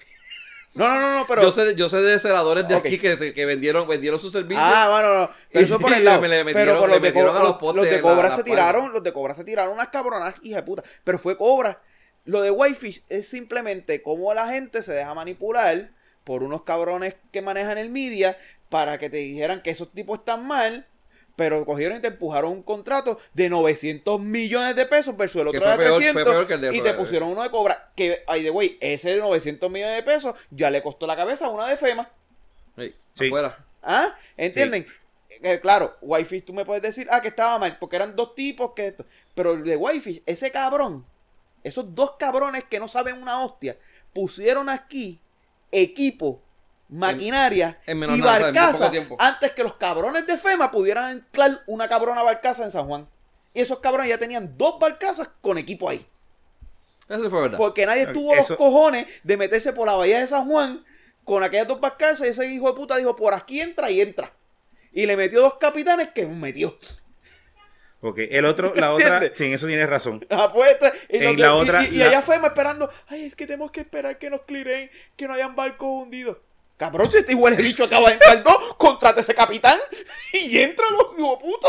[SPEAKER 3] No, no, no, no, pero.
[SPEAKER 2] yo, sé, de- yo sé de celadores de
[SPEAKER 3] Ok.
[SPEAKER 2] aquí que, se- que vendieron, vendieron sus servicios.
[SPEAKER 3] Ah, bueno,
[SPEAKER 2] <laughs>
[SPEAKER 3] no. Pero eso por
[SPEAKER 2] Y
[SPEAKER 3] el lado.
[SPEAKER 2] le- le metieron-
[SPEAKER 3] pero por
[SPEAKER 2] le
[SPEAKER 3] los de,
[SPEAKER 2] metieron
[SPEAKER 3] Cobra-
[SPEAKER 2] a los
[SPEAKER 3] los- los
[SPEAKER 2] potes
[SPEAKER 3] de
[SPEAKER 2] la-
[SPEAKER 3] Cobra
[SPEAKER 2] la
[SPEAKER 3] se
[SPEAKER 2] palma.
[SPEAKER 3] tiraron, los de Cobra se tiraron unas cabronas, hija de puta. Pero fue Cobra. Lo de Whitefish es simplemente cómo la gente se deja manipular por unos cabrones que manejan el media para que te dijeran que esos tipos están mal. Pero cogieron y te empujaron un contrato de 900 millones de pesos versus el
[SPEAKER 2] Que
[SPEAKER 3] otro
[SPEAKER 2] fue
[SPEAKER 3] de
[SPEAKER 2] peor- fue
[SPEAKER 3] 300.
[SPEAKER 2] peor que el de- eh.
[SPEAKER 3] y te pusieron uno de cobra. Que, ay, de güey, ese de 900 millones de pesos ya le costó la cabeza a una de FEMA.
[SPEAKER 2] Sí,
[SPEAKER 4] Sí.
[SPEAKER 2] afuera.
[SPEAKER 3] ¿Ah? ¿Entienden? Eh, claro, Whitefish tú me puedes decir, ah, que estaba mal, porque eran dos tipos que esto. Pero el de Whitefish, ese cabrón, esos dos cabrones que no saben una hostia, pusieron aquí equipo, maquinaria
[SPEAKER 2] en menor
[SPEAKER 3] y
[SPEAKER 2] nada, o sea, en muy poco
[SPEAKER 3] barcaza
[SPEAKER 2] tiempo.
[SPEAKER 3] antes que los cabrones de FEMA pudieran anclar una cabrona barcaza en San Juan. Y esos cabrones ya tenían dos barcazas con equipo ahí.
[SPEAKER 2] Eso sí fue verdad.
[SPEAKER 3] Porque nadie
[SPEAKER 4] Ok,
[SPEAKER 3] tuvo
[SPEAKER 4] eso-
[SPEAKER 3] los cojones de meterse por la bahía de San Juan con aquellas dos barcazas y ese hijo de puta dijo, por aquí entra y entra. Y le metió dos capitanes que nos metió. <laughs>
[SPEAKER 4] Ok, el otro, la otra,
[SPEAKER 3] ¿Entiendes?
[SPEAKER 4] sí, en eso tienes razón.
[SPEAKER 3] Ah, pues, este- y,
[SPEAKER 4] En
[SPEAKER 3] nos-
[SPEAKER 4] la
[SPEAKER 3] y-
[SPEAKER 4] otra-
[SPEAKER 3] y- y
[SPEAKER 4] la-
[SPEAKER 3] allá fue esperando, ay, es que tenemos que esperar que nos cliren, que no hayan barcos hundidos. Cabrón, si este igual el bicho acaba de entrar dos, <laughs> contrate ese capitán <laughs> y entralo, hijo de puta.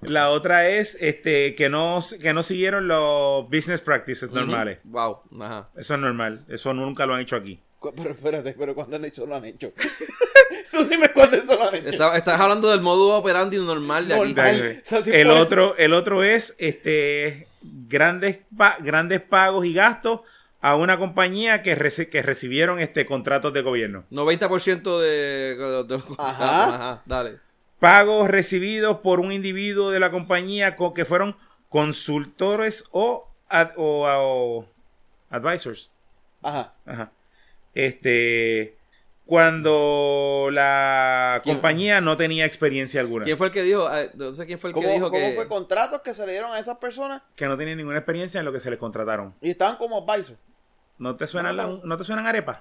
[SPEAKER 4] La otra es este que no, que no siguieron los business practices normales.
[SPEAKER 2] Ujú. Wow, ajá.
[SPEAKER 4] Eso es normal. Eso nunca lo han hecho aquí.
[SPEAKER 3] Cu- Pero espérate, pero cuando han hecho, <laughs> lo han hecho. Tú dime cuándo eso lo han hecho.
[SPEAKER 2] Está- estás hablando del modo operandi normal de aquí.
[SPEAKER 3] Normal. Ay,
[SPEAKER 4] Dale.
[SPEAKER 3] o sea, si
[SPEAKER 4] el
[SPEAKER 3] pones-
[SPEAKER 4] otro el otro es este grandes pa- grandes pagos y gastos a una compañía que reci- que recibieron este contratos de gobierno
[SPEAKER 2] 90% de, de- de-
[SPEAKER 3] Ajá.
[SPEAKER 2] Ajá, dale.
[SPEAKER 4] pagos recibidos por un individuo de la compañía co- que fueron consultores o ad- o, o advisors
[SPEAKER 3] Ajá.
[SPEAKER 4] Ajá. este cuando la
[SPEAKER 2] ¿Quién?
[SPEAKER 4] compañía no tenía experiencia alguna
[SPEAKER 2] ¿Quién fue el que dijo? Ah, No sé quién fue el que
[SPEAKER 3] ¿Cómo,
[SPEAKER 2] dijo
[SPEAKER 3] cómo
[SPEAKER 2] que.
[SPEAKER 3] fue contratos que se le dieron a esas personas
[SPEAKER 4] que no tenía ninguna experiencia en lo que se les contrataron
[SPEAKER 3] y estaban como advisor?
[SPEAKER 4] no te suenan la- no te suenan arepas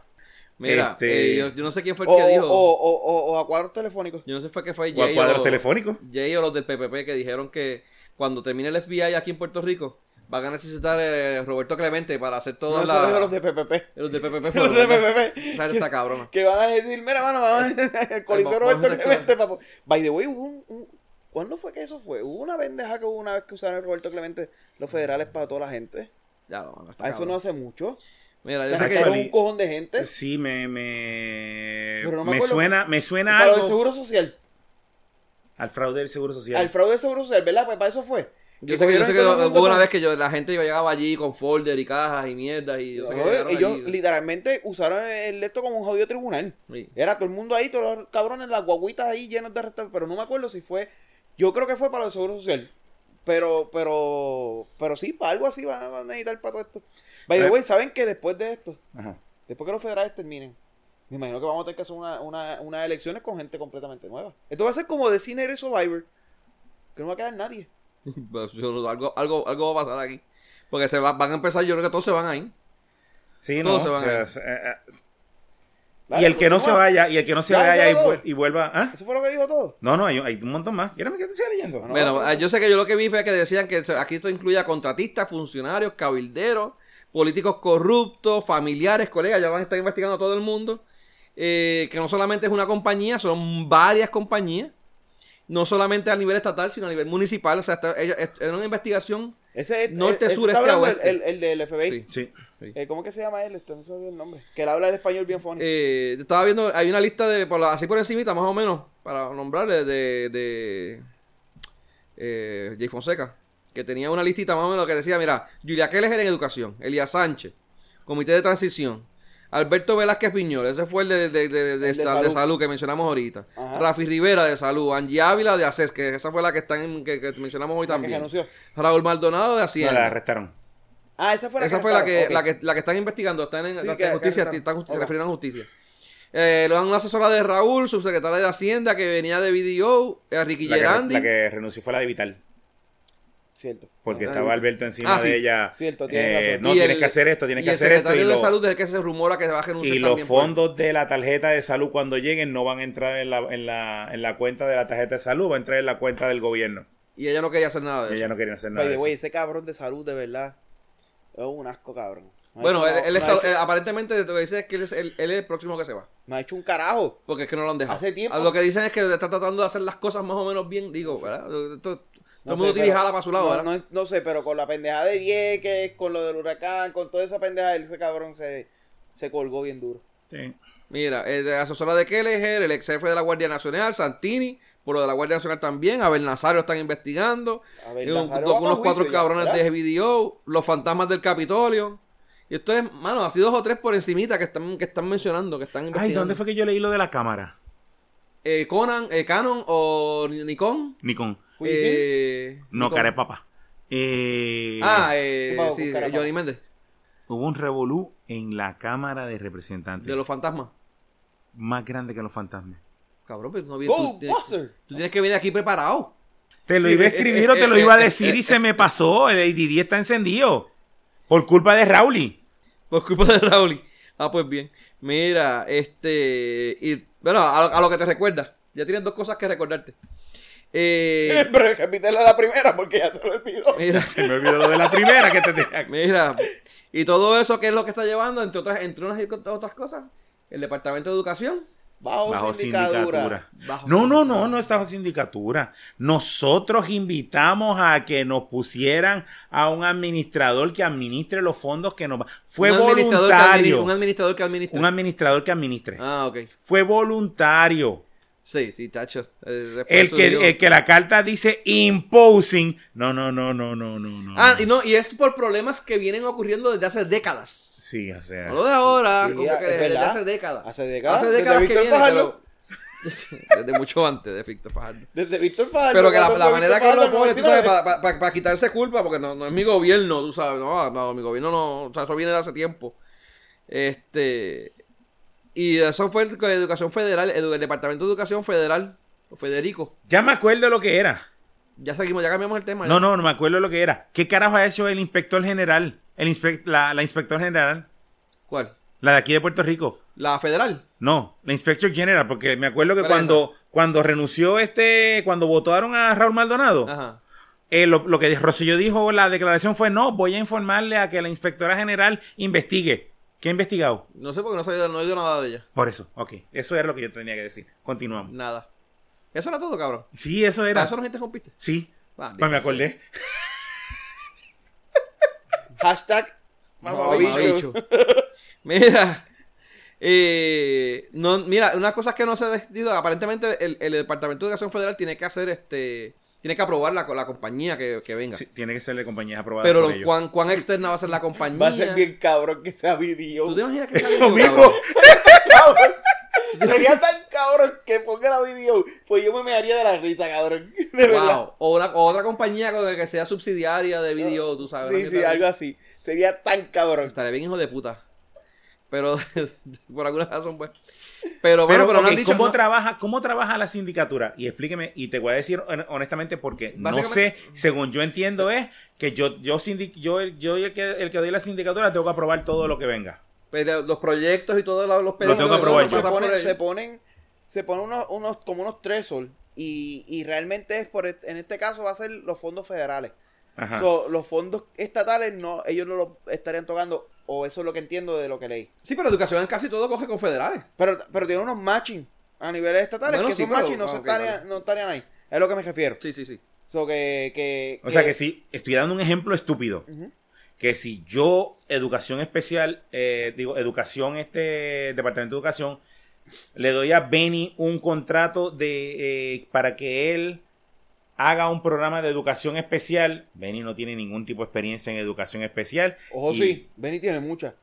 [SPEAKER 2] Mira,
[SPEAKER 4] Este-
[SPEAKER 2] eh, yo, yo no sé quién fue
[SPEAKER 3] O,
[SPEAKER 2] el que dijo.
[SPEAKER 3] o, o- o- o a cuadros telefónicos.
[SPEAKER 2] Yo no sé fue que fue
[SPEAKER 4] o a
[SPEAKER 2] Jay
[SPEAKER 4] cuadros
[SPEAKER 2] o-
[SPEAKER 4] telefónicos
[SPEAKER 2] Jay o los del PPP que dijeron que cuando termine el FBI aquí en Puerto Rico van a necesitar eh, Roberto Clemente para hacer
[SPEAKER 3] No,
[SPEAKER 2] todas
[SPEAKER 3] eso lo
[SPEAKER 2] las...
[SPEAKER 3] dijo los de
[SPEAKER 2] <laughs>
[SPEAKER 3] PPP.
[SPEAKER 2] los del PPP.
[SPEAKER 3] <laughs> Los
[SPEAKER 2] fueron,
[SPEAKER 3] de
[SPEAKER 2] ¿verdad?
[SPEAKER 3] PPP.
[SPEAKER 2] Esa gente está cabrona.
[SPEAKER 3] <laughs> Que van a decir, mira, mano, vamos a- <laughs> el coliseo
[SPEAKER 2] Vamos-
[SPEAKER 3] Roberto
[SPEAKER 2] vamos a
[SPEAKER 3] Clemente, papo. By the way, hubo un, un- ¿cuándo fue que eso fue? Hubo una bendeja que hubo una vez que usaron el Roberto Clemente los federales para toda la gente.
[SPEAKER 2] Ya lo van a
[SPEAKER 3] A Ah, eso no Ah, hace mucho.
[SPEAKER 2] Mira, yo sé
[SPEAKER 3] Cacharon
[SPEAKER 2] que...
[SPEAKER 4] Actually-
[SPEAKER 3] un cojón de gente.
[SPEAKER 4] Sí, me, me,
[SPEAKER 3] ¿Eh? Pero no me
[SPEAKER 4] me,
[SPEAKER 3] acuerdo.
[SPEAKER 4] suena, me suena
[SPEAKER 3] Para el
[SPEAKER 4] algo
[SPEAKER 3] seguro social.
[SPEAKER 4] al fraude del Seguro Social.
[SPEAKER 3] Al fraude del seguro social, ¿verdad? Pues para eso fue.
[SPEAKER 2] Yo
[SPEAKER 3] Que
[SPEAKER 2] sé que, yo
[SPEAKER 3] cogieron
[SPEAKER 2] sé que
[SPEAKER 3] todo el mundo
[SPEAKER 2] hubo una
[SPEAKER 3] con-
[SPEAKER 2] vez que yo, la gente yo llegaba allí con folder y cajas y mierdas y yo sé que
[SPEAKER 3] Oye,
[SPEAKER 2] llegaron
[SPEAKER 3] ellos
[SPEAKER 2] allí.
[SPEAKER 3] literalmente usaron el esto como un jodido tribunal.
[SPEAKER 2] Sí. <laughs>
[SPEAKER 3] Era todo el mundo ahí, todos los cabrones, las guaguitas ahí llenos de restos, pero no me acuerdo si fue, yo creo que fue para el Seguro Social. Pero, pero, pero sí, para algo así van a, van a necesitar para todo esto. By the
[SPEAKER 4] Pero-
[SPEAKER 3] way, ¿saben que después de esto,
[SPEAKER 4] Ajá.
[SPEAKER 3] después que los federales terminen, me imagino que vamos a tener que hacer una, una- unas elecciones con gente completamente nueva? Esto va a ser como de Cine Survivor, que no va a quedar nadie.
[SPEAKER 2] Pues, yo no- algo, algo, algo va a pasar aquí. Porque se va- van a empezar, yo creo que todos se van ahí.
[SPEAKER 4] Sí, no.
[SPEAKER 2] Todos se van
[SPEAKER 4] o sea,
[SPEAKER 2] ahí.
[SPEAKER 4] se- eh, eh,
[SPEAKER 3] Dale,
[SPEAKER 4] y el que no
[SPEAKER 3] continúa.
[SPEAKER 4] se vaya, y el que no se
[SPEAKER 3] Ya,
[SPEAKER 4] vaya
[SPEAKER 3] ya
[SPEAKER 4] y,
[SPEAKER 3] lo-
[SPEAKER 4] vuel- y vuelva. ¿ah?
[SPEAKER 3] pues, Eso fue lo que dijo todo.
[SPEAKER 4] No, no, hay, hay un montón más. ¿Quieres que te siga leyendo?
[SPEAKER 3] No,
[SPEAKER 2] bueno,
[SPEAKER 3] no,
[SPEAKER 2] ah,
[SPEAKER 3] no.
[SPEAKER 2] yo sé que yo lo que vi fue que decían que se- aquí esto incluía contratistas, funcionarios, cabilderos, políticos corruptos, familiares, colegas, ya van a estar investigando a todo el mundo. Eh, que no solamente es una compañía, son varias compañías. No solamente a nivel estatal, sino a nivel municipal. O sea, está- ellos- es- era una investigación.
[SPEAKER 3] Ese es- eh,
[SPEAKER 2] Norte,
[SPEAKER 3] ese
[SPEAKER 2] sur,
[SPEAKER 3] está
[SPEAKER 2] este,
[SPEAKER 3] hablando el-
[SPEAKER 2] oeste.
[SPEAKER 3] El, el del FBI.
[SPEAKER 2] Sí.
[SPEAKER 4] Sí.
[SPEAKER 3] Eh, ¿Cómo que se llama él? Este, no se me olvidó el nombre. Que él habla el español bien fónico.
[SPEAKER 2] Eh, yo estaba viendo, hay una lista de, por la- así por encimita, más o menos, para nombrarle, de, de eh, Jay Fonseca, que tenía una listita más o menos que decía, mira, Julia Keller en educación, Elías Sánchez, Comité de Transición, Alberto Velázquez Piñol, ese fue el de, de- de- de- de
[SPEAKER 3] El de
[SPEAKER 2] esta- de
[SPEAKER 3] salud.
[SPEAKER 2] salud. que mencionamos ahorita,
[SPEAKER 3] Ajá.
[SPEAKER 2] Rafi Rivera de salud, Angie Ávila de ACES, que esa fue la que, están en- que, que mencionamos hoy
[SPEAKER 3] La que se
[SPEAKER 2] también,
[SPEAKER 3] anunció.
[SPEAKER 2] Raúl Maldonado de E
[SPEAKER 4] No, la
[SPEAKER 2] Hacienda.
[SPEAKER 4] arrestaron.
[SPEAKER 3] Ah, esa fue la
[SPEAKER 2] Esa
[SPEAKER 3] que
[SPEAKER 2] fue la que,
[SPEAKER 3] arrestaron,
[SPEAKER 2] la,
[SPEAKER 3] ok.
[SPEAKER 2] que, la que están investigando, están en
[SPEAKER 3] Sí,
[SPEAKER 2] están
[SPEAKER 3] que-
[SPEAKER 2] en
[SPEAKER 3] que
[SPEAKER 2] justicia,
[SPEAKER 3] arrestaron.
[SPEAKER 2] están justi-
[SPEAKER 3] Ok.
[SPEAKER 2] refiriendo a justicia. Eh, lo dan una asesora de Raúl, subsecretaria de Hacienda que venía de BDO, eh, Ricky
[SPEAKER 4] La que,
[SPEAKER 2] Gerandi.
[SPEAKER 4] la que renunció fue la de Vital.
[SPEAKER 3] Cierto.
[SPEAKER 4] Porque
[SPEAKER 2] Ah,
[SPEAKER 4] estaba Alberto encima
[SPEAKER 2] ah, sí.
[SPEAKER 4] de ella.
[SPEAKER 3] Cierto, tienes
[SPEAKER 4] eh,
[SPEAKER 3] razón.
[SPEAKER 4] no,
[SPEAKER 2] y
[SPEAKER 4] tienes
[SPEAKER 2] el-
[SPEAKER 4] que hacer esto, tienes
[SPEAKER 2] y
[SPEAKER 4] que
[SPEAKER 2] el
[SPEAKER 4] hacer esto. Y,
[SPEAKER 2] secretario de
[SPEAKER 4] lo-
[SPEAKER 2] salud desde que se rumora que va a renunciar
[SPEAKER 4] y los
[SPEAKER 2] también pues. por-
[SPEAKER 4] fondos de la tarjeta de salud cuando lleguen no van a entrar en la, en, la, en la cuenta de la tarjeta de salud, va a entrar en la cuenta del gobierno.
[SPEAKER 2] y ella no quería hacer nada de
[SPEAKER 4] Y
[SPEAKER 2] eso.
[SPEAKER 4] ella no querían hacer nada.
[SPEAKER 3] By
[SPEAKER 4] de
[SPEAKER 3] the
[SPEAKER 4] eso.
[SPEAKER 3] way, ese cabrón de salud, de verdad, es un asco, cabrón. No ha
[SPEAKER 2] Bueno,
[SPEAKER 3] hecho
[SPEAKER 2] él,
[SPEAKER 3] nada-
[SPEAKER 2] él
[SPEAKER 3] no
[SPEAKER 2] está-
[SPEAKER 3] ha hecho-
[SPEAKER 2] eh, aparentemente lo que dice es que él es, el- él es el próximo que se va.
[SPEAKER 3] No ha hecho un carajo.
[SPEAKER 2] Porque es que no lo han dejado.
[SPEAKER 3] Hace tiempo.
[SPEAKER 2] Ah, Lo que dicen es que está tratando de hacer las cosas más o menos bien, digo, ¿verdad? Todo, todo
[SPEAKER 3] No
[SPEAKER 2] el
[SPEAKER 3] sé,
[SPEAKER 2] mundo
[SPEAKER 3] pero-
[SPEAKER 2] tiene jala para su lado,
[SPEAKER 3] no,
[SPEAKER 2] ¿verdad?
[SPEAKER 3] No, no sé, pero con la pendejada de Vieques, con lo del huracán, con toda esa pendejada, ese cabrón se, se colgó bien duro.
[SPEAKER 4] Sí.
[SPEAKER 2] Mira, eh, de asesora de Kelleher, el ex jefe de la Guardia Nacional, Santini, por lo de la Guardia Nacional también, Abel Nazario están investigando,
[SPEAKER 3] A ver,
[SPEAKER 2] y un-
[SPEAKER 3] Nazario
[SPEAKER 2] con
[SPEAKER 3] va pa'
[SPEAKER 2] unos
[SPEAKER 3] juicio
[SPEAKER 2] cuatro
[SPEAKER 3] ya,
[SPEAKER 2] cabrones
[SPEAKER 3] ¿verdad?
[SPEAKER 2] de BDO, los fantasmas del Capitolio. Y esto es, mano, así dos o tres por encimita que están, que están mencionando, que están
[SPEAKER 4] Ay,
[SPEAKER 2] investigando.
[SPEAKER 4] ¿dónde fue que yo leí lo de la cámara?
[SPEAKER 2] Eh, Conan, eh, Canon o Ni- Nikon.
[SPEAKER 4] Nikon.
[SPEAKER 3] ¿Fujifilm?
[SPEAKER 2] eh,
[SPEAKER 4] No,
[SPEAKER 2] Nikon.
[SPEAKER 4] cara de papa. Eh,
[SPEAKER 2] Ah, eh,
[SPEAKER 3] ¿Qué pasó con
[SPEAKER 2] sí,
[SPEAKER 3] Carapapa?
[SPEAKER 2] Johnny Méndez,
[SPEAKER 4] Hubo un revolú en la Cámara de Representantes.
[SPEAKER 2] de los fantasmas.
[SPEAKER 4] Más grande que los fantasmas.
[SPEAKER 2] Cabrón, pero no vi. Tú, tienes-
[SPEAKER 3] ¡Ghostbuster!
[SPEAKER 2] tú tienes que venir aquí preparado.
[SPEAKER 4] Te
[SPEAKER 2] Eh,
[SPEAKER 4] lo iba a escribir o te lo iba a decir y se me pasó. El ADD está encendido. Por culpa de Rauli. <laughs>
[SPEAKER 2] Por culpa de Raúl. Ah, pues bien. Mira, este. Y, bueno, a, lo- a lo que te recuerda. Ya tienes dos cosas que recordarte. Eh,
[SPEAKER 3] <laughs> Pero repítela la primera porque ya se lo
[SPEAKER 4] Eh,
[SPEAKER 3] olvidó.
[SPEAKER 2] mira,
[SPEAKER 4] Se me olvidó lo de la primera que te tenía.
[SPEAKER 2] mira. Y todo eso, que es lo que está llevando? Entre otras, entre unas y otras cosas, el Departamento de Educación
[SPEAKER 3] Bajo,
[SPEAKER 4] Bajo
[SPEAKER 3] sindicatura.
[SPEAKER 4] sindicatura.
[SPEAKER 2] Bajo
[SPEAKER 4] No, no,
[SPEAKER 2] sindicatura.
[SPEAKER 4] no, no está bajo sindicatura. Nosotros invitamos a que nos pusieran a un administrador que administre los fondos que nos... Fue
[SPEAKER 2] Un administrador que
[SPEAKER 4] voluntario.
[SPEAKER 2] admini- Un administrador que administra.
[SPEAKER 4] Un administrador que administre.
[SPEAKER 2] Ah, ok.
[SPEAKER 4] Fue voluntario.
[SPEAKER 2] Sí, sí, tacho. eh,
[SPEAKER 4] El
[SPEAKER 2] respeto,
[SPEAKER 4] que,
[SPEAKER 2] digo.
[SPEAKER 4] el que la carta dice imposing. No, no, no, no, no, no. no.
[SPEAKER 2] Ah, y no, y es por problemas que vienen ocurriendo desde hace décadas.
[SPEAKER 4] Sí, o sea.
[SPEAKER 2] No lo de ahora,
[SPEAKER 3] Sí,
[SPEAKER 2] como
[SPEAKER 3] es
[SPEAKER 2] que desde
[SPEAKER 3] verdad.
[SPEAKER 2] hace décadas.
[SPEAKER 3] Hace décadas,
[SPEAKER 2] Hace
[SPEAKER 3] desde
[SPEAKER 2] décadas que
[SPEAKER 3] Víctor
[SPEAKER 2] viene,
[SPEAKER 3] Fajardo.
[SPEAKER 2] pero- <laughs> Desde mucho antes de Víctor
[SPEAKER 3] <laughs>
[SPEAKER 2] Fajardo.
[SPEAKER 3] Desde Víctor Fajardo.
[SPEAKER 2] Pero que la,
[SPEAKER 3] cuando
[SPEAKER 2] la
[SPEAKER 3] fue
[SPEAKER 2] manera que
[SPEAKER 3] Víctor
[SPEAKER 2] lo
[SPEAKER 3] Fajardo
[SPEAKER 2] pone,
[SPEAKER 3] en
[SPEAKER 2] tú sabes,
[SPEAKER 3] 99.
[SPEAKER 2] para quitarse culpa, porque no, no es mi gobierno, tú sabes, no, no, mi gobierno no, o sea, eso viene de hace tiempo. Este. Y eso fue el- con Educación Federal, edu- el Departamento de Educación Federal, o Federico.
[SPEAKER 4] Ya me acuerdo lo que era.
[SPEAKER 2] Ya seguimos, ya cambiamos el tema. ¿eh?
[SPEAKER 4] No, no, no me acuerdo lo que era. ¿Qué carajo ha hecho el inspector general? El inspec- la, la inspector general.
[SPEAKER 2] ¿Cuál?
[SPEAKER 4] La de aquí de Puerto Rico.
[SPEAKER 2] La Federal.
[SPEAKER 4] No, la inspector general, porque me acuerdo que
[SPEAKER 2] ¿Cuál es
[SPEAKER 4] cuando, cuando renunció este, cuando votaron a Raúl Maldonado,
[SPEAKER 2] Ajá.
[SPEAKER 4] eh, lo, lo que Rosselló dijo, la declaración fue, no, voy a informarle a que la inspectora general investigue. ¿Qué ha investigado?
[SPEAKER 2] No sé por qué no, sabía, no he oído nada de ella.
[SPEAKER 4] Por eso, ok. Eso era lo que yo tenía que decir. Continuamos.
[SPEAKER 2] Nada. Eso era todo, cabrón.
[SPEAKER 4] Sí, eso
[SPEAKER 2] Para
[SPEAKER 4] era.
[SPEAKER 2] Ah, eso nos interrumpiste.
[SPEAKER 4] Sí.
[SPEAKER 2] Ah,
[SPEAKER 4] Pues me acordé.
[SPEAKER 3] Hashtag
[SPEAKER 2] Mamabicho.
[SPEAKER 3] mamabicho.
[SPEAKER 2] Mira. eh, no, mira, unas cosas que no se ha decidido. Aparentemente, el, el Departamento de Educación Federal tiene que hacer este. Tiene que aprobar la, co- la compañía que, que venga.
[SPEAKER 4] Sí, tiene que ser de compañías aprobadas
[SPEAKER 2] Pero
[SPEAKER 4] por
[SPEAKER 2] lo-
[SPEAKER 4] ellos.
[SPEAKER 2] cuán, cuán externa va a ser la compañía.
[SPEAKER 3] Va a ser bien cabrón que sea video.
[SPEAKER 2] ¿Tú te imaginas que sea
[SPEAKER 4] Eso
[SPEAKER 2] bien,
[SPEAKER 4] mismo.
[SPEAKER 2] cabrón?
[SPEAKER 3] Cabrón. <laughs> Sería tan cabrón que ponga la video. Pues yo me mearía de la risa, cabrón. <laughs> De verdad.
[SPEAKER 2] Wow. O, una, o otra compañía con la que sea subsidiaria de video, tú sabes.
[SPEAKER 3] Sí,
[SPEAKER 2] ¿no?
[SPEAKER 3] sí, algo así. Sería tan cabrón.
[SPEAKER 2] Estaría bien hijo de puta. Pero <laughs> por alguna razón, pues. Pero bueno,
[SPEAKER 4] Pero,
[SPEAKER 2] pero, no
[SPEAKER 4] ok,
[SPEAKER 2] han dicho.
[SPEAKER 4] ¿cómo,
[SPEAKER 2] no-
[SPEAKER 4] trabaja, ¿cómo trabaja la sindicatura? Y explíqueme, y te voy a decir hon- honestamente porque no sé,
[SPEAKER 2] Básicamente-
[SPEAKER 4] según yo entiendo es que yo yo sindi- yo, yo el, que, el que doy la sindicatura tengo que aprobar todo lo que venga.
[SPEAKER 2] Pero los proyectos y todos los, los
[SPEAKER 4] tengo que
[SPEAKER 2] pedidos,
[SPEAKER 4] aprobar
[SPEAKER 2] ¿no?
[SPEAKER 4] yo.
[SPEAKER 3] se,
[SPEAKER 2] Pasa por
[SPEAKER 3] ponen,
[SPEAKER 2] ahí.
[SPEAKER 3] se ponen, se ponen unos, unos, como unos threshold. Y, y realmente es por est- en este caso va a ser los fondos federales.
[SPEAKER 4] Ajá.
[SPEAKER 3] So, los fondos estatales no, ellos no los estarían tocando. O eso es lo que entiendo de lo que leí.
[SPEAKER 2] Sí, pero educación en casi todo coge con federales.
[SPEAKER 3] Pero, pero tiene unos matching a niveles estatales
[SPEAKER 2] Bueno,
[SPEAKER 3] que
[SPEAKER 2] sí,
[SPEAKER 3] esos
[SPEAKER 2] pero-
[SPEAKER 3] matching no,
[SPEAKER 2] ah,
[SPEAKER 3] se
[SPEAKER 2] ok,
[SPEAKER 3] estarían,
[SPEAKER 2] vale.
[SPEAKER 3] no estarían ahí. Es lo que me refiero.
[SPEAKER 2] Sí, sí, sí.
[SPEAKER 3] So, que, que,
[SPEAKER 2] eh,
[SPEAKER 4] o sea que sí, estoy dando un ejemplo estúpido.
[SPEAKER 3] Ujú.
[SPEAKER 4] Que si yo, educación especial, eh, digo, educación, este departamento de educación, le doy a Benny un contrato de eh, para que él haga un programa de educación especial. Benny no tiene ningún tipo de experiencia en educación especial.
[SPEAKER 3] Ojo,
[SPEAKER 4] Y-
[SPEAKER 3] sí. Benny tiene muchas.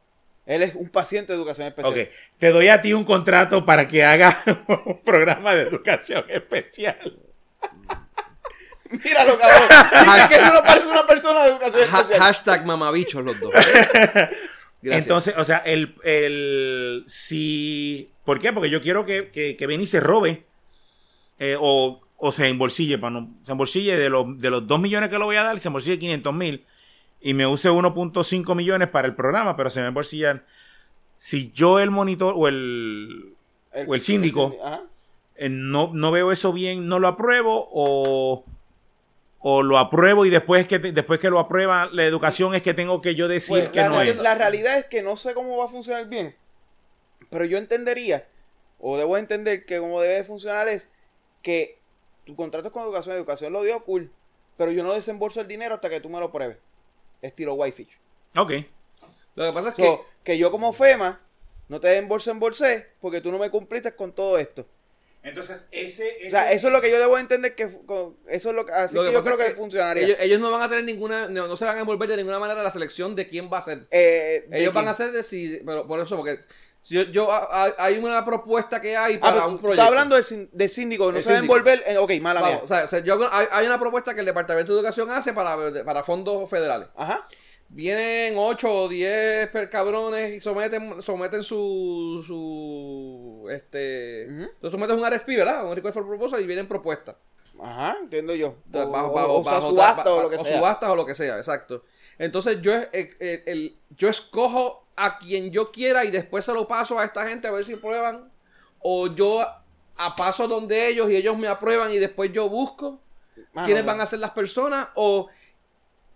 [SPEAKER 3] Él es un paciente de educación especial.
[SPEAKER 4] Ok, te doy a ti un contrato para que haga <laughs> un programa de educación especial.
[SPEAKER 3] <laughs> Míralo, cabrón. Mira que tú no pareces una persona de educación
[SPEAKER 2] Ha-
[SPEAKER 3] especial.
[SPEAKER 2] hashtag mamabichos los
[SPEAKER 4] <laughs>
[SPEAKER 2] dos. Gracias.
[SPEAKER 4] Entonces, o sea, el, el- si, ¿por qué? Porque yo quiero que, que, que Benny se robe eh, o, o se embolsille, para no- se embolsille de los, de los 2 millones que le voy a dar, se embolsille 500 mil y me use 1.5 millones para el programa, pero se me embolsillan. Si yo el monitor o el, o el síndico.
[SPEAKER 3] Ajá.
[SPEAKER 4] eh, no, no veo eso bien, no lo apruebo o, o lo apruebo y después que, te- después que lo aprueba la educación es que tengo que yo decir
[SPEAKER 3] Pues,
[SPEAKER 4] que
[SPEAKER 3] la,
[SPEAKER 4] no
[SPEAKER 3] reali-
[SPEAKER 4] es.
[SPEAKER 3] la realidad es que no sé cómo va a funcionar bien. Pero yo entendería, o debo entender que como debe funcionar es que tu contrato es con educación, educación lo dio cool, pero yo no desembolso el dinero hasta que tú me lo pruebes. Estilo Whitefish.
[SPEAKER 4] Ok,
[SPEAKER 2] lo que pasa es que.
[SPEAKER 3] So, que yo como FEMA no te desembolso, embolsé, porque tú no me cumpliste con todo esto.
[SPEAKER 4] entonces ese...
[SPEAKER 3] O sea, eso es lo que yo debo entender que fu- con- eso es lo que, así
[SPEAKER 2] lo
[SPEAKER 3] que yo
[SPEAKER 2] pasa
[SPEAKER 3] creo
[SPEAKER 2] es
[SPEAKER 3] que, funcionaría.
[SPEAKER 2] Ellos, ellos no van a tener ninguna. No, no se van a envolver de ninguna manera la selección de quién va a ser.
[SPEAKER 3] Eh, de
[SPEAKER 2] Ellos van
[SPEAKER 3] quién-
[SPEAKER 2] a ser de si. Pero por eso, porque. si yo, yo- a- a- hay una propuesta que hay
[SPEAKER 3] Ah,
[SPEAKER 2] para
[SPEAKER 3] pero tú-
[SPEAKER 2] un
[SPEAKER 3] tú
[SPEAKER 2] proyecto.
[SPEAKER 3] estás hablando del, sin- del síndico, no
[SPEAKER 2] El
[SPEAKER 3] se va a
[SPEAKER 2] síndico.
[SPEAKER 3] envolver. en- ok, mala
[SPEAKER 2] Vamos,
[SPEAKER 3] mía.
[SPEAKER 2] o sea, o sea, yo- hay, hay una propuesta que el Departamento de Educación hace para, para fondos federales.
[SPEAKER 3] Ajá.
[SPEAKER 2] Vienen 8 o 10 per cabrones y someten, someten su, su este
[SPEAKER 3] Ujú.
[SPEAKER 2] entonces someten un RFP, ¿verdad? Un request for proposal y vienen propuestas.
[SPEAKER 3] Ajá, entiendo yo. O,
[SPEAKER 2] Entonces, bajo-
[SPEAKER 3] o-
[SPEAKER 2] bajo-
[SPEAKER 3] o sea,
[SPEAKER 2] bajo-
[SPEAKER 3] subasta
[SPEAKER 2] ba-
[SPEAKER 3] o
[SPEAKER 2] ba-
[SPEAKER 3] lo que
[SPEAKER 2] o
[SPEAKER 3] sea.
[SPEAKER 2] subastas o lo que sea, exacto. Entonces yo es- el- el- el- yo escojo a quien yo quiera y después se lo paso a esta gente a ver si prueban o yo a paso donde ellos y ellos me aprueban y después yo busco
[SPEAKER 3] Mano,
[SPEAKER 2] quiénes
[SPEAKER 3] o sea,
[SPEAKER 2] van a ser las personas o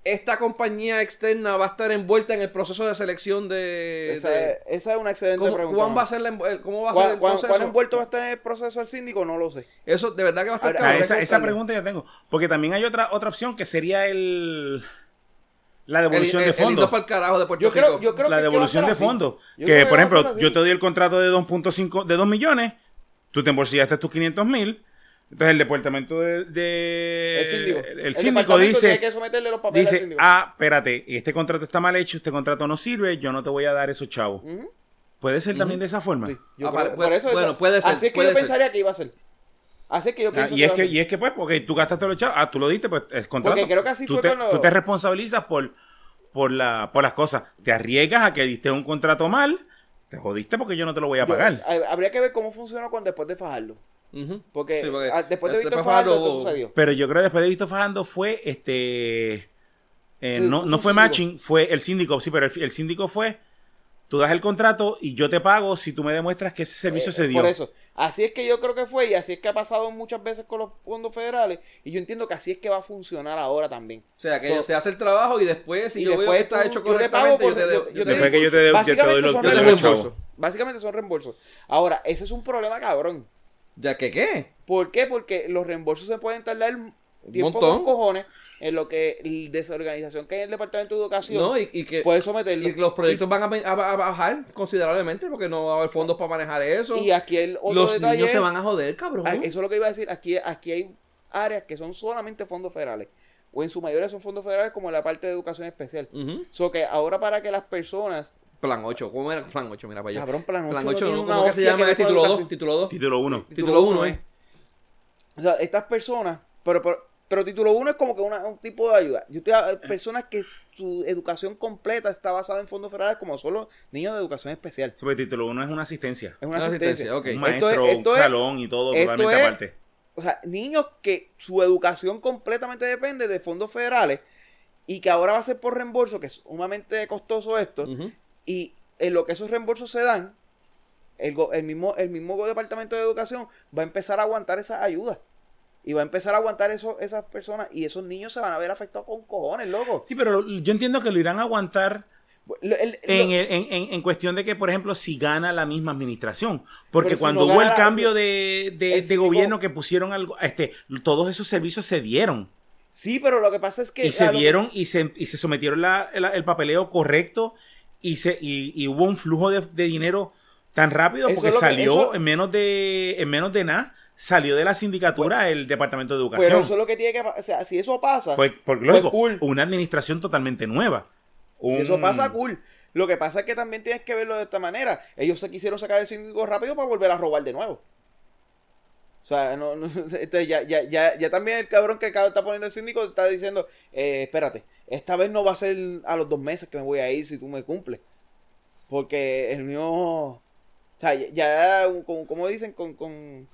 [SPEAKER 2] esta compañía externa va a estar envuelta en el proceso de selección de...
[SPEAKER 3] Esa,
[SPEAKER 2] de-
[SPEAKER 3] es- esa es una excelente
[SPEAKER 2] ¿Cómo,
[SPEAKER 3] pregunta.
[SPEAKER 2] cuán va a
[SPEAKER 3] mano.
[SPEAKER 2] ser la envu- el- ¿Cómo va a ser
[SPEAKER 3] ¿Cuán,
[SPEAKER 2] el
[SPEAKER 3] cuán-
[SPEAKER 2] proceso?
[SPEAKER 3] cuán envuelto va a estar en el proceso el síndico? No lo sé.
[SPEAKER 2] Eso de verdad que va a estar
[SPEAKER 3] Ahora,
[SPEAKER 4] Ah,
[SPEAKER 2] cabrón.
[SPEAKER 4] esa,
[SPEAKER 2] Hay que
[SPEAKER 4] esa
[SPEAKER 2] buscarlo.
[SPEAKER 4] pregunta yo tengo. Porque también hay otra, otra opción que sería el la
[SPEAKER 2] El-
[SPEAKER 4] devolución
[SPEAKER 2] el-
[SPEAKER 4] de
[SPEAKER 2] el irnos
[SPEAKER 4] fondos.
[SPEAKER 2] pa'l carajo de Puerto
[SPEAKER 3] Yo creo,
[SPEAKER 2] Rico.
[SPEAKER 3] yo creo
[SPEAKER 4] la
[SPEAKER 3] que es que va a ser
[SPEAKER 4] devolución de
[SPEAKER 3] así.
[SPEAKER 4] fondos.
[SPEAKER 3] Yo
[SPEAKER 4] Que,
[SPEAKER 3] creo
[SPEAKER 4] por
[SPEAKER 3] va a ser
[SPEAKER 4] ejemplo,
[SPEAKER 3] así.
[SPEAKER 4] yo te doy el contrato de 2.5, de 2 millones, tú te embolsillaste tus 500 mil. Entonces el departamento de, de-
[SPEAKER 3] El síndico,
[SPEAKER 4] eh, el
[SPEAKER 3] El
[SPEAKER 4] síndico
[SPEAKER 3] departamento tiene que
[SPEAKER 4] dice,
[SPEAKER 3] someterle los papeles al
[SPEAKER 4] dice,
[SPEAKER 3] síndico.
[SPEAKER 4] ah, espérate, este contrato está mal hecho, este contrato no sirve, yo no te voy a dar esos chavos.
[SPEAKER 3] Ujú,
[SPEAKER 4] Puede ser también de esa forma.
[SPEAKER 3] sí, yo
[SPEAKER 2] Ah,
[SPEAKER 3] creo-
[SPEAKER 2] puede-
[SPEAKER 3] por eso
[SPEAKER 2] bueno, puede ser,
[SPEAKER 3] Así es que
[SPEAKER 2] puede
[SPEAKER 3] yo
[SPEAKER 2] ser.
[SPEAKER 3] pensaría que iba a ser. Así es que yo
[SPEAKER 4] Ah,
[SPEAKER 3] pienso
[SPEAKER 4] y, es
[SPEAKER 3] iba a
[SPEAKER 4] que,
[SPEAKER 3] ser.
[SPEAKER 4] y es que pues, porque tú gastaste los chavos, ah, tú lo diste, pues es contrato.
[SPEAKER 3] Porque creo que así
[SPEAKER 4] tú,
[SPEAKER 3] fue
[SPEAKER 4] te,
[SPEAKER 3] con los-
[SPEAKER 4] tú te responsabilizas por, por, la, por las cosas. Te arriesgas a que diste un contrato mal, te jodiste porque yo no te lo voy a
[SPEAKER 3] Yo- ah,
[SPEAKER 4] pagar.
[SPEAKER 3] ha- habría que ver cómo funcionó con después de fajarlo.
[SPEAKER 2] Ujú.
[SPEAKER 3] Porque,
[SPEAKER 2] Sí, porque este
[SPEAKER 3] ah, después de
[SPEAKER 2] después
[SPEAKER 3] Víctor
[SPEAKER 2] Fajardo
[SPEAKER 3] Fajardo, esto
[SPEAKER 2] hubo-
[SPEAKER 3] sucedió.
[SPEAKER 4] Pero yo creo que después de Visto Fajando fue este. eh,
[SPEAKER 3] Sí, fue
[SPEAKER 4] no, no
[SPEAKER 3] un
[SPEAKER 4] fue
[SPEAKER 3] síndico.
[SPEAKER 4] matching, fue el síndico. Sí, pero el, el síndico fue. Tú das el contrato y yo te pago si tú me demuestras que ese servicio
[SPEAKER 3] Eh,
[SPEAKER 4] se dio.
[SPEAKER 3] Por eso. Así es que yo creo que fue y así es que ha pasado muchas veces con los fondos federales. Y yo entiendo que así es que va a funcionar ahora también.
[SPEAKER 2] O sea, que
[SPEAKER 3] Pero-
[SPEAKER 2] se hace el trabajo y después, si
[SPEAKER 3] y
[SPEAKER 2] yo veo que
[SPEAKER 3] después
[SPEAKER 2] está
[SPEAKER 3] tú-
[SPEAKER 2] hecho
[SPEAKER 3] yo te pago
[SPEAKER 2] correctamente, yo
[SPEAKER 3] por-
[SPEAKER 2] te,
[SPEAKER 3] yo-
[SPEAKER 2] debo-
[SPEAKER 3] yo
[SPEAKER 2] te-
[SPEAKER 4] Después que yo te, de- yo te doy
[SPEAKER 3] Básicamente
[SPEAKER 4] los,
[SPEAKER 3] son
[SPEAKER 4] yo te doy los
[SPEAKER 2] reembolsos.
[SPEAKER 4] chavos.
[SPEAKER 3] Básicamente son reembolsos. Ahora, ese es un problema cabrón.
[SPEAKER 2] ¿Ya que qué?
[SPEAKER 3] ¿Por qué? Porque los reembolsos se pueden tardar tiempo con
[SPEAKER 2] montón.
[SPEAKER 3] cojones en lo que la desorganización que hay en el Departamento de Educación
[SPEAKER 2] No, y, y que
[SPEAKER 3] puede
[SPEAKER 2] y
[SPEAKER 3] someterlo.
[SPEAKER 2] los proyectos van a, ven- a- a bajar considerablemente porque no va a haber fondos para manejar eso.
[SPEAKER 3] Y aquí el otro
[SPEAKER 2] Los
[SPEAKER 3] detalle
[SPEAKER 2] niños se
[SPEAKER 3] es-
[SPEAKER 2] van a joder, cabrón.
[SPEAKER 3] Ah, Eso es lo que iba a decir. Aquí, aquí hay áreas que son solamente fondos federales. O en su mayoría son fondos federales como la parte de educación especial.
[SPEAKER 2] Ujú.
[SPEAKER 3] So que ahora para que las personas...
[SPEAKER 2] Plan 8, ¿cómo era Plan 8? Mira para allá.
[SPEAKER 3] Cabrón, plan 8
[SPEAKER 2] Plan
[SPEAKER 3] no
[SPEAKER 2] 8,
[SPEAKER 3] tiene
[SPEAKER 2] ¿no?
[SPEAKER 3] una
[SPEAKER 2] ¿cómo que se
[SPEAKER 3] hostia
[SPEAKER 2] llama?
[SPEAKER 3] que ver
[SPEAKER 2] Es
[SPEAKER 3] con
[SPEAKER 2] título 2,
[SPEAKER 3] educación.
[SPEAKER 2] título 2.
[SPEAKER 4] Título 1.
[SPEAKER 2] Título 1,
[SPEAKER 3] uno
[SPEAKER 2] eh.
[SPEAKER 3] O sea, estas personas... Pero, pero, pero título 1 es como que una- un tipo de ayuda. Yo te hay personas que su educación completa está basada en fondos federales como solo niños de educación especial.
[SPEAKER 4] Sobre pues, título 1 es una asistencia.
[SPEAKER 3] Es una
[SPEAKER 2] Una asistencia,
[SPEAKER 3] asistencia.
[SPEAKER 2] ok.
[SPEAKER 4] Un
[SPEAKER 3] Esto es-
[SPEAKER 4] maestro,
[SPEAKER 3] esto
[SPEAKER 4] un
[SPEAKER 3] es-
[SPEAKER 4] salón y todo
[SPEAKER 3] esto
[SPEAKER 4] totalmente
[SPEAKER 3] es-
[SPEAKER 4] aparte.
[SPEAKER 3] O sea, niños que su educación completamente depende de fondos federales y que ahora va a ser por reembolso, que es sumamente costoso esto,
[SPEAKER 2] Ujú.
[SPEAKER 3] y en lo que esos reembolsos se dan, el, go- el mismo, el mismo Departamento de Educación va a empezar a aguantar esas ayudas. Y va a empezar a aguantar eso, esas personas. Y esos niños se van a ver afectados con cojones, loco.
[SPEAKER 4] Sí, pero yo entiendo que lo irán a aguantar
[SPEAKER 3] Lo- el- lo-
[SPEAKER 4] en, el- en- en- en cuestión de que, por ejemplo, si gana la misma administración. Porque
[SPEAKER 3] Pero si
[SPEAKER 4] cuando
[SPEAKER 3] no
[SPEAKER 4] hubo
[SPEAKER 3] gana,
[SPEAKER 4] el cambio
[SPEAKER 3] si-
[SPEAKER 4] de, de-
[SPEAKER 3] el
[SPEAKER 4] de
[SPEAKER 3] síndico-
[SPEAKER 4] gobierno que pusieron algo, este, todos esos servicios se dieron.
[SPEAKER 3] sí, pero lo que pasa es que...
[SPEAKER 4] Y se
[SPEAKER 3] a lo que-
[SPEAKER 4] dieron y se, y se sometieron la- la- el papeleo correcto y, se, y, y hubo un flujo de, de dinero tan rápido
[SPEAKER 3] Eso
[SPEAKER 4] porque
[SPEAKER 3] es lo que-
[SPEAKER 4] salió
[SPEAKER 3] eso-
[SPEAKER 4] en menos de en menos de nada, salió de la sindicatura el Departamento de
[SPEAKER 3] Pero
[SPEAKER 4] Educación.
[SPEAKER 3] eso es lo que tiene que... pa- O sea, si eso pasa...
[SPEAKER 4] Pues, porque, lógico,
[SPEAKER 3] cool.
[SPEAKER 4] una administración totalmente nueva.
[SPEAKER 3] Si
[SPEAKER 4] Un-
[SPEAKER 3] eso pasa, cool. Lo que pasa es que también tienes que verlo de esta manera. Ellos se quisieron sacar el síndico rápido para volver a robar de nuevo. O sea, no, <laughs> no- entonces ya, ya, ya, ya también el cabrón que acaba- está poniendo el síndico está diciendo, eh, espérate, esta vez no va a ser a los dos meses que me voy a ir si tú me cumples. Porque el mío... O sea, ya, ya, como, como dicen, con... con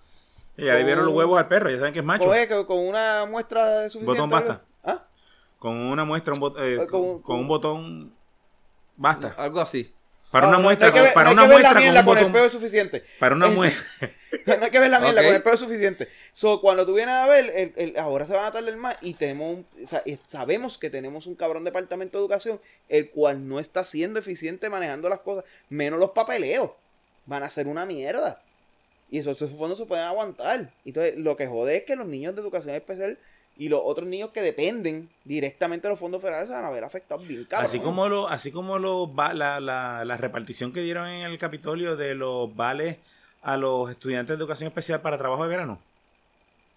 [SPEAKER 4] Ya le vieron los huevos al perro, ya saben que es macho.
[SPEAKER 3] ¿cómo es? Con- con una muestra suficiente.
[SPEAKER 4] Botón basta.
[SPEAKER 3] ¿Ah?
[SPEAKER 4] Con una muestra, un bot- eh,
[SPEAKER 3] Eh,
[SPEAKER 4] con,
[SPEAKER 3] con-
[SPEAKER 4] con un botón. Basta.
[SPEAKER 2] Algo así.
[SPEAKER 4] Para
[SPEAKER 3] Ah,
[SPEAKER 4] una
[SPEAKER 3] no, no
[SPEAKER 4] muestra,
[SPEAKER 3] hay que ver-
[SPEAKER 4] para
[SPEAKER 3] no hay
[SPEAKER 4] una
[SPEAKER 3] que ver la
[SPEAKER 4] muestra con
[SPEAKER 3] mierda
[SPEAKER 4] un
[SPEAKER 3] con el
[SPEAKER 4] botón.
[SPEAKER 3] peo es suficiente.
[SPEAKER 4] Para
[SPEAKER 3] <laughs>
[SPEAKER 4] una
[SPEAKER 3] Eh,
[SPEAKER 4] muestra.
[SPEAKER 3] No hay que ver la mierda,
[SPEAKER 2] Ok.
[SPEAKER 3] con el pedo es suficiente. So, cuando tú vienes a ver, el- el- ahora se van a tardar más y tenemos un- o sea, y sabemos que tenemos un cabrón departamento de educación, el cual no está siendo eficiente manejando las cosas, menos los papeleos. Van a ser una mierda. Y esos, esos fondos se pueden aguantar. Entonces, lo que jode es que los niños de educación especial y los otros niños que dependen directamente de los fondos federales se van a ver afectados bien cabrón.
[SPEAKER 4] Así como, lo, así como lo, va- la, la- la repartición que dieron en el Capitolio de los vales a los estudiantes de educación especial para trabajo de verano.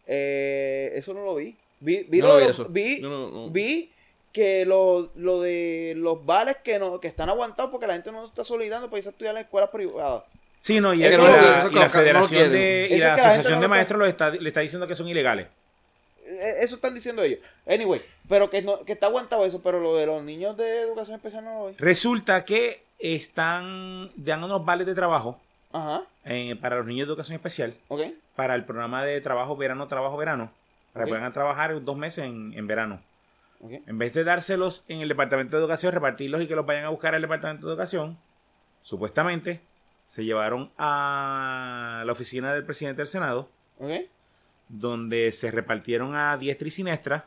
[SPEAKER 3] Eh, eso no lo vi. Vi, vi
[SPEAKER 2] Yo
[SPEAKER 3] lo
[SPEAKER 2] no
[SPEAKER 3] de
[SPEAKER 2] vi
[SPEAKER 3] los-
[SPEAKER 2] eso.
[SPEAKER 3] vi-
[SPEAKER 2] Yo no- no.
[SPEAKER 3] vi que lo, lo de los vales que no que están aguantados porque la gente no está solidando para irse a estudiar en escuelas privadas.
[SPEAKER 4] Sí, no, y,
[SPEAKER 2] Es
[SPEAKER 4] y
[SPEAKER 2] que
[SPEAKER 4] la,
[SPEAKER 2] no lo quieren, eso es
[SPEAKER 4] y la
[SPEAKER 2] que no lo
[SPEAKER 4] Federación
[SPEAKER 2] quieren.
[SPEAKER 4] de, y
[SPEAKER 3] Eso
[SPEAKER 4] la
[SPEAKER 3] es que la gente
[SPEAKER 4] Asociación
[SPEAKER 3] no
[SPEAKER 4] de
[SPEAKER 3] lo
[SPEAKER 4] Maestros lo está, le está diciendo que son ilegales.
[SPEAKER 3] Eh, Eso están diciendo ellos. Anyway, pero que no, que está aguantado eso, pero lo de los niños de educación especial no lo vi.
[SPEAKER 4] Resulta que están dando unos vales de trabajo
[SPEAKER 3] Ajá,
[SPEAKER 4] eh, para los niños de educación especial.
[SPEAKER 3] ok.
[SPEAKER 4] para el programa de trabajo verano, trabajo verano, para que
[SPEAKER 3] Ok.
[SPEAKER 4] puedan trabajar dos meses en, en verano.
[SPEAKER 3] ok.
[SPEAKER 4] En vez de dárselos en el departamento de educación, repartirlos y que los vayan a buscar al departamento de educación, supuestamente se llevaron a la oficina del presidente del Senado,
[SPEAKER 3] ok.
[SPEAKER 4] donde se repartieron a diestra y siniestra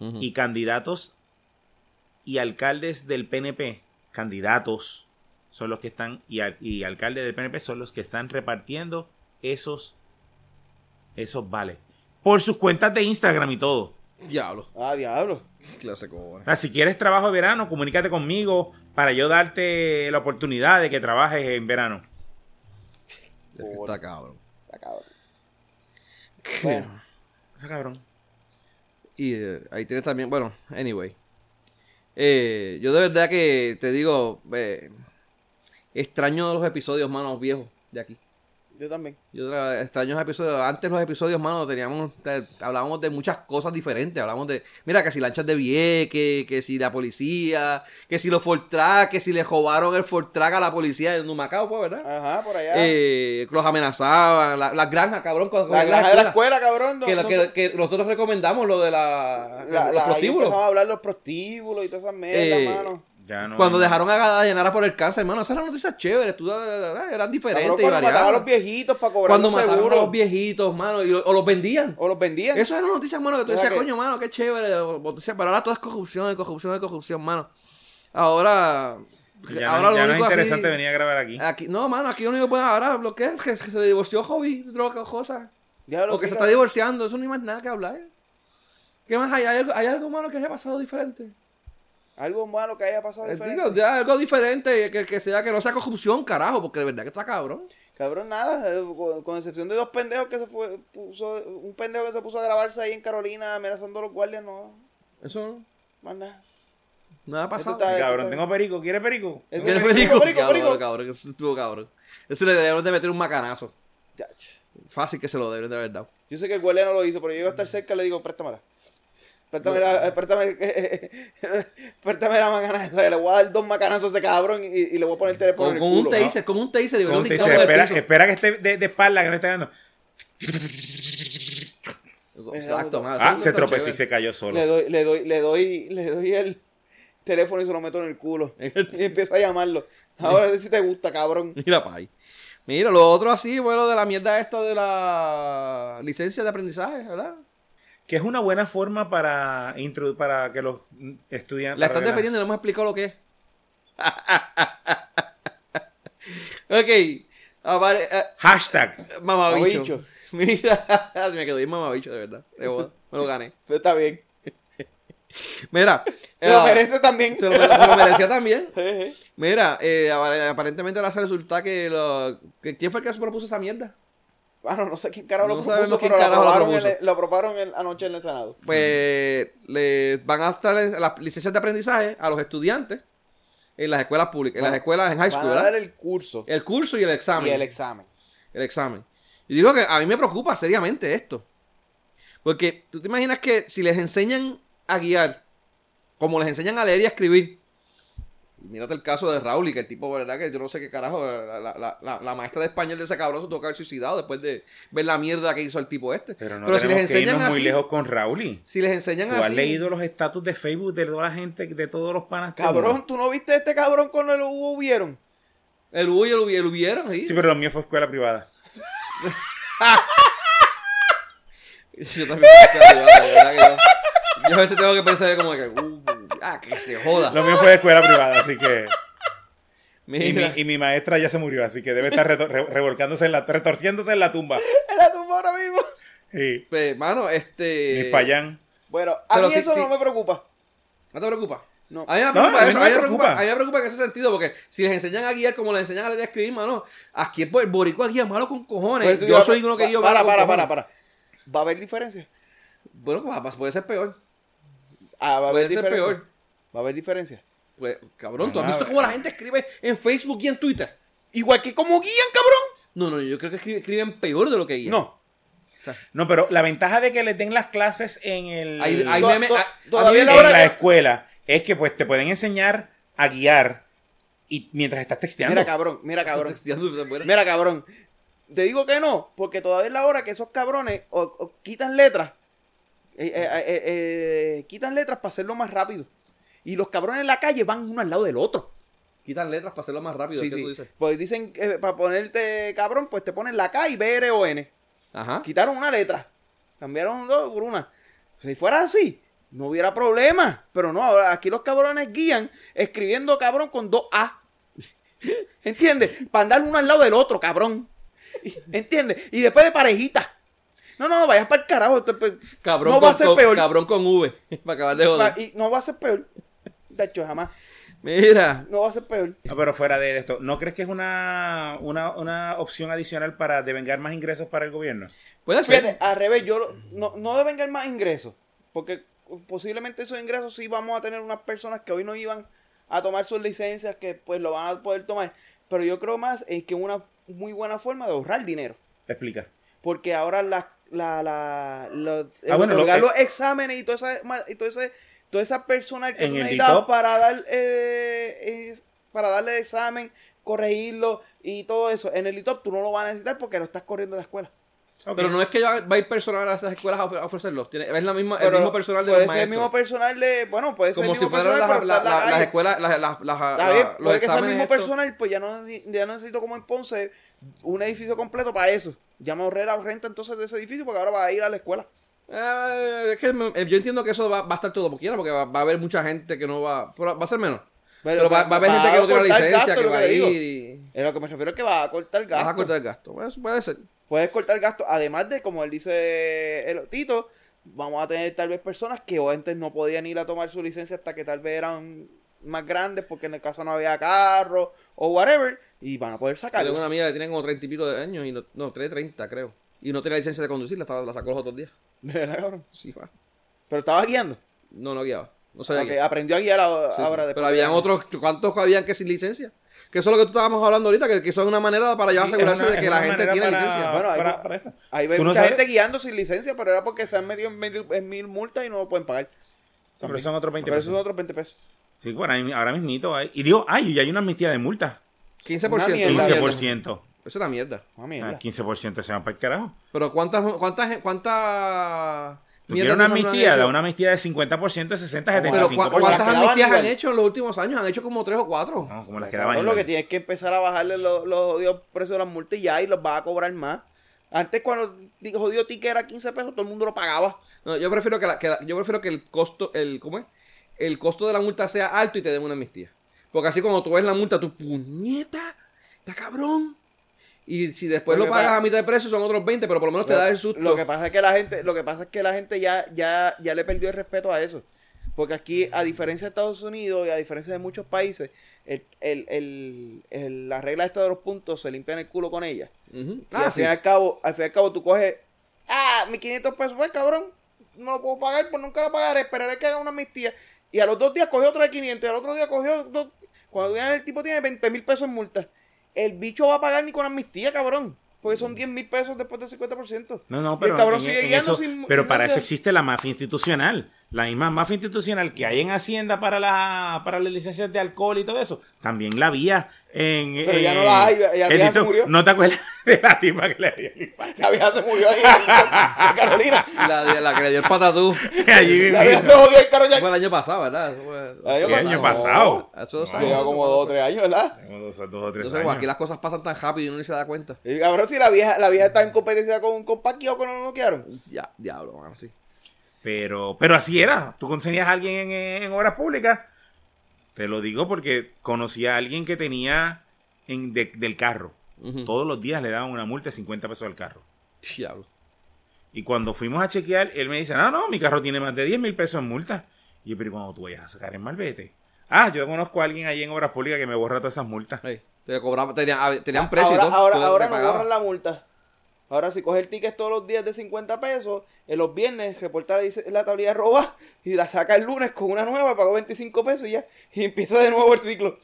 [SPEAKER 4] y candidatos y alcaldes del PNP, candidatos, son los que están, y, al- y alcaldes del PNP son los que están repartiendo esos, esos vales. Por sus cuentas de Instagram y todo.
[SPEAKER 2] Diablo.
[SPEAKER 3] Ah, diablo.
[SPEAKER 2] Clase cojones.
[SPEAKER 4] O sea, si quieres trabajo de verano, comunícate conmigo para yo darte la oportunidad de que trabajes en verano.
[SPEAKER 2] Este Está cabrón.
[SPEAKER 3] Está cabrón.
[SPEAKER 2] <laughs>
[SPEAKER 3] Bueno,
[SPEAKER 4] O sea, cabrón.
[SPEAKER 2] Y eh, ahí tienes también, bueno, anyway. Eh, yo de verdad que te digo, eh, extraño los episodios, manos viejos de aquí.
[SPEAKER 3] yo también.
[SPEAKER 2] Yo tra- extraño los episodios. Antes los episodios, mano, teníamos, te- hablábamos de muchas cosas diferentes. Hablábamos de, mira, que si lanchas de Vieque, que si la policía, que si los Fortrack, que si le robaron el Fortrack a la policía de Numacao, fue, ¿verdad?
[SPEAKER 3] Ajá, por allá.
[SPEAKER 2] Eh, que los amenazaban, la- las granjas, cabrón. Con, con
[SPEAKER 3] la
[SPEAKER 2] las
[SPEAKER 3] granja de la
[SPEAKER 2] escuelas.
[SPEAKER 3] escuela, cabrón. no-
[SPEAKER 2] que, la-
[SPEAKER 3] no
[SPEAKER 2] que-
[SPEAKER 3] sé.
[SPEAKER 2] que nosotros recomendamos lo de la,
[SPEAKER 3] la,
[SPEAKER 2] los
[SPEAKER 3] la- ahí
[SPEAKER 2] prostíbulos.
[SPEAKER 3] empezaban a hablar los prostíbulos y todas esas mierdas,
[SPEAKER 2] Eh,
[SPEAKER 3] mano.
[SPEAKER 4] Ya no
[SPEAKER 2] Cuando
[SPEAKER 4] hay-
[SPEAKER 2] dejaron a Gadallanara por el cáncer, hermano, esas eran noticias chéveres, tú, da- da- da- eran diferentes
[SPEAKER 3] Cabrón,
[SPEAKER 2] y
[SPEAKER 3] cuando mataban a los
[SPEAKER 2] variadas.
[SPEAKER 3] viejitos para cobrar
[SPEAKER 2] Cuando
[SPEAKER 3] un
[SPEAKER 2] mataron
[SPEAKER 3] seguro.
[SPEAKER 2] a los viejitos, mano, y lo- o los vendían.
[SPEAKER 3] o los vendían.
[SPEAKER 2] Esas eran noticias, mano, que tú
[SPEAKER 3] O sea
[SPEAKER 2] decías,
[SPEAKER 3] que-
[SPEAKER 2] coño, mano, qué chévere. o- o- o sea, Pero ahora todo es corrupción, es corrupción, es corrupción, mano. Ahora.
[SPEAKER 4] Ya,
[SPEAKER 2] ahora
[SPEAKER 4] no, ya no es
[SPEAKER 2] así- Ah,
[SPEAKER 4] interesante venir a grabar aquí.
[SPEAKER 2] Aquí, no, mano, aquí lo único que pueden hablar lo que es que se divorció Hobby, droga, cosas.
[SPEAKER 3] Diablo,
[SPEAKER 2] O que
[SPEAKER 3] sí,
[SPEAKER 2] se está
[SPEAKER 3] cabrón.
[SPEAKER 2] divorciando, eso no hay más nada que hablar. ¿Qué más hay? ¿Hay algo, hay algo malo que haya pasado diferente?
[SPEAKER 3] Algo malo que haya pasado
[SPEAKER 2] Eh,
[SPEAKER 3] diferente.
[SPEAKER 2] Digo, de algo diferente que, que sea que no sea corrupción, carajo, porque de verdad que está cabrón.
[SPEAKER 3] Cabrón, nada, eh, con, con excepción de dos pendejos que se fue, puso, un pendejo que se puso a grabarse ahí en Carolina amenazando a los guardias, no,
[SPEAKER 2] Eso no,
[SPEAKER 3] más nada.
[SPEAKER 2] nada ha pasado.
[SPEAKER 3] está-
[SPEAKER 4] Cabrón, tengo perico. ¿Quieres perico?
[SPEAKER 3] Eso
[SPEAKER 2] ¿Qué
[SPEAKER 3] es-
[SPEAKER 2] perico?
[SPEAKER 3] perico,
[SPEAKER 2] Cabrón,
[SPEAKER 3] perico.
[SPEAKER 2] cabrón, eso estuvo cabrón. Eso le deberían de meter un macanazo.
[SPEAKER 3] Ya, ch.
[SPEAKER 2] Fácil que se lo deben de haber dado.
[SPEAKER 3] Yo sé que el guardia no lo hizo, pero yo iba a estar cerca y le digo, préstamela. Préstamela, eh, préstame, <laughs> préstame la macana esa, que le voy a dar dos macanazos a ese cabrón y, y le voy a poner el teléfono en
[SPEAKER 2] Con,
[SPEAKER 3] el
[SPEAKER 2] con un
[SPEAKER 3] culo.
[SPEAKER 2] taser, con un taser. deberían
[SPEAKER 4] Como te
[SPEAKER 2] brincarlo
[SPEAKER 4] dice,
[SPEAKER 2] del
[SPEAKER 4] espera, eh,
[SPEAKER 2] piso.
[SPEAKER 4] espera que esté de, de espalda, que no esté dando.
[SPEAKER 2] Exacto, mano.
[SPEAKER 4] Ah,
[SPEAKER 2] eso
[SPEAKER 4] se
[SPEAKER 2] está
[SPEAKER 4] tropezó y
[SPEAKER 2] chévere.
[SPEAKER 4] se cayó
[SPEAKER 3] Le
[SPEAKER 4] solo.
[SPEAKER 3] doy, le doy, le doy, le doy el teléfono y se lo meto en el culo. y empiezo a llamarlo. Ahora sí te gusta,
[SPEAKER 2] <laughs>
[SPEAKER 3] cabrón.
[SPEAKER 2] Mira, pa' ahí. Mira, lo otro así, bueno, de la mierda esta de la licencia de aprendizaje, ¿verdad?
[SPEAKER 4] Que es una buena forma para, introdu- para que los estudiantes.
[SPEAKER 2] La están defendiendo y no hemos explicado lo que es. <laughs> ok. Apare eh,
[SPEAKER 4] Hashtag.
[SPEAKER 2] mamabicho.
[SPEAKER 3] Mamabicho.
[SPEAKER 2] <laughs> Mira, <laughs> me quedó bien mamabicho, de verdad. De boda. Me lo gané.
[SPEAKER 3] Pero está bien.
[SPEAKER 2] Mira.
[SPEAKER 3] Se lo
[SPEAKER 2] eh,
[SPEAKER 3] merece también. <laughs> Eh,
[SPEAKER 2] Se lo, mere- se lo merecía también.
[SPEAKER 3] Jeje.
[SPEAKER 2] Mira, eh, apare- aparentemente ahora se resulta que, lo, que- ¿Quién fue el que propuso esa mierda?
[SPEAKER 3] Bueno, no sé quién carajo
[SPEAKER 2] No
[SPEAKER 3] lo
[SPEAKER 2] sabemos
[SPEAKER 3] propuso,
[SPEAKER 2] quién
[SPEAKER 3] pero lo
[SPEAKER 2] carajo lo
[SPEAKER 3] aprobaron,
[SPEAKER 2] propuso.
[SPEAKER 3] en el- lo aprobaron en- anoche en el Senado.
[SPEAKER 2] Pues le van a estar las licencias de aprendizaje a los estudiantes en las escuelas públicas, en
[SPEAKER 3] Van-
[SPEAKER 2] las escuelas en high school,
[SPEAKER 3] Van a
[SPEAKER 2] ¿verdad?
[SPEAKER 3] dar el curso
[SPEAKER 2] El curso y el examen.
[SPEAKER 3] y el examen.
[SPEAKER 2] el examen. Y digo que a mí me preocupa seriamente esto. Porque tú te imaginas que si les enseñan a guiar, como les enseñan a leer y a escribir, y mírate el caso de Raúl y que el tipo, ¿verdad? Que yo no sé qué carajo, la, la- la- la- la maestra de español de ese cabrón se tuvo que haber suicidado después de ver la mierda que hizo el tipo este.
[SPEAKER 4] Pero no tenemos que irnos muy lejos con Rauli.
[SPEAKER 2] si les enseñan
[SPEAKER 4] Tú
[SPEAKER 2] así,
[SPEAKER 4] has leído los estatus de Facebook de toda la gente, de todos los panas. de
[SPEAKER 3] Cabrón,
[SPEAKER 4] uno?
[SPEAKER 3] ¿tú no viste a este cabrón cuando lo hubo, vieron?
[SPEAKER 2] el hubo y el, hubi- el hubieron, ¿sí?
[SPEAKER 4] Sí, pero lo mío fue escuela privada.
[SPEAKER 2] <laughs> Yo también estoy arriba, de verdad que yo, yo a veces tengo que pensar como que, uh, ah, que se joda.
[SPEAKER 4] Lo mío fue de escuela privada, así que. Y mi,
[SPEAKER 2] <laughs> Mira.
[SPEAKER 4] y mi maestra ya se murió, así que debe estar reto- re- revolcándose en la, retorciéndose en la tumba.
[SPEAKER 3] Era tu ahora mismo.
[SPEAKER 4] Y
[SPEAKER 2] Pues, mano, este.
[SPEAKER 4] mis payán.
[SPEAKER 3] Bueno, a
[SPEAKER 2] Pero
[SPEAKER 3] mí
[SPEAKER 2] sí,
[SPEAKER 3] eso
[SPEAKER 2] sí.
[SPEAKER 3] no me preocupa.
[SPEAKER 2] No te preocupa.
[SPEAKER 3] No.
[SPEAKER 2] A mí me
[SPEAKER 4] No,
[SPEAKER 2] preocupa
[SPEAKER 4] a mí
[SPEAKER 2] eso.
[SPEAKER 4] no
[SPEAKER 2] A mí
[SPEAKER 4] me
[SPEAKER 2] me preocupa.
[SPEAKER 4] preocupa.
[SPEAKER 2] A mí me preocupa en ese sentido, porque si les enseñan a guiar como les enseñan a leer y a escribir, mano, aquí pues, el boricua guía malo con cojones.
[SPEAKER 3] Pues tú
[SPEAKER 2] yo
[SPEAKER 3] ibas-
[SPEAKER 2] soy uno que yo.
[SPEAKER 3] Para,
[SPEAKER 2] malo con
[SPEAKER 3] para, para,
[SPEAKER 2] cojones.
[SPEAKER 3] para. ¿Va a haber diferencia?
[SPEAKER 2] Bueno, pues, pues, puede ser peor.
[SPEAKER 3] Ah, va a haber
[SPEAKER 2] Puede ser
[SPEAKER 3] diferencia.
[SPEAKER 2] peor.
[SPEAKER 3] Va a haber diferencia.
[SPEAKER 2] Pues, cabrón, ¿tú
[SPEAKER 4] Ah,
[SPEAKER 2] has visto
[SPEAKER 4] eh.
[SPEAKER 2] cómo la gente escribe en Facebook y en Twitter?
[SPEAKER 3] Igual que como guían, cabrón.
[SPEAKER 2] No, no, yo creo que escribe- escriben peor de lo que guían.
[SPEAKER 3] No.
[SPEAKER 4] No, pero la ventaja de que les den las clases en el
[SPEAKER 2] Hay, hay
[SPEAKER 3] Eh, To-
[SPEAKER 2] memes.
[SPEAKER 3] to-
[SPEAKER 2] a- a
[SPEAKER 3] todavía
[SPEAKER 2] mí
[SPEAKER 4] en
[SPEAKER 2] me-
[SPEAKER 3] la hora
[SPEAKER 4] la
[SPEAKER 3] que-
[SPEAKER 4] escuela es que pues te pueden enseñar a guiar y mientras estás texteando.
[SPEAKER 3] Mira, cabrón, mira,
[SPEAKER 2] <laughs>
[SPEAKER 3] cabrón.
[SPEAKER 2] Mira,
[SPEAKER 3] Mira, cabrón. Te digo que no, porque todavía es la hora que esos cabrones o, o quitan letras. eh, eh, eh, eh, quitan letras para hacerlo más rápido. Y los cabrones en la calle van uno al lado del otro.
[SPEAKER 2] Quitan letras para hacerlo más rápido.
[SPEAKER 3] Sí,
[SPEAKER 2] ¿qué
[SPEAKER 3] sí.
[SPEAKER 2] tú dices?
[SPEAKER 3] Pues dicen, eh, para ponerte cabrón, pues te ponen la K y B, R o N.
[SPEAKER 2] Ajá.
[SPEAKER 3] Quitaron una letra. Cambiaron dos por una. Si fuera así, no hubiera problema. Pero no, ahora aquí los cabrones guían escribiendo cabrón con dos A. <laughs> ¿Entiendes? Para andar uno al lado del otro, cabrón. <laughs> ¿Entiendes? Y después de parejita. No, no, no, vayas para el carajo. te- pe-
[SPEAKER 2] Cabrón,
[SPEAKER 3] no
[SPEAKER 2] con,
[SPEAKER 3] va a ser
[SPEAKER 2] con-
[SPEAKER 3] peor.
[SPEAKER 2] cabrón con V. <laughs> Para acabar de joder.
[SPEAKER 3] Y no va a ser peor. De hecho, jamás.
[SPEAKER 2] Mira.
[SPEAKER 3] No va a ser peor.
[SPEAKER 4] No, Ah, pero fuera de esto, ¿no crees que es una, una, una opción adicional para devengar más ingresos para el gobierno?
[SPEAKER 2] Puede ser.
[SPEAKER 3] Fíjate, al revés, yo lo- no, no devengan más ingresos, porque posiblemente esos ingresos sí vamos a tener unas personas que hoy no iban a tomar sus licencias, que pues lo van a poder tomar, pero yo creo más es que una muy buena forma de ahorrar dinero,
[SPEAKER 4] Explica.
[SPEAKER 3] porque ahora la, la, la, los-
[SPEAKER 4] Ah, bueno, lo
[SPEAKER 3] otorgar
[SPEAKER 4] que-
[SPEAKER 3] los exámenes y toda esa, ma- y todo ese, toda esa personal que
[SPEAKER 4] En
[SPEAKER 3] tú
[SPEAKER 4] el
[SPEAKER 3] necesitas
[SPEAKER 4] DITOP.
[SPEAKER 3] para dar eh, es- para darle examen, corregirlo y todo eso, en el ITOP tú no lo vas a necesitar porque lo estás corriendo en la escuela.
[SPEAKER 4] Ok.
[SPEAKER 2] Pero no es que va va a ir personal a esas escuelas a ofre- a ofrecerlos. Tiene, es la misma, el
[SPEAKER 3] Pero
[SPEAKER 2] mismo personal de
[SPEAKER 3] puede
[SPEAKER 2] los
[SPEAKER 3] ser el mismo
[SPEAKER 2] maestros.
[SPEAKER 3] personal de bueno puede ser
[SPEAKER 2] Como
[SPEAKER 3] el
[SPEAKER 2] si
[SPEAKER 3] mismo
[SPEAKER 2] fueran las,
[SPEAKER 3] personal pero
[SPEAKER 2] las-
[SPEAKER 3] está en
[SPEAKER 2] las
[SPEAKER 3] calle.
[SPEAKER 2] escuelas, las, las, las-
[SPEAKER 3] Está
[SPEAKER 2] la-
[SPEAKER 3] bien, puede
[SPEAKER 2] los
[SPEAKER 3] que sea el
[SPEAKER 2] exámenes.
[SPEAKER 3] mismo
[SPEAKER 2] estos.
[SPEAKER 3] personal pues ya no, neces- ya no necesito como en Ponce un edificio completo para eso ya me ahorré la renta entonces de ese edificio porque ahora va a ir a la escuela
[SPEAKER 2] Eh, es que me- yo entiendo que eso va, va a estar todo como quiera, porque va, va a haber mucha gente que no va. pero va a ser menos. Pero, va, va a haber gente que no tiene la
[SPEAKER 3] cortar
[SPEAKER 2] licencia,
[SPEAKER 3] gasto,
[SPEAKER 2] que
[SPEAKER 3] lo
[SPEAKER 2] va
[SPEAKER 3] te
[SPEAKER 2] a ir
[SPEAKER 3] digo.
[SPEAKER 2] y.
[SPEAKER 3] Eh, lo que me refiero es que va a cortar gasto
[SPEAKER 2] Vas a cortar el gasto. Pues, puede ser.
[SPEAKER 3] puedes cortar gasto además de como él dice el Tito vamos a tener tal vez personas que antes no podían ir a tomar su licencia hasta que tal vez eran más grandes porque en el caso no había carro o whatever y van a poder
[SPEAKER 2] Yo
[SPEAKER 3] sacarlo
[SPEAKER 2] tengo una amiga que tiene como treinta y pico de años, y no, no, tres, treinta creo. Y no tiene licencia de conducir, la, estaba- la sacó los otros días.
[SPEAKER 3] <laughs> ¿De verdad, cabrón?
[SPEAKER 2] Sí, va.
[SPEAKER 3] Pero estaba guiando.
[SPEAKER 2] No, no guiaba. No sabía
[SPEAKER 3] Ok,
[SPEAKER 2] guiar.
[SPEAKER 3] aprendió a guiar ahora.
[SPEAKER 2] Sí, sí.
[SPEAKER 3] ahora después
[SPEAKER 2] Pero
[SPEAKER 3] de-
[SPEAKER 2] habían otros, ¿cuántos habían que sin licencia? Que eso es lo que tú estábamos hablando ahorita, que, que eso es una manera para ya
[SPEAKER 4] Sí, es
[SPEAKER 2] asegurarse
[SPEAKER 4] una-
[SPEAKER 2] de que
[SPEAKER 4] es
[SPEAKER 2] la
[SPEAKER 4] una
[SPEAKER 2] gente
[SPEAKER 4] manera
[SPEAKER 2] tiene
[SPEAKER 4] para-
[SPEAKER 2] licencia.
[SPEAKER 3] Bueno, hay-
[SPEAKER 4] para- para esto.
[SPEAKER 3] Ahí ve
[SPEAKER 4] Tú no
[SPEAKER 3] mucha
[SPEAKER 4] sabes-
[SPEAKER 3] gente guiando sin licencia, pero era porque se han metido en mil, en mil multas y no lo pueden pagar.
[SPEAKER 4] Pero son otros 20
[SPEAKER 3] Pero esos
[SPEAKER 4] pesos.
[SPEAKER 3] son otros 20 pesos.
[SPEAKER 4] Sí, bueno, ahí- ahora mismito. hay- Y digo, ay, ya hay una amnistía de multa.
[SPEAKER 2] 15%.
[SPEAKER 3] Una
[SPEAKER 2] eso es
[SPEAKER 3] mierda.
[SPEAKER 2] una mierda.
[SPEAKER 4] 15%.
[SPEAKER 2] Eso es una mierda.
[SPEAKER 3] Ah,
[SPEAKER 4] Ah,
[SPEAKER 3] mierda.
[SPEAKER 4] 15% se van para el carajo.
[SPEAKER 2] Pero ¿cuántas, cuántas, cuántas
[SPEAKER 4] Tú
[SPEAKER 2] mierdas
[SPEAKER 4] quieres una
[SPEAKER 2] no se han
[SPEAKER 4] amnistía,
[SPEAKER 2] hecho?
[SPEAKER 4] da una amnistía de 50%, 60,
[SPEAKER 2] Pero
[SPEAKER 4] 75%.
[SPEAKER 2] ¿cu-
[SPEAKER 3] Como las
[SPEAKER 2] ¿cuántas
[SPEAKER 3] que daban
[SPEAKER 2] amnistías han
[SPEAKER 3] igual.
[SPEAKER 2] hecho en los últimos años? Han hecho como tres o cuatro.
[SPEAKER 4] No, como las que
[SPEAKER 3] Pues Cabrón,
[SPEAKER 4] daban
[SPEAKER 3] lo
[SPEAKER 4] igual.
[SPEAKER 3] que tienes que empezar a bajarle los, los jodidos precios de las multas y ya, y los vas a cobrar más. Antes cuando el jodido ticket era 15 pesos, todo el mundo lo pagaba.
[SPEAKER 2] No, yo prefiero que, la- que la- yo prefiero que el costo, el, ¿cómo es? El costo de la multa sea alto y te den una amnistía. Porque así cuando tú ves la multa, tú, puñeta, está cabrón. Y si después
[SPEAKER 3] Lo
[SPEAKER 2] lo,
[SPEAKER 3] que
[SPEAKER 2] pagas
[SPEAKER 3] pasa-
[SPEAKER 2] a mitad de precio, son otros 20, pero por lo menos te da el susto.
[SPEAKER 3] Lo que pasa es que la gente, lo que pasa es que la gente ya, ya, ya le perdió el respeto a eso. Porque aquí, a diferencia de Estados Unidos y a diferencia de muchos países, el, el, el- el- la regla esta de los puntos se limpian el culo con ella.
[SPEAKER 2] Ujú.
[SPEAKER 3] y
[SPEAKER 2] Ah,
[SPEAKER 3] al
[SPEAKER 2] sí.
[SPEAKER 3] fin y al cabo, al fin y al cabo, tú coges, ah, mis 500 pesos, pues cabrón, no lo puedo pagar, pues nunca lo pagaré, esperaré que haga una amnistía. Y a los dos días cogió otra de 500, y al otro día cogió dos- Cuando ya el tipo tiene 20 mil pesos en multa, el bicho va a pagar ni con amnistía, cabrón. Porque son 10 mil pesos después del 50%.
[SPEAKER 4] No,
[SPEAKER 3] Y el
[SPEAKER 4] no, pero,
[SPEAKER 3] cabrón
[SPEAKER 4] en- e-,
[SPEAKER 3] sigue
[SPEAKER 4] en
[SPEAKER 3] guiando
[SPEAKER 4] eso-
[SPEAKER 3] sin-
[SPEAKER 4] pero
[SPEAKER 3] sin
[SPEAKER 4] para eso
[SPEAKER 3] licencia.
[SPEAKER 4] existe la mafia institucional. La misma mafia institucional que hay en Hacienda para, la, para las licencias de alcohol y todo eso. También la había en...
[SPEAKER 3] Pero ya
[SPEAKER 4] en-
[SPEAKER 3] no la hay, ya- ya
[SPEAKER 4] en
[SPEAKER 3] vieja se
[SPEAKER 4] esto.
[SPEAKER 3] murió.
[SPEAKER 4] ¿No te acuerdas <laughs> de la tipa que le dio
[SPEAKER 3] <laughs>
[SPEAKER 4] el infarto?
[SPEAKER 3] La vieja se murió
[SPEAKER 4] <laughs>
[SPEAKER 3] ahí en el- en Carolina.
[SPEAKER 2] La, de- la que le dio el patatú.
[SPEAKER 4] Allí
[SPEAKER 3] La vieja se
[SPEAKER 4] vivía.
[SPEAKER 3] jodió en Carolina.
[SPEAKER 2] Fue el año pasado, ¿verdad? Eso fue-
[SPEAKER 3] año
[SPEAKER 4] El año
[SPEAKER 3] pasado.
[SPEAKER 4] pasado.
[SPEAKER 2] Hace dos
[SPEAKER 4] No,
[SPEAKER 2] años.
[SPEAKER 3] Lleva como dos o tres años, ¿verdad?
[SPEAKER 4] como dos- dos o tres
[SPEAKER 2] Entonces,
[SPEAKER 4] años.
[SPEAKER 2] aquí las cosas pasan tan rápido y uno ni se da cuenta.
[SPEAKER 3] Y cabrón, si la vieja, la vieja está en competencia con, con Pacquiao, que no lo noquearon.
[SPEAKER 2] Ya, diablo, mano, sí.
[SPEAKER 4] Pero, pero así era. Tú conseguías a alguien en, en obras públicas. Te lo digo porque conocí a alguien que tenía en, de- del carro.
[SPEAKER 2] Ujú.
[SPEAKER 4] Todos los días le daban una multa de 50 pesos al carro.
[SPEAKER 2] Diablo.
[SPEAKER 4] Y cuando fuimos a chequear, él me dice, no, no, mi carro tiene más de 10 mil pesos en multa. Y yo, pero ¿y cuando tú vayas a sacar el malvete. Ah, yo conozco a alguien ahí en obras públicas que me borra todas esas multas.
[SPEAKER 2] Ey, te cobraba, tenían, tenían precio
[SPEAKER 3] Ah, Ahora,
[SPEAKER 2] y todo.
[SPEAKER 3] ahora,
[SPEAKER 2] tú te
[SPEAKER 3] ahora no
[SPEAKER 2] pagabas.
[SPEAKER 3] borran la multa. Ahora, si coge el ticket todos los días de 50 pesos, en los viernes reporta la, dice- la tablilla roba y la saca el lunes con una nueva, pagó 25 pesos y ya. Y empieza de nuevo el ciclo.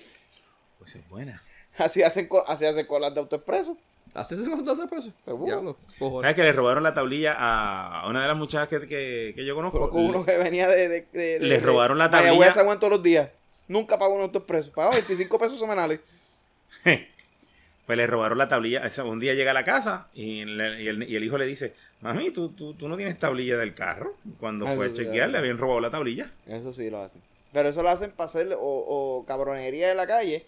[SPEAKER 4] Pues es buena.
[SPEAKER 3] Así hacen con, así hacen con las de autoexpreso.
[SPEAKER 2] ¿Haces el contrato de precio?
[SPEAKER 3] Seguro.
[SPEAKER 2] Diablo, cojones.
[SPEAKER 4] ¿Sabes que le robaron la tablilla a a una de las muchachas que, que- que yo conozco?
[SPEAKER 3] Pero con uno que venía de. de, de-
[SPEAKER 4] Les
[SPEAKER 3] de-
[SPEAKER 4] robaron la tablilla.
[SPEAKER 3] Mayagüez a San Juan todos los días. Nunca pagó un autoexpreso. Pagaba 25 pesos semanales.
[SPEAKER 4] Pues le robaron la tablilla. O sea, Un día llega a la casa y, le- y el, y el hijo le dice, mami, ¿tú, tú, tú no tienes tablilla del carro. Cuando
[SPEAKER 3] Ay,
[SPEAKER 4] fue a
[SPEAKER 3] Dios mío.
[SPEAKER 4] chequear le habían robado la tablilla.
[SPEAKER 3] Eso sí lo hacen. Pero eso lo hacen para hacer o, o cabronería de la calle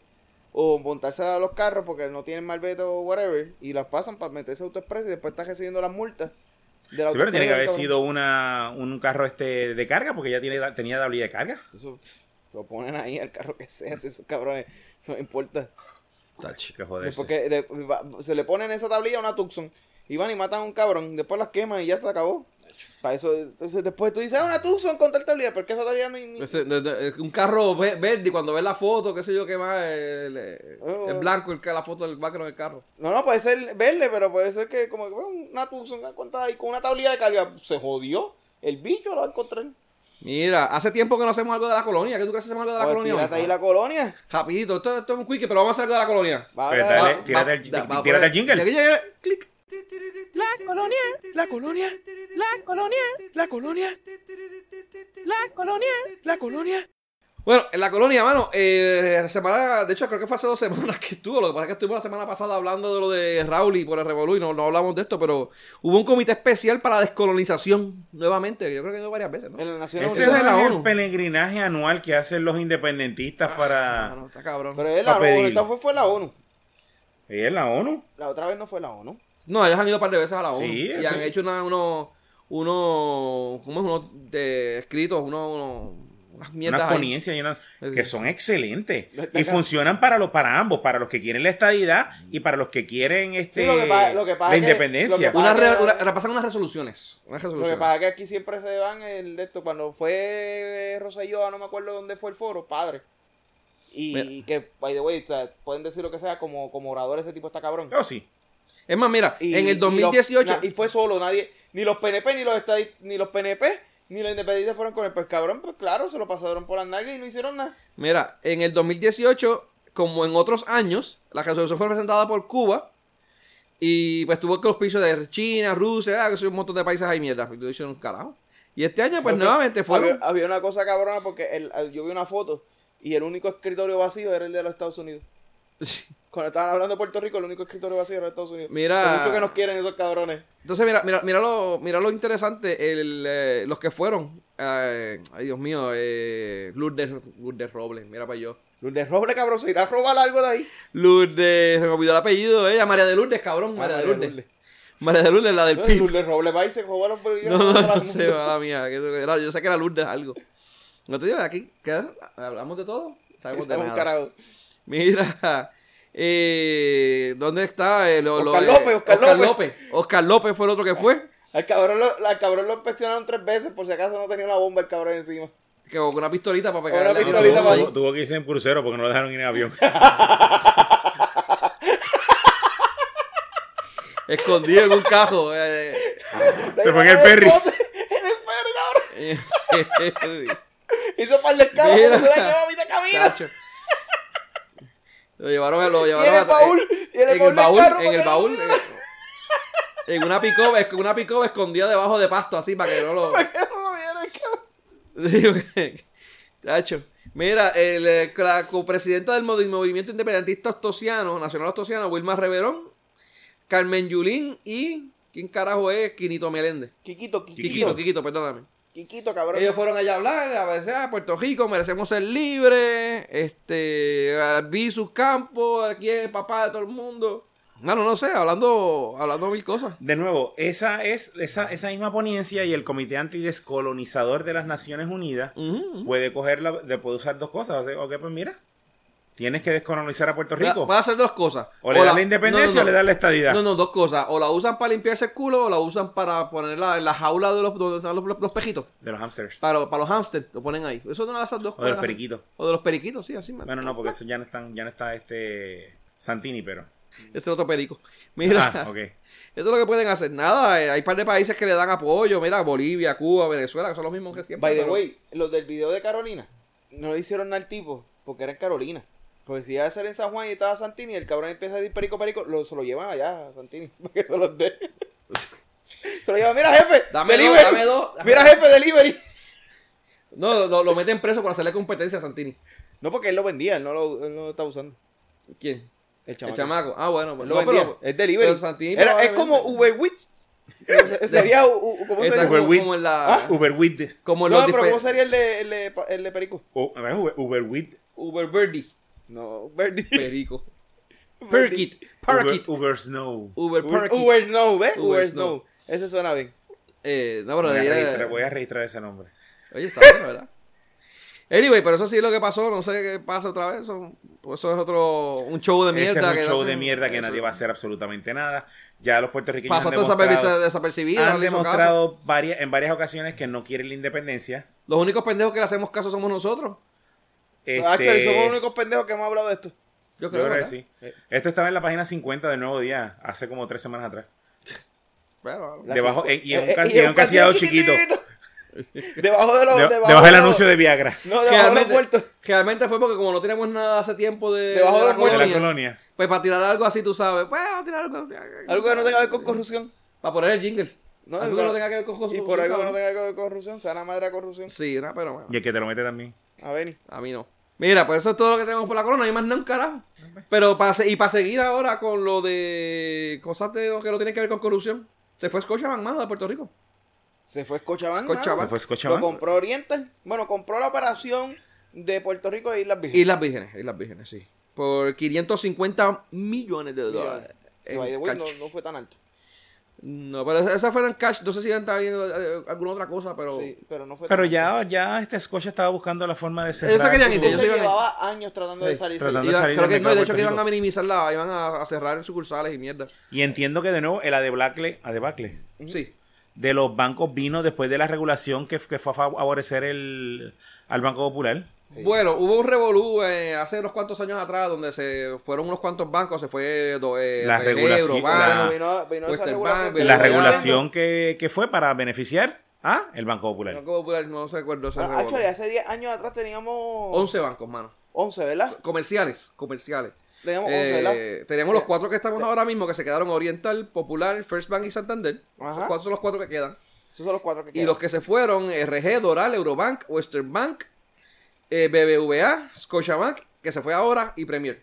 [SPEAKER 3] o montársela a los carros porque no tienen malvete o whatever y las pasan para meterse a autoexpreso y después estás recibiendo las multas De la
[SPEAKER 4] Sí, pero tiene que
[SPEAKER 3] autoescuela,
[SPEAKER 4] haber
[SPEAKER 3] cabrón.
[SPEAKER 4] sido una, un carro este de carga, porque ya tiene, tenía tablilla de carga.
[SPEAKER 3] Eso lo ponen ahí al carro que sea, si esos cabrones, eso no importa.
[SPEAKER 2] Tacho.
[SPEAKER 4] Que joderse.
[SPEAKER 3] Porque de- va- se le ponen esa tablilla a una Tucson, y van y matan a un cabrón, después las queman y ya se acabó. Para eso, entonces después tú dices, ah, una Tucson con tal tablilla, porque esa tablilla no hay ni...
[SPEAKER 2] Ese- de- de- eh, Un carro ve- verde, y cuando ves la foto, qué sé yo qué más, el, el-
[SPEAKER 3] Oh.
[SPEAKER 2] el blanco, el, ca- la foto del background del carro.
[SPEAKER 3] No, no, puede ser verde, pero puede ser que como que bueno, una Tucson ah, con tal- con una tablilla de carga, se jodió, el bicho lo va a encontrar.
[SPEAKER 2] Mira, hace tiempo que no hacemos algo de la colonia. ¿Qué tú crees que hacemos algo de la
[SPEAKER 3] Pues
[SPEAKER 2] colonia?
[SPEAKER 3] tírate
[SPEAKER 2] hoy?
[SPEAKER 3] ahí la colonia.
[SPEAKER 2] Rapidito, esto, esto es un quickie, pero vamos a hacer algo de la colonia.
[SPEAKER 3] Va,
[SPEAKER 4] Pero
[SPEAKER 3] va,
[SPEAKER 4] Pues, dale,
[SPEAKER 3] va.
[SPEAKER 4] tírate el-
[SPEAKER 2] da-
[SPEAKER 4] tírate
[SPEAKER 2] poner-
[SPEAKER 4] el jingle.
[SPEAKER 2] llegué, llegué, clic.
[SPEAKER 1] La colonia,
[SPEAKER 5] La colonia,
[SPEAKER 1] la colonia,
[SPEAKER 5] la colonia,
[SPEAKER 1] la colonia.
[SPEAKER 5] la colonia.
[SPEAKER 2] Bueno, en la colonia, mano, eh, semana, de hecho creo que fue hace dos semanas que estuvo, lo que pasa es que estuvimos la semana pasada hablando de lo de Raúl y por el Revolú y no, no hablamos de esto, pero hubo un comité especial para la descolonización, nuevamente, yo creo que no varias veces, ¿no?
[SPEAKER 3] En las Naciones
[SPEAKER 4] Ese
[SPEAKER 2] eso
[SPEAKER 4] no
[SPEAKER 2] es
[SPEAKER 4] es
[SPEAKER 3] Unidas.
[SPEAKER 2] la
[SPEAKER 4] el
[SPEAKER 2] ONU.
[SPEAKER 4] peregrinaje anual que hacen los independentistas
[SPEAKER 2] Ah, no,
[SPEAKER 4] para...
[SPEAKER 2] está cabrón.
[SPEAKER 3] Pero es
[SPEAKER 4] Pa'
[SPEAKER 3] la ONU,
[SPEAKER 4] pedir.
[SPEAKER 3] esta fue, fue la ONU.
[SPEAKER 4] ¿Y es la ONU?
[SPEAKER 3] La otra vez no fue la ONU.
[SPEAKER 2] No, ellos han ido un par de veces a la ONU
[SPEAKER 4] Sí,
[SPEAKER 2] y
[SPEAKER 4] eso-
[SPEAKER 2] han hecho una, unos, unos, ¿cómo es? Unos de escritos, unos, unos- unas mierdas
[SPEAKER 4] unas
[SPEAKER 2] ahí.
[SPEAKER 4] ponencias y unas-
[SPEAKER 2] Sí,
[SPEAKER 4] que
[SPEAKER 2] sí.
[SPEAKER 4] son excelentes
[SPEAKER 3] Está
[SPEAKER 4] y
[SPEAKER 3] acá.
[SPEAKER 4] funcionan para los para ambos para los que quieren la estadidad y para los que quieren este
[SPEAKER 3] Sí, lo que pa- lo que pasa
[SPEAKER 4] la
[SPEAKER 3] es que- lo que
[SPEAKER 4] independencia
[SPEAKER 3] pasa-
[SPEAKER 2] Una re-
[SPEAKER 3] Ah,
[SPEAKER 2] una- repasan unas resoluciones. Unas
[SPEAKER 3] Lo que
[SPEAKER 2] resoluciones.
[SPEAKER 3] pasa es que aquí siempre se van el de esto. Cuando fue eh, Rosselló, no me acuerdo dónde fue el foro, padre. Y
[SPEAKER 2] Mira.
[SPEAKER 3] que, by the way, o sea, pueden decir lo que sea, como, como orador ese tipo está cabrón.
[SPEAKER 4] Oh, sí
[SPEAKER 2] Es más, mira,
[SPEAKER 3] Y-
[SPEAKER 2] en
[SPEAKER 3] y
[SPEAKER 2] el
[SPEAKER 3] los-
[SPEAKER 2] 2018...
[SPEAKER 3] na- y fue solo, nadie, ni los PNP, ni los estadi- ni los PNP, ni los independientes fueron con él. Pues cabrón, pues claro, se lo pasaron por las nalgas y no hicieron nada.
[SPEAKER 2] Mira, en el 2018, como en otros años, la resolución fue presentada por Cuba y pues tuvo el auspicio de China, Rusia, ah, que son un montón de países ahí mierda. Y lo hicieron un carajo. Y este año, pues
[SPEAKER 3] Creo que
[SPEAKER 2] nuevamente fueron.
[SPEAKER 3] Había, había una cosa cabrona porque el- yo vi una foto y el único escritorio vacío era el de los Estados
[SPEAKER 2] <laughs>
[SPEAKER 3] Unidos. Cuando estaban hablando de Puerto Rico, el único escritorio vacío era de Estados Unidos.
[SPEAKER 2] Mira.
[SPEAKER 3] Por mucho que nos quieren esos cabrones.
[SPEAKER 2] Entonces, mira, mira, mira, lo, mira lo interesante, el, eh, los que fueron. eh, ay, Dios mío, eh, Lourdes, Lourdes Robles, mira para yo.
[SPEAKER 3] Lourdes Robles, cabrón, se irá a robar algo de ahí.
[SPEAKER 2] Lourdes, se me olvidó el apellido de ella, María de Lourdes, cabrón, María, de Lourdes. María de Lourdes, la del
[SPEAKER 3] Ah, No,
[SPEAKER 2] PIB. <laughs>
[SPEAKER 3] Lourdes Robles va y se roba los
[SPEAKER 2] No, no, no sé, mala mía. que eso era- yo sé que era Lourdes algo. No te digo, aquí ¿qué? hablamos de todo, sabemos de
[SPEAKER 3] un
[SPEAKER 2] nada.
[SPEAKER 3] carajo.
[SPEAKER 2] Mira, <laughs> eh, ¿dónde está? eh, lo- lo-
[SPEAKER 3] Oscar
[SPEAKER 2] eh,
[SPEAKER 3] López, Oscar López.
[SPEAKER 2] Oscar López fue el otro que fue,
[SPEAKER 3] Al cabrón, lo, al cabrón lo inspeccionaron tres veces por si acaso no tenía una bomba el cabrón encima.
[SPEAKER 2] que con una pistolita para pegar.
[SPEAKER 3] Una
[SPEAKER 2] la-
[SPEAKER 4] No,
[SPEAKER 3] pistolita
[SPEAKER 4] tuvo,
[SPEAKER 3] para ahí.
[SPEAKER 4] tuvo- tuvo que irse en crucero porque no lo dejaron ir en avión <laughs>
[SPEAKER 2] Escondido en un cajo. eh,
[SPEAKER 4] Se fue en el ferry.
[SPEAKER 3] bote, <laughs> En el ferry, cabrón.
[SPEAKER 2] eh, <laughs>
[SPEAKER 3] Hizo par de escalas
[SPEAKER 2] Mira.
[SPEAKER 3] porque se la lleva a mitad camino. <laughs>
[SPEAKER 2] Chacho. Lo llevaron a lo
[SPEAKER 3] Y
[SPEAKER 2] llevaron
[SPEAKER 3] en el
[SPEAKER 2] a-
[SPEAKER 3] baúl. Y en el baúl. del carro,
[SPEAKER 2] en el
[SPEAKER 3] porque no-
[SPEAKER 2] baúl, en el- en una pick-up, es- una pick-up escondida debajo de pasto así para que no lo. <laughs>
[SPEAKER 3] porque no lo vieron, cabrón.
[SPEAKER 2] Sí, porque- Tacho. Mira, el, eh, la copresidenta del movi- movimiento independentista ostosiano, nacional ostosiano, Wilma Reverón, Carmen Yulín y. ¿Quién carajo es? Quinito Meléndez.
[SPEAKER 3] Quiquito,
[SPEAKER 2] Quiquito,
[SPEAKER 3] Quiquito.
[SPEAKER 2] Quiquito, perdóname.
[SPEAKER 3] Quiquito, cabrón.
[SPEAKER 2] Ellos fueron allá a hablar, a veces a Puerto Rico, merecemos ser libres. Este, a- vi sus campos, aquí es el papá de todo el mundo. No, no, no sé, hablando, hablando mil cosas.
[SPEAKER 4] de nuevo esa es esa, esa misma ponencia y el comité antidescolonizador de las Naciones Unidas
[SPEAKER 2] Ujú.
[SPEAKER 4] puede cogerla de- puede usar dos cosas o sea, ok pues mira tienes que descolonizar a Puerto Rico
[SPEAKER 2] Va a hacer dos cosas.
[SPEAKER 4] o le
[SPEAKER 2] da
[SPEAKER 4] das la independencia o le das la estadidad
[SPEAKER 2] No, no, dos cosas. O la usan para limpiarse el culo o la usan para ponerla en la jaula de los, donde están los, los- los pejitos.
[SPEAKER 4] de los hamsters
[SPEAKER 2] Para, para los hamsters, lo ponen ahí. Eso es una de esas dos
[SPEAKER 4] o de los
[SPEAKER 2] cosas.
[SPEAKER 4] periquitos
[SPEAKER 2] O de los periquitos, sí, así. man.
[SPEAKER 4] bueno no porque eso ya no están ya no está este Santini pero
[SPEAKER 2] Ese es otro perico. Mira,
[SPEAKER 4] Ah, ok.
[SPEAKER 2] eso es lo que pueden hacer. Nada, eh, hay un par de países que le dan apoyo. Mira, Bolivia, Cuba, Venezuela, que son los mismos que siempre.
[SPEAKER 3] By the
[SPEAKER 2] pero-
[SPEAKER 3] way, los del video de Carolina no le hicieron nada al tipo porque era en Carolina. Porque si iba a ser en San Juan y estaba Santini, el cabrón empieza a decir perico, perico, lo, se lo llevan allá a Santini <laughs> para que se los
[SPEAKER 2] <laughs>
[SPEAKER 3] dé. Se lo llevan, mira jefe,
[SPEAKER 2] Dame dos,
[SPEAKER 3] delivery.
[SPEAKER 2] dame dos.
[SPEAKER 3] <laughs> Mira jefe, delivery.
[SPEAKER 2] No, lo- lo, lo meten preso por hacerle competencia a Santini.
[SPEAKER 3] No, porque él lo vendía, él no lo, él no lo estaba usando.
[SPEAKER 2] ¿Quién?
[SPEAKER 3] El
[SPEAKER 2] El
[SPEAKER 3] chamaco.
[SPEAKER 2] chamaco. Ah, bueno.
[SPEAKER 3] Él
[SPEAKER 2] pues,
[SPEAKER 3] lo
[SPEAKER 2] no,
[SPEAKER 3] vendía,
[SPEAKER 2] pero-
[SPEAKER 3] es delivery.
[SPEAKER 2] pero Santini
[SPEAKER 3] Era- es
[SPEAKER 2] probablemente-
[SPEAKER 3] como Uber
[SPEAKER 4] <laughs>
[SPEAKER 3] Eats. Sería, u- u- ¿cómo
[SPEAKER 2] Está
[SPEAKER 3] sería?
[SPEAKER 2] como,
[SPEAKER 4] Este Uber Wheat.
[SPEAKER 2] como en la...
[SPEAKER 3] Ah,
[SPEAKER 4] Uberwit de-
[SPEAKER 2] Como
[SPEAKER 3] No,
[SPEAKER 2] los
[SPEAKER 3] pero
[SPEAKER 2] dispe-
[SPEAKER 3] ¿cómo sería el de, el de, el de perico?
[SPEAKER 4] U- a ver, oh, Uber- Uberwit.
[SPEAKER 2] Uber Birdie.
[SPEAKER 3] No, <laughs> Verdi.
[SPEAKER 2] Perico. Perkit.
[SPEAKER 4] Uber-
[SPEAKER 2] Parakit.
[SPEAKER 4] Uber Snow.
[SPEAKER 3] Uber,
[SPEAKER 2] Uber Parakit.
[SPEAKER 3] Uber Snow, ¿ves?
[SPEAKER 2] Uber
[SPEAKER 3] Uber
[SPEAKER 2] Snow.
[SPEAKER 3] Snow. Ese suena bien.
[SPEAKER 2] Eh, no, pero
[SPEAKER 4] Voy a,
[SPEAKER 2] debería-
[SPEAKER 4] registrar, voy a registrar ese nombre.
[SPEAKER 2] Oye, está bueno, ¿verdad? Anyway, pero eso sí es lo que pasó. No sé qué pasa otra vez. Eso, eso es otro. Un show de
[SPEAKER 4] Ese
[SPEAKER 2] mierda.
[SPEAKER 4] es un
[SPEAKER 2] que
[SPEAKER 4] show
[SPEAKER 2] hacen-
[SPEAKER 4] de mierda que nadie va a hacer absolutamente nada. Ya los puertorriqueños
[SPEAKER 2] Pasó
[SPEAKER 4] han
[SPEAKER 2] hasta desaperci-
[SPEAKER 4] demostrado,
[SPEAKER 2] desapercibido. no
[SPEAKER 4] han
[SPEAKER 2] le hizo caso.
[SPEAKER 4] demostrado varias, en varias ocasiones que no quieren la independencia.
[SPEAKER 2] Los únicos pendejos que le hacemos caso somos nosotros.
[SPEAKER 4] Este,
[SPEAKER 3] Actually, somos los únicos pendejos que hemos hablado de esto.
[SPEAKER 2] Yo creo,
[SPEAKER 4] Yo creo que
[SPEAKER 2] ¿verdad?
[SPEAKER 4] sí. Esto estaba en la página 50 de Nuevo Día, hace como tres semanas atrás.
[SPEAKER 2] Pero,
[SPEAKER 3] La
[SPEAKER 4] Debajo,
[SPEAKER 3] cinco-
[SPEAKER 4] eh, y en un
[SPEAKER 3] eh,
[SPEAKER 4] ca-
[SPEAKER 3] eh,
[SPEAKER 4] y en un casillado chiquito.
[SPEAKER 3] <laughs> debajo de los.
[SPEAKER 4] De-
[SPEAKER 3] debajo
[SPEAKER 4] debajo
[SPEAKER 3] de
[SPEAKER 4] del
[SPEAKER 3] los-
[SPEAKER 4] anuncio de Viagra.
[SPEAKER 3] No, debajo de los
[SPEAKER 2] realmente,
[SPEAKER 3] muertos.
[SPEAKER 2] realmente fue porque como no tenemos nada hace tiempo de,
[SPEAKER 3] Debajo de
[SPEAKER 2] la
[SPEAKER 3] los muertos.
[SPEAKER 4] De la
[SPEAKER 2] colonia,
[SPEAKER 4] colonia.
[SPEAKER 2] pues para tirar algo así, tú sabes, pues vamos a tirar algo.
[SPEAKER 3] Algo que no tenga que ver con corrupción.
[SPEAKER 2] Para poner el jingle.
[SPEAKER 3] No,
[SPEAKER 2] algo
[SPEAKER 3] no.
[SPEAKER 2] que no tenga que ver con cosas.
[SPEAKER 3] Y por algo que no tenga que ver con corrupción, sea la madre de corrupción.
[SPEAKER 2] Sí, no, pero bueno,
[SPEAKER 4] Y el que te lo mete también.
[SPEAKER 3] A ver.
[SPEAKER 2] a mí no. Mira, pues eso es todo lo que tenemos por la corona, no hay más nada, un carajo. Pero para se- y para seguir ahora con lo de cosas de, que no tienen que ver con corrupción. Se fue Scotiabank, mano, de Puerto Rico.
[SPEAKER 3] Se fue Scotiabank.
[SPEAKER 2] Scotiabank.
[SPEAKER 4] Se fue
[SPEAKER 3] Lo
[SPEAKER 4] Scotiabank.
[SPEAKER 3] compró Oriental. Bueno, compró la operación de Puerto Rico e Islas Vírgenes.
[SPEAKER 2] Islas Vírgenes, Islas Vírgenes, sí. Por 550 millones de dólares.
[SPEAKER 3] Que,
[SPEAKER 2] En
[SPEAKER 3] eh, by the way, no,
[SPEAKER 2] cash.
[SPEAKER 3] no fue tan alto.
[SPEAKER 2] No, pero esa- esas fueron cash. No sé si está bien eh, alguna otra cosa, pero.
[SPEAKER 3] Sí, pero no fue
[SPEAKER 4] Pero
[SPEAKER 3] tan alto.
[SPEAKER 4] ya, ya este Scotia estaba buscando la forma de
[SPEAKER 2] se
[SPEAKER 4] cerrar.
[SPEAKER 2] querían
[SPEAKER 4] su-
[SPEAKER 2] ir, ellos
[SPEAKER 3] Scotia
[SPEAKER 2] se iban a-
[SPEAKER 3] llevaba años tratando de
[SPEAKER 2] Sí,
[SPEAKER 3] salir.
[SPEAKER 4] tratando
[SPEAKER 2] Iban-
[SPEAKER 4] salir
[SPEAKER 2] creo
[SPEAKER 4] del
[SPEAKER 2] que no,
[SPEAKER 4] mercado
[SPEAKER 2] y
[SPEAKER 4] de
[SPEAKER 2] de hecho que
[SPEAKER 4] Puerto
[SPEAKER 2] iban a
[SPEAKER 4] Rico.
[SPEAKER 2] minimizarla, iban a, a cerrar sucursales y mierda.
[SPEAKER 4] Y entiendo que de nuevo el adebacle, adebacle
[SPEAKER 2] Sí.
[SPEAKER 4] de los bancos vino después de la regulación que, que fue a favorecer el, al Banco Popular.
[SPEAKER 2] Bueno, hubo un revolú eh, hace unos cuantos años atrás donde se fueron unos cuantos bancos, se fue do, eh,
[SPEAKER 4] La regulación-
[SPEAKER 2] Eurobank,
[SPEAKER 4] la-
[SPEAKER 3] Vino, vino esa
[SPEAKER 2] Western
[SPEAKER 3] regulación.
[SPEAKER 2] Bank,
[SPEAKER 3] que-
[SPEAKER 2] Pero
[SPEAKER 4] La
[SPEAKER 2] ya-
[SPEAKER 4] regulación que, que fue para beneficiar a el Banco Popular.
[SPEAKER 2] Banco Popular, no se acuerdo ese
[SPEAKER 3] Ah,
[SPEAKER 2] revolú.
[SPEAKER 3] actually, hace 10 años atrás teníamos
[SPEAKER 2] 11 bancos, mano.
[SPEAKER 3] 11, ¿verdad?
[SPEAKER 2] Comerciales, comerciales.
[SPEAKER 3] Teníamos 11, ¿verdad?
[SPEAKER 2] Eh, tenemos los cuatro que estamos ahora mismo, que se quedaron Oriental, Popular, First Bank y Santander.
[SPEAKER 3] Ajá.
[SPEAKER 2] Los cuatro son los cuatro que quedan.
[SPEAKER 3] Esos son los cuatro que
[SPEAKER 2] Y
[SPEAKER 3] quedan.
[SPEAKER 2] los que se fueron, RG, Doral, Eurobank, Western Bank, eh, BBVA, Scotiabank, que se fue ahora, y Premier.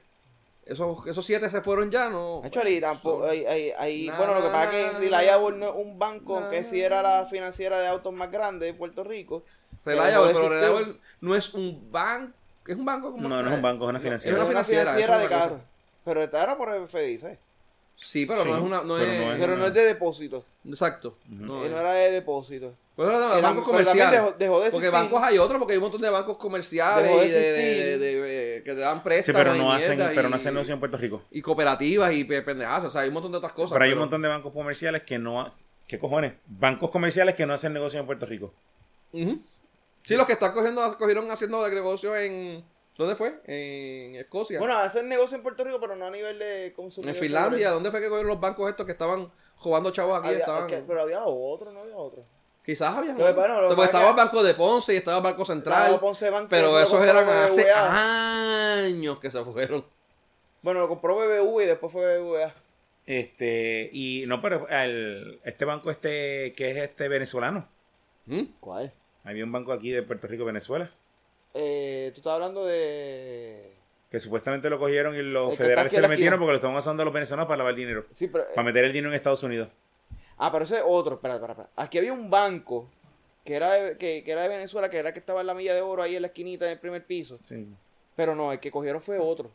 [SPEAKER 2] Esos, esos siete se fueron ya, ¿no?
[SPEAKER 3] Actually, tampoco. eh,
[SPEAKER 2] Son-
[SPEAKER 3] hay- hay- hay-
[SPEAKER 2] Nah.
[SPEAKER 3] bueno, lo que pasa es que Reliable no es un banco, aunque sí era la financiera de autos más grande de Puerto Rico.
[SPEAKER 2] Reliable,
[SPEAKER 3] Pero
[SPEAKER 2] pero
[SPEAKER 3] existe-
[SPEAKER 2] Reliable no es un banco. ¿Es un banco? como
[SPEAKER 4] No, no es un banco, es una financiera.
[SPEAKER 3] Era
[SPEAKER 2] Es una
[SPEAKER 3] una
[SPEAKER 2] financiera,
[SPEAKER 3] financiera
[SPEAKER 2] eso
[SPEAKER 3] de
[SPEAKER 2] es otra
[SPEAKER 3] carro. Pero esta era por FDIC.
[SPEAKER 2] Sí, pero
[SPEAKER 4] Sí,
[SPEAKER 2] no es una. No
[SPEAKER 4] pero
[SPEAKER 2] es,
[SPEAKER 4] no es-
[SPEAKER 3] Pero no es de depósito.
[SPEAKER 2] Exacto. No
[SPEAKER 3] Eh,
[SPEAKER 2] es.
[SPEAKER 3] No era de depósito.
[SPEAKER 2] Pero Pues no, no,
[SPEAKER 3] Eran-
[SPEAKER 2] bancos
[SPEAKER 3] pero también
[SPEAKER 2] comerciales.
[SPEAKER 3] dejó- dejó de
[SPEAKER 2] porque
[SPEAKER 3] existir.
[SPEAKER 2] bancos hay otros, porque hay un montón de bancos comerciales
[SPEAKER 3] Dejó de
[SPEAKER 2] y de, de-
[SPEAKER 3] existir.
[SPEAKER 2] de- eh, que te dan préstamos.
[SPEAKER 4] Sí, pero no
[SPEAKER 2] y
[SPEAKER 4] hacen,
[SPEAKER 2] mierda
[SPEAKER 4] pero no
[SPEAKER 2] y-
[SPEAKER 4] hacen negocio en Puerto Rico.
[SPEAKER 2] Y cooperativas y pe- pendejadas. O sea, hay un montón de otras cosas.
[SPEAKER 4] pero hay un montón de bancos comerciales que no. ha- ¿Qué cojones? Bancos comerciales que no hacen negocio en Puerto Rico.
[SPEAKER 2] Ujú. Sí, los que están cogiendo, cogieron haciendo de negocio en. ¿Dónde fue? En Escocia.
[SPEAKER 3] Bueno, hacen negocio en Puerto Rico, pero no a nivel de consumidor.
[SPEAKER 2] en Finlandia. ¿Dónde fue que cogieron los bancos estos que estaban jugando chavos aquí?
[SPEAKER 3] Había-
[SPEAKER 2] estaban,
[SPEAKER 3] ok, pero había otro, no había otro.
[SPEAKER 2] Quizás habían.
[SPEAKER 3] Lo que pasa, no, lo que
[SPEAKER 2] Porque
[SPEAKER 3] pasa
[SPEAKER 2] estaba
[SPEAKER 3] que-
[SPEAKER 2] el Banco de Ponce y estaba el Banco Central.
[SPEAKER 3] Estaba Ponce Bank,
[SPEAKER 2] pero
[SPEAKER 3] que eso
[SPEAKER 2] esos
[SPEAKER 3] lo
[SPEAKER 2] eran
[SPEAKER 3] compró
[SPEAKER 2] hace
[SPEAKER 3] BBVA.
[SPEAKER 2] años que se fueron.
[SPEAKER 3] Bueno, lo compró BBV y después fue BBVA.
[SPEAKER 4] Este, y no, pero el- este banco este, que es este venezolano.
[SPEAKER 2] ¿Mm? <laughs>
[SPEAKER 3] ¿Cuál?
[SPEAKER 4] Había un banco aquí de Puerto Rico, Venezuela,
[SPEAKER 3] Eh, tú estás hablando de.
[SPEAKER 4] que supuestamente lo cogieron y los
[SPEAKER 3] El que está
[SPEAKER 4] federales
[SPEAKER 3] aquí
[SPEAKER 4] se
[SPEAKER 3] en
[SPEAKER 4] lo
[SPEAKER 3] la
[SPEAKER 4] metieron
[SPEAKER 3] esquina.
[SPEAKER 4] porque lo estaban usando los venezolanos para lavar dinero.
[SPEAKER 3] Sí, pero.
[SPEAKER 4] Para meter el dinero en Estados Unidos.
[SPEAKER 3] Ah, pero ese es otro. Espera, espera, espera. Aquí había un banco que era, de, que, que era de Venezuela, que era el que estaba en la milla de oro ahí en la esquinita del primer piso.
[SPEAKER 4] Sí.
[SPEAKER 3] Pero no, el que cogieron fue otro.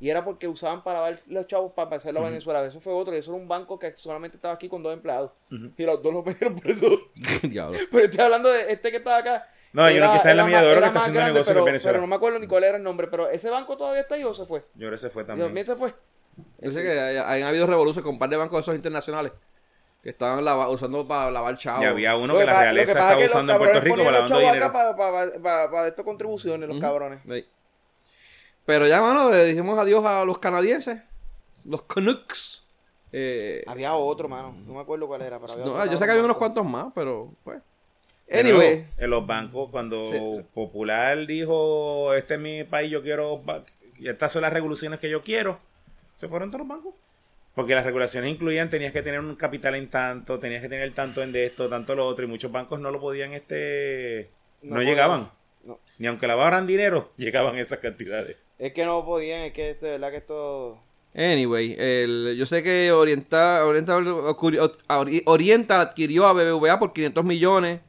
[SPEAKER 3] Y era porque usaban para lavar los chavos para hacerlo a Venezuela. Eso fue otro. Y eso era un banco que solamente estaba aquí con dos empleados. Y los dos lo <laughs> perdieron por eso.
[SPEAKER 2] Diablo.
[SPEAKER 3] Pero estoy hablando de este que estaba acá.
[SPEAKER 4] No, hay uno que está en la
[SPEAKER 3] era
[SPEAKER 4] milla de
[SPEAKER 3] más-
[SPEAKER 4] oro que
[SPEAKER 3] era
[SPEAKER 4] está
[SPEAKER 3] más
[SPEAKER 4] haciendo
[SPEAKER 3] grande,
[SPEAKER 4] negocio en
[SPEAKER 3] pero-
[SPEAKER 4] Venezuela.
[SPEAKER 3] Pero no me acuerdo ni cuál era el nombre. Pero ese banco todavía está ahí o se fue.
[SPEAKER 4] Yo creo que se fue también.
[SPEAKER 3] También se fue.
[SPEAKER 2] Yo sé que hay- han habido revoluciones con un par de bancos de esos internacionales que estaban lava- usando para lavar chavos.
[SPEAKER 4] Y había
[SPEAKER 3] Lo
[SPEAKER 4] uno que
[SPEAKER 3] que
[SPEAKER 4] la
[SPEAKER 3] pasa- lo
[SPEAKER 4] realeza
[SPEAKER 3] que pasa es
[SPEAKER 4] estaba
[SPEAKER 3] que los
[SPEAKER 4] usando en Puerto
[SPEAKER 3] cabrones
[SPEAKER 4] Rico para
[SPEAKER 3] ponían los
[SPEAKER 4] lavando
[SPEAKER 3] chavos
[SPEAKER 4] dinero.
[SPEAKER 3] acá para, para, para, para estas contribuciones, los
[SPEAKER 2] Ujú.
[SPEAKER 3] cabrones.
[SPEAKER 2] Sí. Pero ya, mano, le dijimos adiós a los canadienses, los Canucks. Eh,
[SPEAKER 3] Había otro, mano. No me acuerdo cuál era. Ah, Pero había
[SPEAKER 2] no,
[SPEAKER 3] otro
[SPEAKER 2] yo sé que había
[SPEAKER 3] cabrón.
[SPEAKER 2] unos cuantos más, pero pues.
[SPEAKER 4] De nuevo,
[SPEAKER 2] Anyway,
[SPEAKER 4] en los bancos, cuando
[SPEAKER 2] Sí, sí.
[SPEAKER 4] Popular dijo, este es mi país, yo quiero, ba- y estas son las regulaciones que yo quiero, se fueron todos los bancos. Porque las regulaciones incluían, tenías que tener un capital en tanto, tenías que tener tanto en de esto, tanto lo otro, y muchos bancos no lo podían, este,
[SPEAKER 3] No
[SPEAKER 4] no,
[SPEAKER 3] podían,
[SPEAKER 4] llegaban.
[SPEAKER 3] no.
[SPEAKER 4] Ni aunque lavaran dinero, <laughs> llegaban esas cantidades.
[SPEAKER 3] Es que no podían, es que este, de verdad que esto.
[SPEAKER 2] anyway, el- yo sé que Oriental, Oriental, ocurri- o- Ori- Oriental adquirió a BBVA por 500 millones.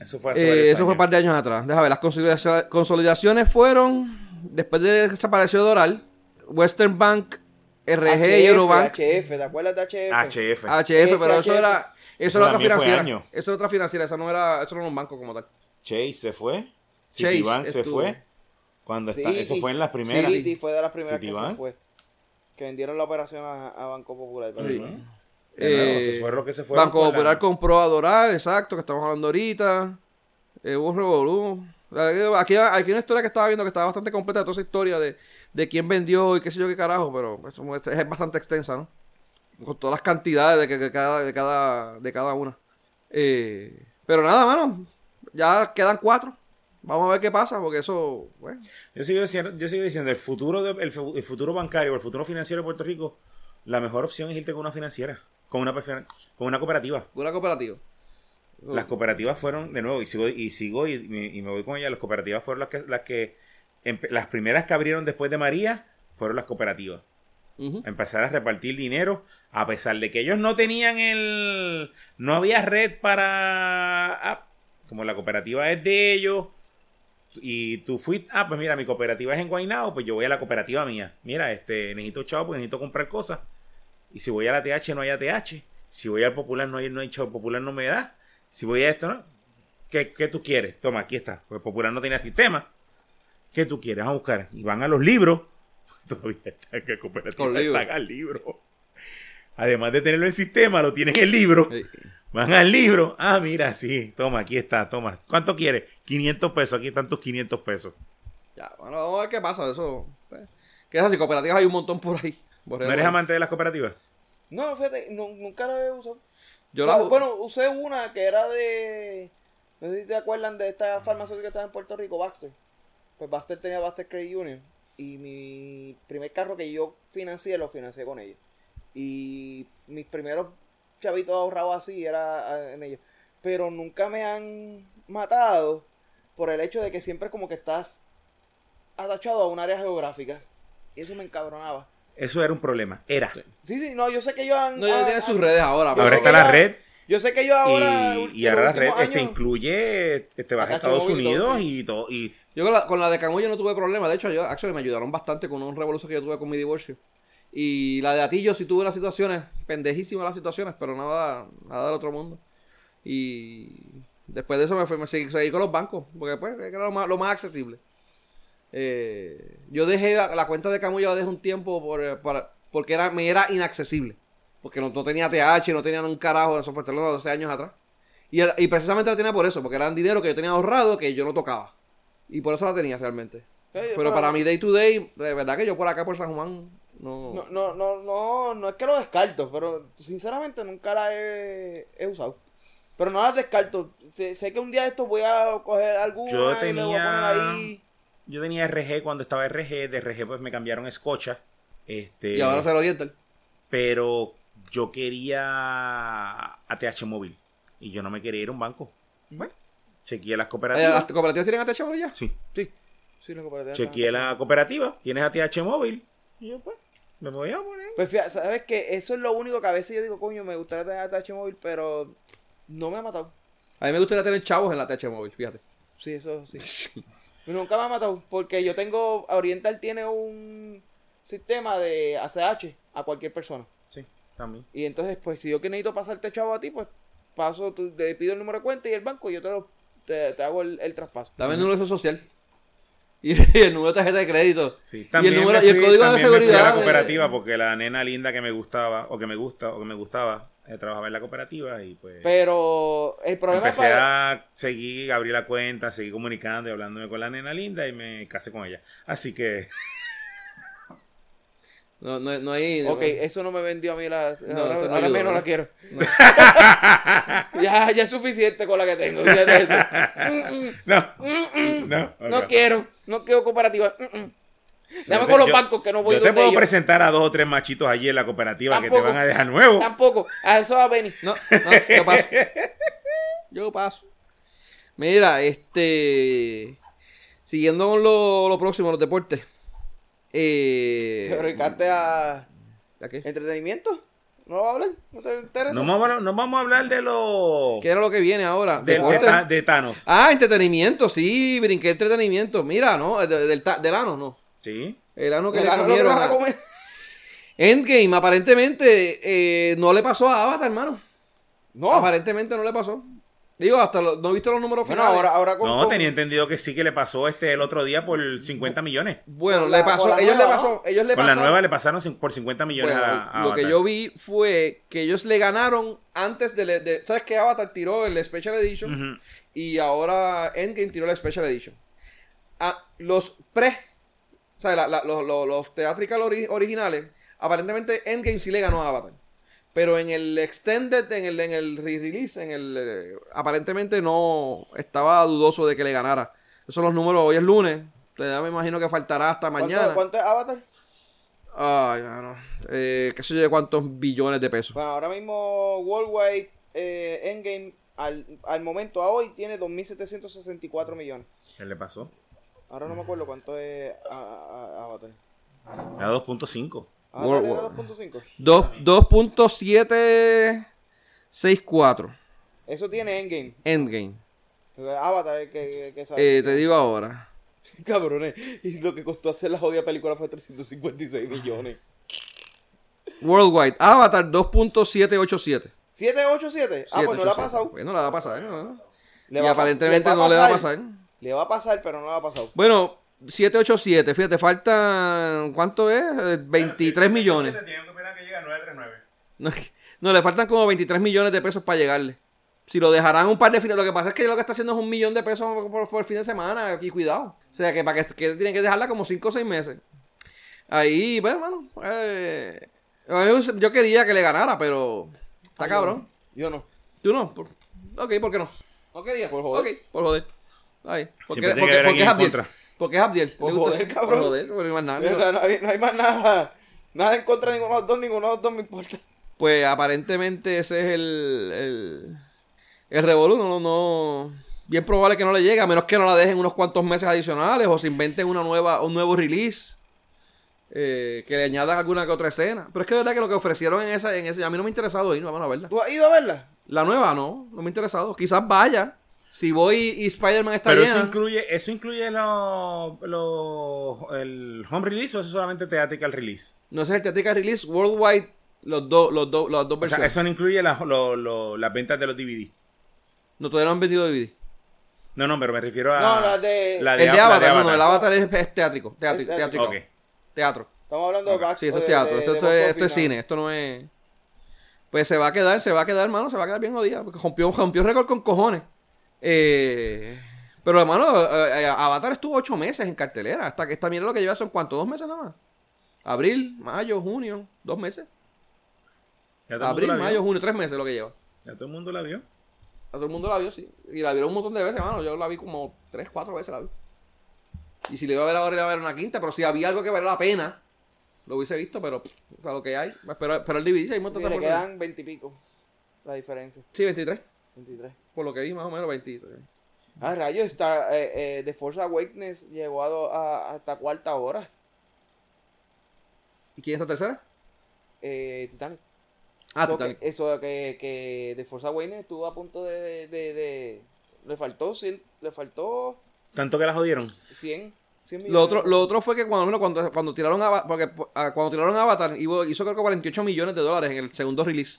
[SPEAKER 4] Eso fue hace
[SPEAKER 2] Eh,
[SPEAKER 4] varios
[SPEAKER 2] eso fue un
[SPEAKER 4] años.
[SPEAKER 2] par de años atrás. Déjame ver, las consolidaci- consolidaciones fueron, después de que desapareció Doral, Western Bank, RG y Eurobank.
[SPEAKER 3] HF, ¿te acuerdas de HF?
[SPEAKER 4] HF.
[SPEAKER 2] HF, pero eso
[SPEAKER 3] SHF.
[SPEAKER 2] era. Eso,
[SPEAKER 4] Eso
[SPEAKER 2] era otra
[SPEAKER 4] también fue
[SPEAKER 2] financiera.
[SPEAKER 4] año.
[SPEAKER 2] Eso era otra financiera, eso no era, eso no era un banco como tal.
[SPEAKER 4] Chase se fue.
[SPEAKER 2] Chase
[SPEAKER 4] Citibank se
[SPEAKER 2] estuvo.
[SPEAKER 4] fue. Cuando está-
[SPEAKER 3] Sí,
[SPEAKER 4] eso fue en las primeras.
[SPEAKER 3] City fue de las primeras que se
[SPEAKER 4] Citibank.
[SPEAKER 3] fue. Que vendieron la operación a, a Banco Popular.
[SPEAKER 2] Sí.
[SPEAKER 4] Ujú. De nuevo,
[SPEAKER 2] Eh,
[SPEAKER 4] eso fue lo que se fue.
[SPEAKER 2] Banco
[SPEAKER 4] con la-
[SPEAKER 2] Popular compró a Doral, exacto, que estamos hablando ahorita. Eh, hubo un revolú. Aquí, aquí hay una historia que estaba viendo que estaba bastante completa, toda esa historia de, de quién vendió y qué sé yo qué carajo, pero eso es, es bastante extensa, ¿no? Con todas las cantidades de, que- que cada, de, cada, de cada una. Eh, pero nada, mano, ya quedan cuatro. Vamos a ver qué pasa, porque eso, bueno,
[SPEAKER 4] Yo sigo diciendo, yo sigo diciendo el, futuro de- el, fu- el futuro bancario, el futuro financiero de Puerto Rico, la mejor opción es irte con una financiera, con una, perfina- con una cooperativa.
[SPEAKER 2] una cooperativa.
[SPEAKER 4] Las cooperativas fueron, de nuevo, y sigo y, sigo, y, me, y me voy con ella, las cooperativas fueron las que, las, que empe- las primeras que abrieron después de María fueron las cooperativas.
[SPEAKER 2] Ujú.
[SPEAKER 4] empezar a repartir dinero a pesar de que ellos no tenían el no había red para ah, como la cooperativa es de ellos y tú fuiste ah pues mira mi cooperativa es en Guaynao pues yo voy a la cooperativa mía mira este necesito chavo porque necesito comprar cosas y si voy a la TH no hay ATH si voy al popular no hay no hay chavo popular no me da si voy a esto no ¿Qué, qué tú quieres? Toma, aquí está. Pues Popular no tenía sistema. ¿Qué tú quieres? Vamos a buscar. Y van a los libros. <laughs> Todavía está en cooperativa.
[SPEAKER 2] Con libros.
[SPEAKER 4] Están al libro. Además de tenerlo en sistema, lo tienen en el libro.
[SPEAKER 2] Sí.
[SPEAKER 4] Van al libro. Ah, mira, sí. Toma, aquí está. Toma. ¿Cuánto quieres? 500 pesos. Aquí están tus 500 pesos.
[SPEAKER 2] Ya, bueno, vamos a ver qué pasa, eso. eh. Que esas y cooperativas hay un montón por ahí. Por
[SPEAKER 4] ¿No
[SPEAKER 2] ahí,
[SPEAKER 4] eres
[SPEAKER 2] bueno.
[SPEAKER 4] amante de las cooperativas?
[SPEAKER 3] No, fíjate, no- nunca la he usado.
[SPEAKER 2] Yo
[SPEAKER 3] Bueno,
[SPEAKER 2] la-
[SPEAKER 3] Bueno, usé una que era de. No sé si te acuerdan de esta farmacéutica que estaba en Puerto Rico, Baxter. Pues Baxter tenía Baxter Credit Union. Y mi primer carro que yo financié, lo financié con ellos. Y mis primeros chavitos ahorrados así era ah, en ellos. Pero nunca me han matado por el hecho de que siempre como que estás atachado a un área geográfica. Y eso me encabronaba.
[SPEAKER 4] Eso era un problema. Era.
[SPEAKER 3] Sí, sí, no, yo sé que ellos han.
[SPEAKER 2] No, ya
[SPEAKER 3] han-
[SPEAKER 2] tiene sus
[SPEAKER 3] han-
[SPEAKER 2] redes ahora.
[SPEAKER 4] Ahora
[SPEAKER 2] pero-
[SPEAKER 4] está la red.
[SPEAKER 3] Yo sé que ellos ahora.
[SPEAKER 4] Y, y
[SPEAKER 3] en
[SPEAKER 4] ahora la
[SPEAKER 3] los
[SPEAKER 4] red
[SPEAKER 3] últimos
[SPEAKER 4] este,
[SPEAKER 3] años-
[SPEAKER 4] incluye. Este, vas
[SPEAKER 3] Ataque
[SPEAKER 4] a Estados
[SPEAKER 3] móvil, todo,
[SPEAKER 4] Unidos
[SPEAKER 3] sí.
[SPEAKER 4] y todo. Y
[SPEAKER 2] Yo con la, con la de Camuyo no tuve problema. De hecho, yo, actually, me ayudaron bastante con un revolución que yo tuve con mi divorcio. Y la de Atillo sí tuve las situaciones, pendejísimas las situaciones, pero nada, nada del otro mundo. Y después de eso me, fui, me seguí, seguí con los bancos, porque pues era lo más, lo más accesible. Eh, yo dejé la, la cuenta de Camuyo, la dejé un tiempo por, eh, para- porque era, me era inaccesible. Porque no, no tenía TH, no tenía un carajo, eso fue hasta los 12 años atrás. Y, era- y precisamente la tenía por eso, porque eran dinero que yo tenía ahorrado que yo no tocaba. Y por eso la tenía realmente.
[SPEAKER 3] Sí,
[SPEAKER 2] Pero para mi day to day, de verdad que yo por acá, por San Juan, no.
[SPEAKER 3] No, no, no, no, no es que lo descarto, pero sinceramente nunca la he, he usado. Pero no las descarto. Sé, sé que un día de estos voy a coger alguna
[SPEAKER 4] Yo
[SPEAKER 3] y le voy a
[SPEAKER 4] tenía-
[SPEAKER 3] poner ahí.
[SPEAKER 4] Yo tenía RG cuando estaba RG, de RG pues me cambiaron a Escocha. Este,
[SPEAKER 2] Y ahora se lo dientes.
[SPEAKER 4] Pero yo quería ATH móvil y yo no me quería ir a un banco. Bueno, chequeé las
[SPEAKER 2] Eh, ¿Las
[SPEAKER 4] cooperativas.
[SPEAKER 2] cooperativas tienen ATH ahora ya?
[SPEAKER 4] Sí,
[SPEAKER 2] Sí.
[SPEAKER 3] Sí, lo que parece.
[SPEAKER 4] chequeé la cooperativa, tienes ATH móvil. Y yo pues, me voy a poner.
[SPEAKER 3] Pues fíjate, sabes que eso es lo único que a veces yo digo, coño, me gustaría tener ATH móvil, pero no me ha matado.
[SPEAKER 2] A mí me gustaría tener chavos en la ATH móvil, fíjate.
[SPEAKER 3] Sí, eso sí.
[SPEAKER 4] <laughs>
[SPEAKER 3] Nunca me ha matado, porque yo tengo. Oriental tiene un sistema de ACH a cualquier persona.
[SPEAKER 4] Sí, también.
[SPEAKER 3] Y entonces, pues, si yo que necesito pasarte chavo a ti, pues paso, tú- te pido el número de cuenta y el banco y yo te, lo, te, te hago el, el traspaso.
[SPEAKER 2] Dame el número de social. <laughs> Y el número de tarjeta de crédito.
[SPEAKER 4] Sí,
[SPEAKER 2] y el, número,
[SPEAKER 4] me
[SPEAKER 2] y el
[SPEAKER 4] fui-
[SPEAKER 2] código de
[SPEAKER 4] también me fui
[SPEAKER 2] seguridad. eh,
[SPEAKER 4] a la
[SPEAKER 2] de-
[SPEAKER 4] cooperativa porque la nena linda que me gustaba o que me gusta o que me gustaba eh, trabajaba en la cooperativa y pues
[SPEAKER 3] Pero el problema es
[SPEAKER 4] Empecé
[SPEAKER 3] para...
[SPEAKER 4] a seguir, abrí la cuenta, seguí comunicando y hablándome con la nena linda y me casé con ella. Así que <laughs>
[SPEAKER 2] No, no, no hay.
[SPEAKER 3] Ok, eso no me vendió a mí la...
[SPEAKER 2] No,
[SPEAKER 3] ahora
[SPEAKER 2] eso no
[SPEAKER 3] ahora
[SPEAKER 2] ayudó,
[SPEAKER 3] menos
[SPEAKER 2] ¿no?
[SPEAKER 3] la quiero. <laughs> ya, ya es suficiente con la que tengo. fíjate eso. Mm,
[SPEAKER 4] <laughs>
[SPEAKER 3] mm,
[SPEAKER 4] no,
[SPEAKER 3] mm, mm.
[SPEAKER 4] no,
[SPEAKER 3] No
[SPEAKER 4] ok.
[SPEAKER 3] quiero, no quiero cooperativa. Mm, mm. Dame
[SPEAKER 4] Yo te-
[SPEAKER 3] con los
[SPEAKER 4] yo-
[SPEAKER 3] bancos que no voy
[SPEAKER 4] Yo te
[SPEAKER 3] donde
[SPEAKER 4] puedo
[SPEAKER 3] ellos.
[SPEAKER 4] presentar a dos o tres machitos allí en la cooperativa que
[SPEAKER 3] Tampoco.
[SPEAKER 4] te van a dejar nuevo.
[SPEAKER 3] Tampoco, a eso va a venir.
[SPEAKER 2] No, no, yo
[SPEAKER 4] <laughs>
[SPEAKER 2] paso. Yo paso. Mira, este. Siguiendo con lo, lo próximo, los deportes. Eh,
[SPEAKER 3] Pero Ricardo, a
[SPEAKER 2] ¿a qué?
[SPEAKER 3] entretenimiento, no va a hablar, no te interesa.
[SPEAKER 4] No vamos, a- no vamos a hablar de los
[SPEAKER 2] ¿Qué era lo que viene ahora?
[SPEAKER 4] de, de
[SPEAKER 2] ¿Deportes?
[SPEAKER 4] Ta- de Thanos.
[SPEAKER 2] Ah, entretenimiento, sí, brinqué entretenimiento. Mira, ¿no? De- del, ta- del ano, no.
[SPEAKER 4] Sí.
[SPEAKER 2] El ano que
[SPEAKER 3] Del
[SPEAKER 2] le
[SPEAKER 3] ano es lo que
[SPEAKER 2] comieron
[SPEAKER 3] van a
[SPEAKER 2] a-
[SPEAKER 3] comer.
[SPEAKER 2] Endgame, aparentemente, eh, no le pasó a Avatar, hermano. Ah,
[SPEAKER 3] No,
[SPEAKER 2] Aparentemente no le pasó. Digo, hasta lo- no he visto los números
[SPEAKER 3] bueno,
[SPEAKER 2] finales.
[SPEAKER 3] ahora, ahora con,
[SPEAKER 4] No,
[SPEAKER 3] con-
[SPEAKER 4] tenía entendido que sí que le pasó este el otro día por 50 millones.
[SPEAKER 2] Bueno,
[SPEAKER 3] Con la-
[SPEAKER 2] le pasó,
[SPEAKER 3] con la
[SPEAKER 2] ellos
[SPEAKER 3] nueva,
[SPEAKER 2] le pasó, ellos le
[SPEAKER 4] Con la
[SPEAKER 2] pasaron-
[SPEAKER 4] nueva le pasaron cin- por 50 millones
[SPEAKER 2] Bueno,
[SPEAKER 4] a, a
[SPEAKER 2] lo que
[SPEAKER 4] Avatar.
[SPEAKER 2] yo vi fue que ellos le ganaron antes de, de- ¿sabes qué? Avatar tiró el Special Edition
[SPEAKER 4] Ujú.
[SPEAKER 2] y ahora Endgame tiró el Special Edition. Ah, los pre, o sea, la- la- los, los, los theatrical ori- originales, aparentemente Endgame sí le ganó a Avatar. Pero en el extended, en el, en el re-release, en el eh, aparentemente no estaba dudoso de que le ganara. Esos son los números, hoy es lunes, Pues ya me imagino que faltará hasta
[SPEAKER 3] ¿cuánto-
[SPEAKER 2] mañana.
[SPEAKER 3] ¿Cuánto es Avatar?
[SPEAKER 2] Ay, mano. Eh, qué sé yo de cuántos billones de pesos.
[SPEAKER 3] Bueno, ahora mismo Worldwide eh, Endgame al, al momento, a hoy, tiene 2.764 millones.
[SPEAKER 4] ¿Qué le pasó?
[SPEAKER 3] Ahora no me acuerdo cuánto es a- a- a- Avatar.
[SPEAKER 4] A 2.5.
[SPEAKER 3] Avatar era
[SPEAKER 2] Worldwide.
[SPEAKER 3] 2.5.
[SPEAKER 2] Dos- 2.764
[SPEAKER 3] Eso tiene Endgame.
[SPEAKER 2] Endgame.
[SPEAKER 3] Avatar, el que, que sabe.
[SPEAKER 2] Eh, te digo ahora.
[SPEAKER 3] Cabrones. Y lo que costó hacer la jodida película fue 356 millones.
[SPEAKER 2] Worldwide. Avatar 2.787.
[SPEAKER 3] 787. Ah, pues no la ha pasado.
[SPEAKER 2] Pues no la va a pasar. ¿no?
[SPEAKER 3] Le
[SPEAKER 2] y
[SPEAKER 3] va a pas-
[SPEAKER 2] aparentemente
[SPEAKER 3] va
[SPEAKER 2] no le va a pasar.
[SPEAKER 3] Le va a pasar, pero no la ha pasado.
[SPEAKER 2] Bueno, 787. Fíjate, faltan. ¿Cuánto es? Eh, 23 millones.
[SPEAKER 4] Tienen que esperar que llegue a 939.
[SPEAKER 2] No, <laughs> no, le faltan como 23 millones de pesos para llegarle. Si lo dejarán un par de fines. Lo que pasa es que lo que está haciendo es un millón de pesos por, por fin de semana. Y cuidado. O sea, que para que, que tienen que dejarla como 5 o 6 meses. Ahí, bueno, hermano. eh, a mí me- yo quería que le ganara, pero. Está Ah, cabrón.
[SPEAKER 3] Yo Ah, no.
[SPEAKER 2] Tú no. por- ok, ¿por qué no?
[SPEAKER 3] No quería, por
[SPEAKER 2] Ok,
[SPEAKER 3] joder.
[SPEAKER 2] por joder. Ay, porque,
[SPEAKER 4] Siempre tiene que
[SPEAKER 2] porque-
[SPEAKER 4] haber
[SPEAKER 2] porque
[SPEAKER 4] alguien
[SPEAKER 2] es
[SPEAKER 4] en
[SPEAKER 2] Abdiel.
[SPEAKER 4] contra.
[SPEAKER 2] Porque es Abdiel.
[SPEAKER 3] Por
[SPEAKER 2] Le gusta-
[SPEAKER 3] joder, cabrón.
[SPEAKER 2] Por joder, por más nada.
[SPEAKER 3] Ah, No, no hay, no hay más nada. Nada en contra de ninguno de los dos, ninguno de los dos me importa.
[SPEAKER 2] Pues aparentemente ese es el. El, el revolú, no, no, no- Bien probable que no le llegue, a menos que no la dejen unos cuantos meses adicionales o se inventen una nueva, un nuevo release. eh, que le añadan alguna que otra escena. Pero es que es verdad que lo que ofrecieron en esa, en ese, a mí no me ha interesado ir, vamos a verla.
[SPEAKER 3] ¿Tú has ido a verla?
[SPEAKER 2] La nueva no, no me ha interesado. Quizás vaya. Si voy y Spider-Man está
[SPEAKER 4] Pero
[SPEAKER 2] llena.
[SPEAKER 4] eso incluye, eso incluye lo- lo- el home release o eso es solamente theatrical release.
[SPEAKER 2] No sé, el Theatrical Release Worldwide, los dos, los dos, las dos
[SPEAKER 4] O sea,
[SPEAKER 2] versiones.
[SPEAKER 4] eso no incluye la- lo- lo- las ventas de los DVD.
[SPEAKER 2] No todavía no han vendido DVD.
[SPEAKER 4] No, no, pero me refiero a.
[SPEAKER 3] No, la de-
[SPEAKER 4] la
[SPEAKER 2] el de
[SPEAKER 4] la
[SPEAKER 2] Avatar, no, no, el Avatar es, es teátrico. Teátrico.
[SPEAKER 3] Es
[SPEAKER 2] teátrico.
[SPEAKER 4] Ok.
[SPEAKER 2] Teatro.
[SPEAKER 3] Estamos hablando de
[SPEAKER 2] Ah, Sí, eso es teatro. esto, esto es, esto es cine. Esto no es. Pues se va a quedar, se va a quedar, hermano. Se va a quedar bien jodida. Porque rompió, rompió récord con cojones. Eh, pero, hermano, eh, eh, Avatar estuvo ocho meses en cartelera. Hasta que esta mierda lo que lleva son cuánto, dos meses nada más. Abril, mayo, junio, dos meses.
[SPEAKER 4] Ya todo el mundo
[SPEAKER 2] Abril,
[SPEAKER 4] la vio.
[SPEAKER 2] mayo, junio, tres meses lo que lleva.
[SPEAKER 4] Ya todo el mundo la vio.
[SPEAKER 2] A todo el mundo la vio, sí. Y la vieron un montón de veces, hermano. Yo la vi como tres, cuatro veces la vi. Y si le iba a ver ahora, le iba a ver una quinta. Pero si había algo que valía la pena, lo hubiese visto, pero pff, o sea, lo que hay. Pero, pero el DVD, si hay un montón de
[SPEAKER 3] le
[SPEAKER 2] personas.
[SPEAKER 3] quedan 20 y pico. La diferencia.
[SPEAKER 2] Sí, 23.
[SPEAKER 3] 23.
[SPEAKER 2] Por lo que vi, más o menos 23.
[SPEAKER 3] Ah, rayos, está, eh, eh, The Force Awakens llegó a, do- a- hasta cuarta hora.
[SPEAKER 2] ¿Y quién es la tercera?
[SPEAKER 3] Eh, Titanic.
[SPEAKER 2] Ah,
[SPEAKER 3] eso
[SPEAKER 2] Titanic.
[SPEAKER 3] Que, eso que, que The Force Awakens estuvo a punto de... de, de, de- le faltó 100, le faltó
[SPEAKER 4] Tanto que la jodieron.
[SPEAKER 3] 100, 100 millones.
[SPEAKER 2] Lo otro, lo otro fue que cuando, bueno, cuando, cuando tiraron Avatar, porque ah, cuando tiraron Avatar hizo, hizo creo que 48 millones de dólares en el segundo release.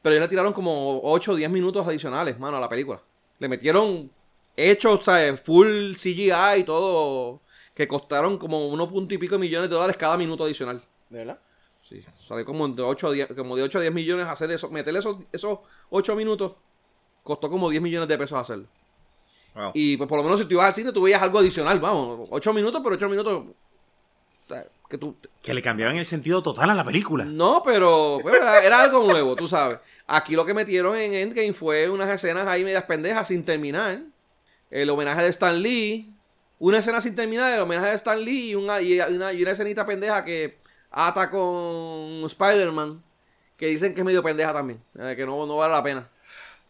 [SPEAKER 2] Pero ellos le tiraron como 8 o 10 minutos adicionales, mano, a la película. Le metieron hechos, ¿sabes? Full CGI y todo, que costaron como uno punto y pico millones de dólares cada minuto adicional.
[SPEAKER 3] ¿De verdad?
[SPEAKER 2] Sí, salió como de 8 a 10, como de 8 a 10 millones hacer eso, meterle esos, esos 8 minutos, costó como 10 millones de pesos hacerlo.
[SPEAKER 4] Wow.
[SPEAKER 2] Y pues por lo menos si tú ibas al cine, tú veías algo adicional, vamos. Ocho minutos, pero ocho minutos. o sea, Que tú,
[SPEAKER 4] Que le cambiaban el sentido total a la película.
[SPEAKER 2] no, pero, pero era, era algo nuevo, tú sabes. Aquí lo que metieron en Endgame fue unas escenas ahí medias pendejas sin terminar. El homenaje de Stan Lee. Una escena sin terminar, el homenaje de Stan Lee y una, y una, y una escenita pendeja que ata con Spider-Man. Que dicen que es medio pendeja también. eh, Que no, no vale la pena.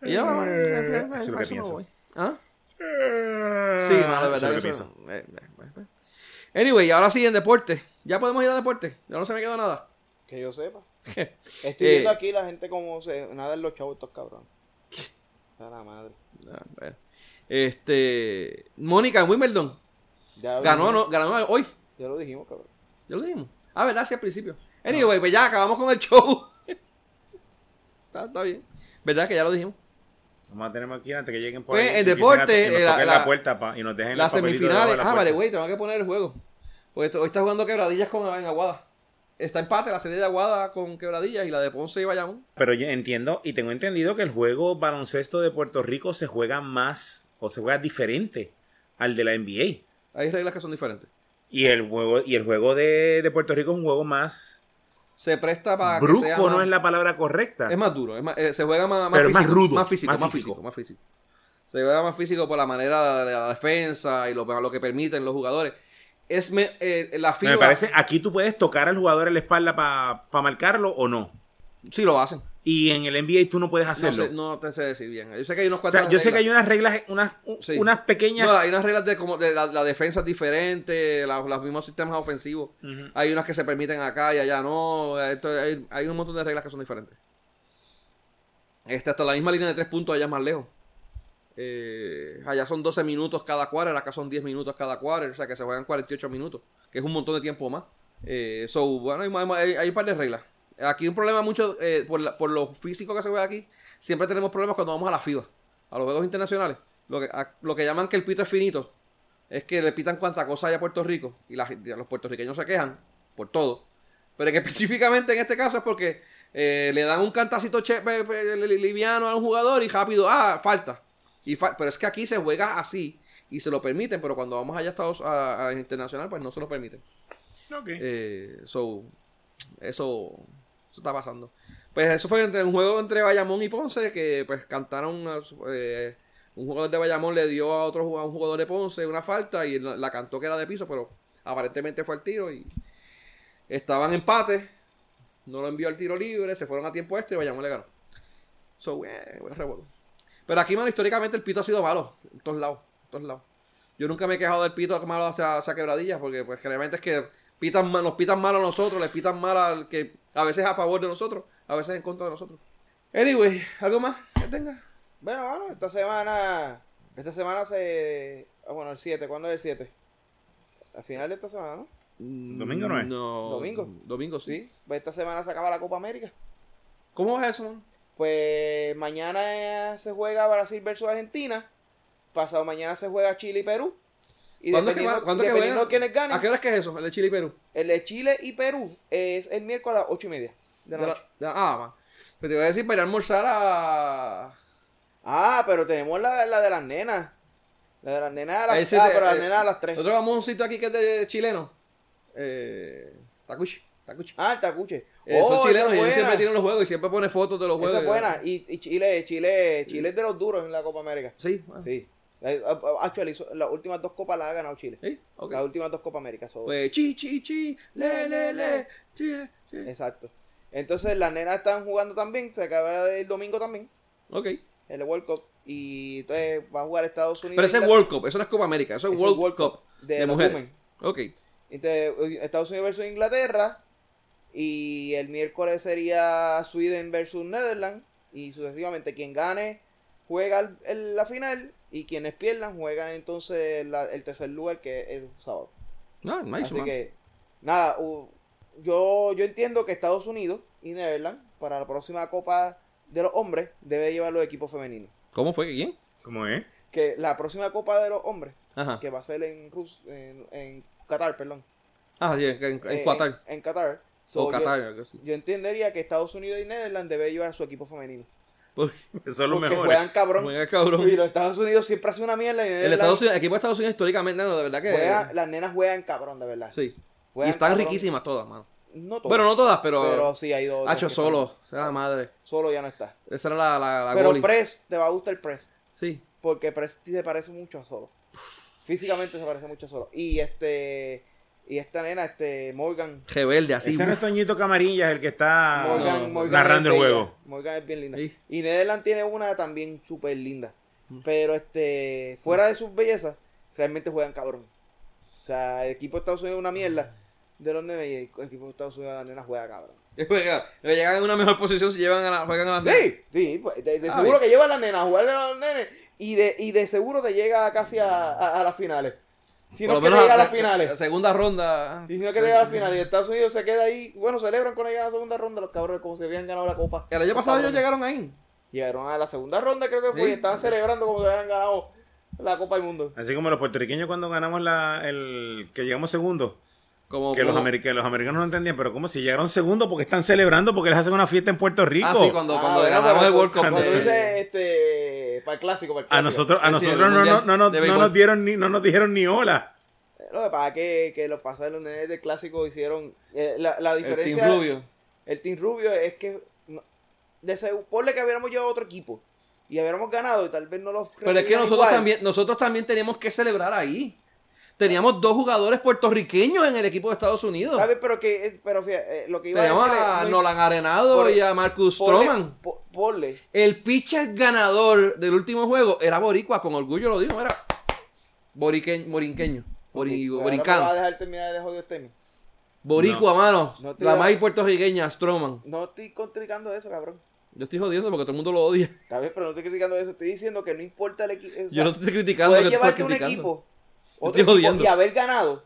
[SPEAKER 2] Y yo, "Ah, eh,
[SPEAKER 4] eso es lo
[SPEAKER 2] eh,
[SPEAKER 4] que
[SPEAKER 2] eso no
[SPEAKER 4] pienso.
[SPEAKER 2] voy". ¿Ah? Sí,
[SPEAKER 4] Sí,
[SPEAKER 2] no, de verdad.
[SPEAKER 4] Ah, Eso es lo que
[SPEAKER 2] que eso-
[SPEAKER 4] pienso.
[SPEAKER 2] eh, eh, eh. Anyway, y ahora sí, en deporte. Ya podemos ir a deporte. Ya no se me quedó nada.
[SPEAKER 3] Que yo
[SPEAKER 2] <laughs>
[SPEAKER 3] sepa. Estoy
[SPEAKER 2] Eh.
[SPEAKER 3] viendo aquí la gente como se... Nada en los chavos estos cabrones. A la madre.
[SPEAKER 2] Ah, bueno. Este. Mónica en Wimbledon.
[SPEAKER 3] Ya lo
[SPEAKER 2] Ganó,
[SPEAKER 3] dijimos.
[SPEAKER 2] no, ganó hoy.
[SPEAKER 3] Ya lo dijimos, cabrón.
[SPEAKER 2] Ya lo dijimos. Ah, ¿verdad? Sí, al principio. Anyway, pues ya acabamos con el show. <laughs> está, está bien. ¿Verdad que ya lo dijimos?
[SPEAKER 4] Vamos a tener aquí antes que lleguen por
[SPEAKER 2] Pues,
[SPEAKER 4] ahí.
[SPEAKER 2] en
[SPEAKER 4] que empiecen a-
[SPEAKER 2] deporte,
[SPEAKER 4] que nos
[SPEAKER 2] eh, la-
[SPEAKER 4] toquen
[SPEAKER 2] la-
[SPEAKER 4] la puerta pa- y nos dejen
[SPEAKER 2] Las
[SPEAKER 4] el papelito debajo de
[SPEAKER 2] semifinales.
[SPEAKER 4] la
[SPEAKER 2] Ah, vale,
[SPEAKER 4] puerta.
[SPEAKER 2] güey, tengo que poner el juego. Porque esto- hoy está jugando quebradillas con en Aguada. Está empate la serie de Aguada con quebradillas y la de Ponce y Bayamón.
[SPEAKER 4] Pero yo entiendo y tengo entendido que el juego baloncesto de Puerto Rico se juega más o se juega diferente al de la NBA.
[SPEAKER 2] Hay reglas que son diferentes.
[SPEAKER 4] Y el juego, y el juego de, de Puerto Rico es un juego más
[SPEAKER 2] Se presta para que sea
[SPEAKER 4] brusco, no
[SPEAKER 2] más-
[SPEAKER 4] es la palabra correcta.
[SPEAKER 2] Es más duro, es más- eh, se juega más,
[SPEAKER 4] Pero es más
[SPEAKER 2] físico,
[SPEAKER 4] rudo,
[SPEAKER 2] Más físico, más,
[SPEAKER 4] más
[SPEAKER 2] físico.
[SPEAKER 4] físico.
[SPEAKER 2] más físico. Se juega más físico por la manera de la defensa y lo, lo que permiten los jugadores. Es me- eh, la
[SPEAKER 4] No,
[SPEAKER 2] FIBA.
[SPEAKER 4] me parece, aquí tú puedes tocar al jugador en la espalda para marcarlo o no.
[SPEAKER 2] Sí, lo hacen.
[SPEAKER 4] Y en el NBA tú no puedes
[SPEAKER 2] No,
[SPEAKER 4] hacerlo.
[SPEAKER 2] sé, no te sé decir bien. Yo sé que hay unos
[SPEAKER 4] o
[SPEAKER 2] cuantos.
[SPEAKER 4] sea, yo sé que hay unas reglas, unas, u-
[SPEAKER 2] Sí.
[SPEAKER 4] unas pequeñas.
[SPEAKER 2] No, hay unas reglas de como de la, la defensa es diferente, la- los mismos sistemas ofensivos.
[SPEAKER 4] Ujú.
[SPEAKER 2] Hay unas que se permiten acá y allá no. Esto- hay, hay un montón de reglas que son diferentes. Este, hasta la misma línea de tres puntos allá es más lejos. Eh, allá son 12 minutos cada quarter, acá son 10 minutos cada quarter, o sea que se juegan 48 minutos, que es un montón de tiempo más. Eh, so, bueno, hay, ma- hay- hay un par de reglas. Aquí un problema mucho, eh, por, la- por lo físico que se juega aquí, siempre tenemos problemas cuando vamos a la FIBA, a los Juegos Internacionales. Lo que, a- lo que llaman que el pito es finito, es que le pitan cuanta cosa hay a Puerto Rico y la gente- los puertorriqueños se quejan por todo. Pero que <laughs> específicamente en este caso es porque eh, le dan un cantacito che- pe- pe- li- liviano a un jugador y rápido, ah, falta. Y fa- pero es que aquí se juega así y se lo permiten, pero cuando vamos allá a Estados a, a internacional, pues no se lo permiten.
[SPEAKER 4] Ok.
[SPEAKER 2] Eh, so, eso, eso está pasando. Pues eso fue entre un juego entre Bayamón y Ponce, que pues cantaron, eh, un jugador de Bayamón le dio a otro ju- a un jugador de Ponce una falta y la, la cantó que era de piso, pero aparentemente fue al tiro y estaban empate, no lo envió al tiro libre, se fueron a tiempo extra y Bayamón le ganó. So, eh, buen revolú. Pero aquí, mano, históricamente el pito ha sido malo, en todos lados, en todos lados. Yo nunca me he quejado del pito malo hacia, hacia quebradillas, porque pues generalmente es que pitan mal- nos pitan mal a nosotros, les pitan mal al que a veces a favor de nosotros, a veces en contra de nosotros. Anyway, ¿algo más que tenga?
[SPEAKER 3] Bueno, bueno, esta semana. Esta semana se. ah, bueno, el 7. ¿Cuándo es el 7? Al final de esta semana, ¿no?
[SPEAKER 2] ¿Domingo
[SPEAKER 4] Mm, no es?
[SPEAKER 3] Domingo.
[SPEAKER 2] Domingo, sí.
[SPEAKER 3] Sí. Pues esta semana se acaba la Copa América.
[SPEAKER 2] ¿Cómo es eso, man?
[SPEAKER 3] Pues mañana eh, se juega Brasil versus Argentina. Pasado mañana se juega Chile y Perú. Y
[SPEAKER 2] ¿Cuándo es que
[SPEAKER 3] dependiendo,
[SPEAKER 2] va- cuándo es que
[SPEAKER 3] dependiendo
[SPEAKER 2] juegan?
[SPEAKER 3] de quiénes ganen,
[SPEAKER 2] ¿A qué hora es que es eso? El de Chile y Perú.
[SPEAKER 3] el de Chile y Perú es el miércoles a las 8 y media de la
[SPEAKER 2] De la-
[SPEAKER 3] noche.
[SPEAKER 2] de la- ah, man. Pero te voy a decir para ir a almorzar a.
[SPEAKER 3] Ah, pero tenemos la, la de las nenas. La de las nenas a
[SPEAKER 2] Ahí
[SPEAKER 3] las
[SPEAKER 2] sí
[SPEAKER 3] 3. Ah,
[SPEAKER 2] te-
[SPEAKER 3] pero las
[SPEAKER 2] eh,
[SPEAKER 3] nenas a las 3.
[SPEAKER 2] Nosotros vamos a un sitio aquí que es de chileno. Eh, Tacuchi. Tacuchi.
[SPEAKER 3] Ah, el tacuche.
[SPEAKER 2] Eh,
[SPEAKER 3] Oh,
[SPEAKER 2] son chilenos
[SPEAKER 3] esa
[SPEAKER 2] y
[SPEAKER 3] es
[SPEAKER 2] ellos siempre
[SPEAKER 3] buena.
[SPEAKER 2] tienen los juegos y siempre pone fotos de los juegos.
[SPEAKER 3] Esa es buena. Y, y Chile, Chile, Chile es de los duros en la Copa América.
[SPEAKER 2] Sí, ah, sí.
[SPEAKER 3] Sí. La- ah, ah, Actually, so- las últimas dos copas las ha ganado Chile.
[SPEAKER 2] ok.
[SPEAKER 3] Las últimas dos Copa América. so-
[SPEAKER 2] Pues chi, chi, chi, le, le, le, chi, chi.
[SPEAKER 3] Exacto. Entonces las nenas están jugando también. Se acaba el domingo también.
[SPEAKER 2] Ok.
[SPEAKER 3] El World Cup. Y entonces va a jugar Estados Unidos.
[SPEAKER 2] Pero ese es
[SPEAKER 3] Inglaterra.
[SPEAKER 2] World Cup, eso no es Copa América, eso es
[SPEAKER 3] Ese
[SPEAKER 2] World, Cup.
[SPEAKER 3] de,
[SPEAKER 2] de
[SPEAKER 3] los
[SPEAKER 2] mujeres.
[SPEAKER 3] women.
[SPEAKER 2] Ok.
[SPEAKER 3] Entonces, eh, Estados Unidos versus Inglaterra. Y el miércoles sería Sweden versus Netherlands. Y sucesivamente, quien gane juega el- el- la final. Y quienes pierdan juegan entonces la- el tercer lugar, que es el sábado.
[SPEAKER 2] No, nice,
[SPEAKER 3] Así
[SPEAKER 2] man.
[SPEAKER 3] que, nada, u- yo, yo entiendo que Estados Unidos y Netherlands, para la próxima Copa de los Hombres, debe llevar los equipos femeninos.
[SPEAKER 2] ¿Cómo fue? ¿Quién?
[SPEAKER 4] ¿Cómo es?
[SPEAKER 3] Que la próxima Copa de los Hombres,
[SPEAKER 2] Ajá.
[SPEAKER 3] que va a ser en, Rus- en, en Qatar, perdón.
[SPEAKER 2] Ah, sí, en, en- en
[SPEAKER 3] Eh,
[SPEAKER 2] Qatar.
[SPEAKER 3] En, en Qatar. So,
[SPEAKER 2] o
[SPEAKER 3] yo-
[SPEAKER 2] Qatar, algo así.
[SPEAKER 3] Yo entendería que Estados Unidos y Netherlands debe llevar a su equipo femenino.
[SPEAKER 2] Porque-
[SPEAKER 4] Eso es lo
[SPEAKER 3] Porque
[SPEAKER 4] mejor.
[SPEAKER 3] juegan cabrón.
[SPEAKER 2] Pues, Juega cabrón.
[SPEAKER 3] Y los Estados Unidos siempre hace una mierda. Y
[SPEAKER 2] El, Estados Unidos- el equipo de Estados Unidos históricamente, no, de verdad que.
[SPEAKER 3] juega- las nenas juegan cabrón, de verdad.
[SPEAKER 2] sí.
[SPEAKER 3] Juegan
[SPEAKER 2] y están
[SPEAKER 3] cabrón.
[SPEAKER 2] riquísimas todas, mano.
[SPEAKER 3] No todas,
[SPEAKER 2] Bueno, no todas, pero.
[SPEAKER 3] pero sí hay dos. dos
[SPEAKER 2] Hacho
[SPEAKER 3] que
[SPEAKER 2] solo,
[SPEAKER 3] están-
[SPEAKER 2] sea la madre.
[SPEAKER 3] Solo ya no está.
[SPEAKER 2] Esa era la, la, la
[SPEAKER 3] pero
[SPEAKER 2] goalie.
[SPEAKER 3] Press, te va a gustar el Press.
[SPEAKER 2] Sí.
[SPEAKER 3] Porque Press se parece mucho a Solo. Físicamente se parece mucho a Solo. Y este. Y esta nena, este. Morgan.
[SPEAKER 2] Rebelde, así.
[SPEAKER 4] Ese no es
[SPEAKER 2] uf.
[SPEAKER 4] Toñito Camarillas el que está
[SPEAKER 2] Ah, no,
[SPEAKER 3] Morgan,
[SPEAKER 2] no.
[SPEAKER 3] Morgan
[SPEAKER 4] narrando
[SPEAKER 3] es
[SPEAKER 4] el
[SPEAKER 3] bella.
[SPEAKER 4] juego.
[SPEAKER 3] Morgan es bien linda.
[SPEAKER 2] Sí.
[SPEAKER 3] Y Nederland tiene una también súper linda.
[SPEAKER 2] Mm.
[SPEAKER 3] Pero este, fuera de sus bellezas, realmente juegan cabrón. O sea, el equipo de Estados Unidos es una mierda. De los nenes y el equipo de Estados Unidos de las nenas juega cabrón.
[SPEAKER 2] Juega- Llegan en una mejor posición si llevan a la- juegan a las nenas.
[SPEAKER 3] Sí, sí, pues, de, de
[SPEAKER 2] Ah,
[SPEAKER 3] seguro
[SPEAKER 2] bien.
[SPEAKER 3] que lleva a las nenas a jugarle a los nenes. Y de, y de seguro te llega casi a, a- a las finales. Si
[SPEAKER 2] Por
[SPEAKER 3] no
[SPEAKER 2] lo
[SPEAKER 3] es que
[SPEAKER 2] menos
[SPEAKER 3] llega a
[SPEAKER 2] la-
[SPEAKER 3] las finales.
[SPEAKER 2] la segunda ronda.
[SPEAKER 3] Y si no es que llega a las finales. Y Estados Unidos se queda ahí. Bueno, celebran cuando llegan a la segunda ronda los cabrones como si hubieran ganado la copa.
[SPEAKER 2] El año
[SPEAKER 3] Los
[SPEAKER 2] pasado ellos
[SPEAKER 3] cabrones.
[SPEAKER 2] llegaron ahí.
[SPEAKER 3] Llegaron a la segunda ronda, creo que fue.
[SPEAKER 2] Sí.
[SPEAKER 3] Y estaban celebrando como si hubieran ganado la copa del mundo.
[SPEAKER 4] Así como los puertorriqueños cuando ganamos la, el que llegamos segundo.
[SPEAKER 2] Como,
[SPEAKER 4] Que los,
[SPEAKER 2] como-
[SPEAKER 4] ameri- que los americanos no entendían, pero ¿cómo si llegaron segundo? Porque están celebrando, porque les hacen una fiesta en Puerto Rico.
[SPEAKER 2] Ah, sí, cuando,
[SPEAKER 3] Ah,
[SPEAKER 2] cuando
[SPEAKER 3] bueno,
[SPEAKER 2] ganamos
[SPEAKER 3] pero
[SPEAKER 2] el World Cup.
[SPEAKER 3] Cuando
[SPEAKER 2] de-
[SPEAKER 3] dice este. Para el clásico, para el
[SPEAKER 4] a
[SPEAKER 3] clásico.
[SPEAKER 4] nosotros, a
[SPEAKER 2] Sí,
[SPEAKER 4] nosotros
[SPEAKER 2] el
[SPEAKER 4] no,
[SPEAKER 2] mundial
[SPEAKER 4] no, no, nos-
[SPEAKER 2] de
[SPEAKER 4] no
[SPEAKER 2] béisbol.
[SPEAKER 4] nos dieron ni, no nos dijeron ni hola.
[SPEAKER 3] Lo que pasa es que, que los pasados los nenes del clásico hicieron. eh, la, la
[SPEAKER 2] El
[SPEAKER 3] diferencia.
[SPEAKER 2] Team Rubio.
[SPEAKER 3] El Team Rubio es que. no- de seguro- ponle que hubiéramos llevado otro equipo. Y hubiéramos ganado y tal vez no los.
[SPEAKER 2] Pero es que
[SPEAKER 3] recibían
[SPEAKER 2] nosotros
[SPEAKER 3] igual.
[SPEAKER 2] también, nosotros también teníamos que celebrar ahí. Teníamos dos jugadores puertorriqueños en el equipo de Estados Unidos.
[SPEAKER 3] Está bien, Pero, que, es- pero fíjate, eh, lo que iba
[SPEAKER 2] Teníamos
[SPEAKER 3] a decir.
[SPEAKER 2] a
[SPEAKER 3] es, no-
[SPEAKER 2] Nolan Arenado
[SPEAKER 3] Por- e-
[SPEAKER 2] y a Marcus
[SPEAKER 3] ponle-
[SPEAKER 2] Stroman.
[SPEAKER 3] po- ponle.
[SPEAKER 2] El pitcher ganador del último juego era Boricua, con orgullo lo digo, era boriqueño, morinqueño,
[SPEAKER 3] Ok, ahora
[SPEAKER 2] bori-
[SPEAKER 3] me vas a
[SPEAKER 2] borincano.
[SPEAKER 3] dejar terminar este el jodido tema.
[SPEAKER 2] Boricua, mano.
[SPEAKER 3] No te
[SPEAKER 2] la
[SPEAKER 3] iba-
[SPEAKER 2] más puertorriqueña, Stroman.
[SPEAKER 3] No estoy contricando eso, cabrón.
[SPEAKER 2] Yo estoy jodiendo porque todo el mundo lo odia. <laughs>
[SPEAKER 3] Está bien, pero no estoy criticando eso. Estoy diciendo que no importa el equipo.
[SPEAKER 2] Yo no te estoy criticando.
[SPEAKER 3] Puedes
[SPEAKER 2] que tú estás
[SPEAKER 3] llevarte un
[SPEAKER 2] criticando.
[SPEAKER 3] equipo,
[SPEAKER 2] Yo
[SPEAKER 3] otro
[SPEAKER 2] estoy
[SPEAKER 3] equipo
[SPEAKER 2] jodiendo.
[SPEAKER 3] y haber ganado.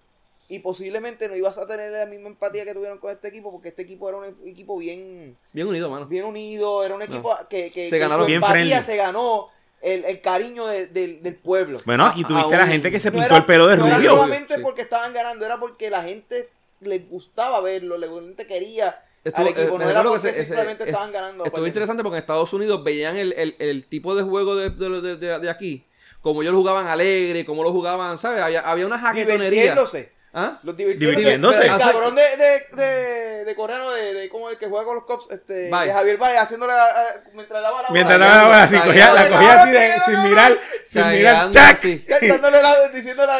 [SPEAKER 3] Y posiblemente no ibas a tener la misma empatía que tuvieron con este equipo, porque este equipo era un equipo bien,
[SPEAKER 2] Bien unido, mano.
[SPEAKER 3] bien unido, era un equipo que, que,
[SPEAKER 2] Se
[SPEAKER 3] que
[SPEAKER 2] ganaron.
[SPEAKER 3] su
[SPEAKER 4] Bien
[SPEAKER 3] empatía
[SPEAKER 4] friendly.
[SPEAKER 3] se ganó el, el cariño de- del- del pueblo.
[SPEAKER 4] Bueno, aquí
[SPEAKER 2] Ah,
[SPEAKER 4] tuviste a la
[SPEAKER 2] aún-
[SPEAKER 4] gente que se
[SPEAKER 3] No
[SPEAKER 4] pintó
[SPEAKER 3] era-
[SPEAKER 4] el pelo de
[SPEAKER 3] no era
[SPEAKER 2] Rubio.
[SPEAKER 4] rubio.
[SPEAKER 3] solamente
[SPEAKER 2] Sí.
[SPEAKER 3] porque estaban ganando, era porque la gente les gustaba verlo, la gente quería
[SPEAKER 2] Estuvo-
[SPEAKER 3] al
[SPEAKER 2] eh,
[SPEAKER 3] equipo,
[SPEAKER 2] me
[SPEAKER 3] no era
[SPEAKER 2] recuerdo que
[SPEAKER 3] porque
[SPEAKER 2] ese- ese-
[SPEAKER 3] simplemente
[SPEAKER 2] es-
[SPEAKER 3] estaban ganando. pues,
[SPEAKER 2] Estuvo
[SPEAKER 3] Porque-
[SPEAKER 2] interesante porque en Estados Unidos veían el, el- el tipo de juego de, de- de- de- de aquí. Como ellos lo jugaban alegre, como lo jugaban, ¿sabes? Había, había una jaquetonería.
[SPEAKER 3] Divirtiéndose.
[SPEAKER 2] ¿Ah?
[SPEAKER 3] Los divirtiéndose.
[SPEAKER 4] Divirtiéndose.
[SPEAKER 3] Pero El
[SPEAKER 2] Hace-
[SPEAKER 3] cabrón de, de, de, de coreano, de, de como el que juega con los cops, este,
[SPEAKER 2] Valle.
[SPEAKER 3] de Javier Valle, haciéndole a- a- mientras daba la
[SPEAKER 4] Mientras
[SPEAKER 3] bola,
[SPEAKER 4] la,
[SPEAKER 2] Cagando,
[SPEAKER 4] así, cogía, la
[SPEAKER 3] cagando,
[SPEAKER 4] cogía así de-
[SPEAKER 3] cagando,
[SPEAKER 4] sin mirar, sin mirar.
[SPEAKER 2] Cagando
[SPEAKER 4] ¡Chac!
[SPEAKER 2] así.
[SPEAKER 3] Dándole la, diciéndole a, a,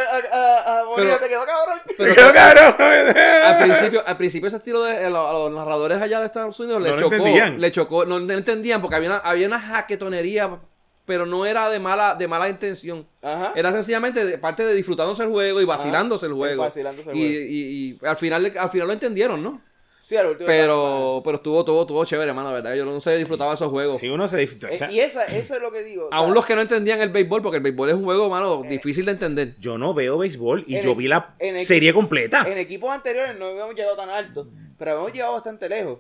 [SPEAKER 3] a, a Bonilla,
[SPEAKER 2] Pero-
[SPEAKER 3] te quedó cabrón.
[SPEAKER 2] Pero-
[SPEAKER 4] Quedó cabrón.
[SPEAKER 2] al principio, al principio ese estilo de a los, a los narradores allá de Estados Unidos
[SPEAKER 4] No
[SPEAKER 2] le
[SPEAKER 4] lo
[SPEAKER 2] chocó.
[SPEAKER 4] entendían.
[SPEAKER 2] Le chocó, no, no entendían porque había una, había una jaquetonería, pero no era de mala, de mala intención.
[SPEAKER 3] Ajá.
[SPEAKER 2] Era sencillamente de parte de disfrutándose el juego y vacilándose el juego.
[SPEAKER 3] vacilándose el
[SPEAKER 2] Y-
[SPEAKER 3] juego.
[SPEAKER 2] Y, y al final al final lo entendieron, ¿no?
[SPEAKER 3] Sí, al último.
[SPEAKER 2] Pero, pero estuvo, estuvo, estuvo chévere, hermano, la ¿verdad? Yo no sé disfrutaba esos juegos.
[SPEAKER 4] Si uno se disfruta. o
[SPEAKER 3] Eh,
[SPEAKER 4] sea,
[SPEAKER 3] y esa, eso es lo que digo. o sea,
[SPEAKER 2] Aún los que no entendían el béisbol, porque el béisbol es un juego, mano,
[SPEAKER 3] Eh,
[SPEAKER 2] difícil de entender.
[SPEAKER 4] yo no veo béisbol y
[SPEAKER 3] En
[SPEAKER 4] yo
[SPEAKER 3] el-
[SPEAKER 4] vi la
[SPEAKER 3] en el-
[SPEAKER 4] serie completa.
[SPEAKER 3] En equipos anteriores no habíamos llegado tan alto, pero habíamos llegado bastante lejos.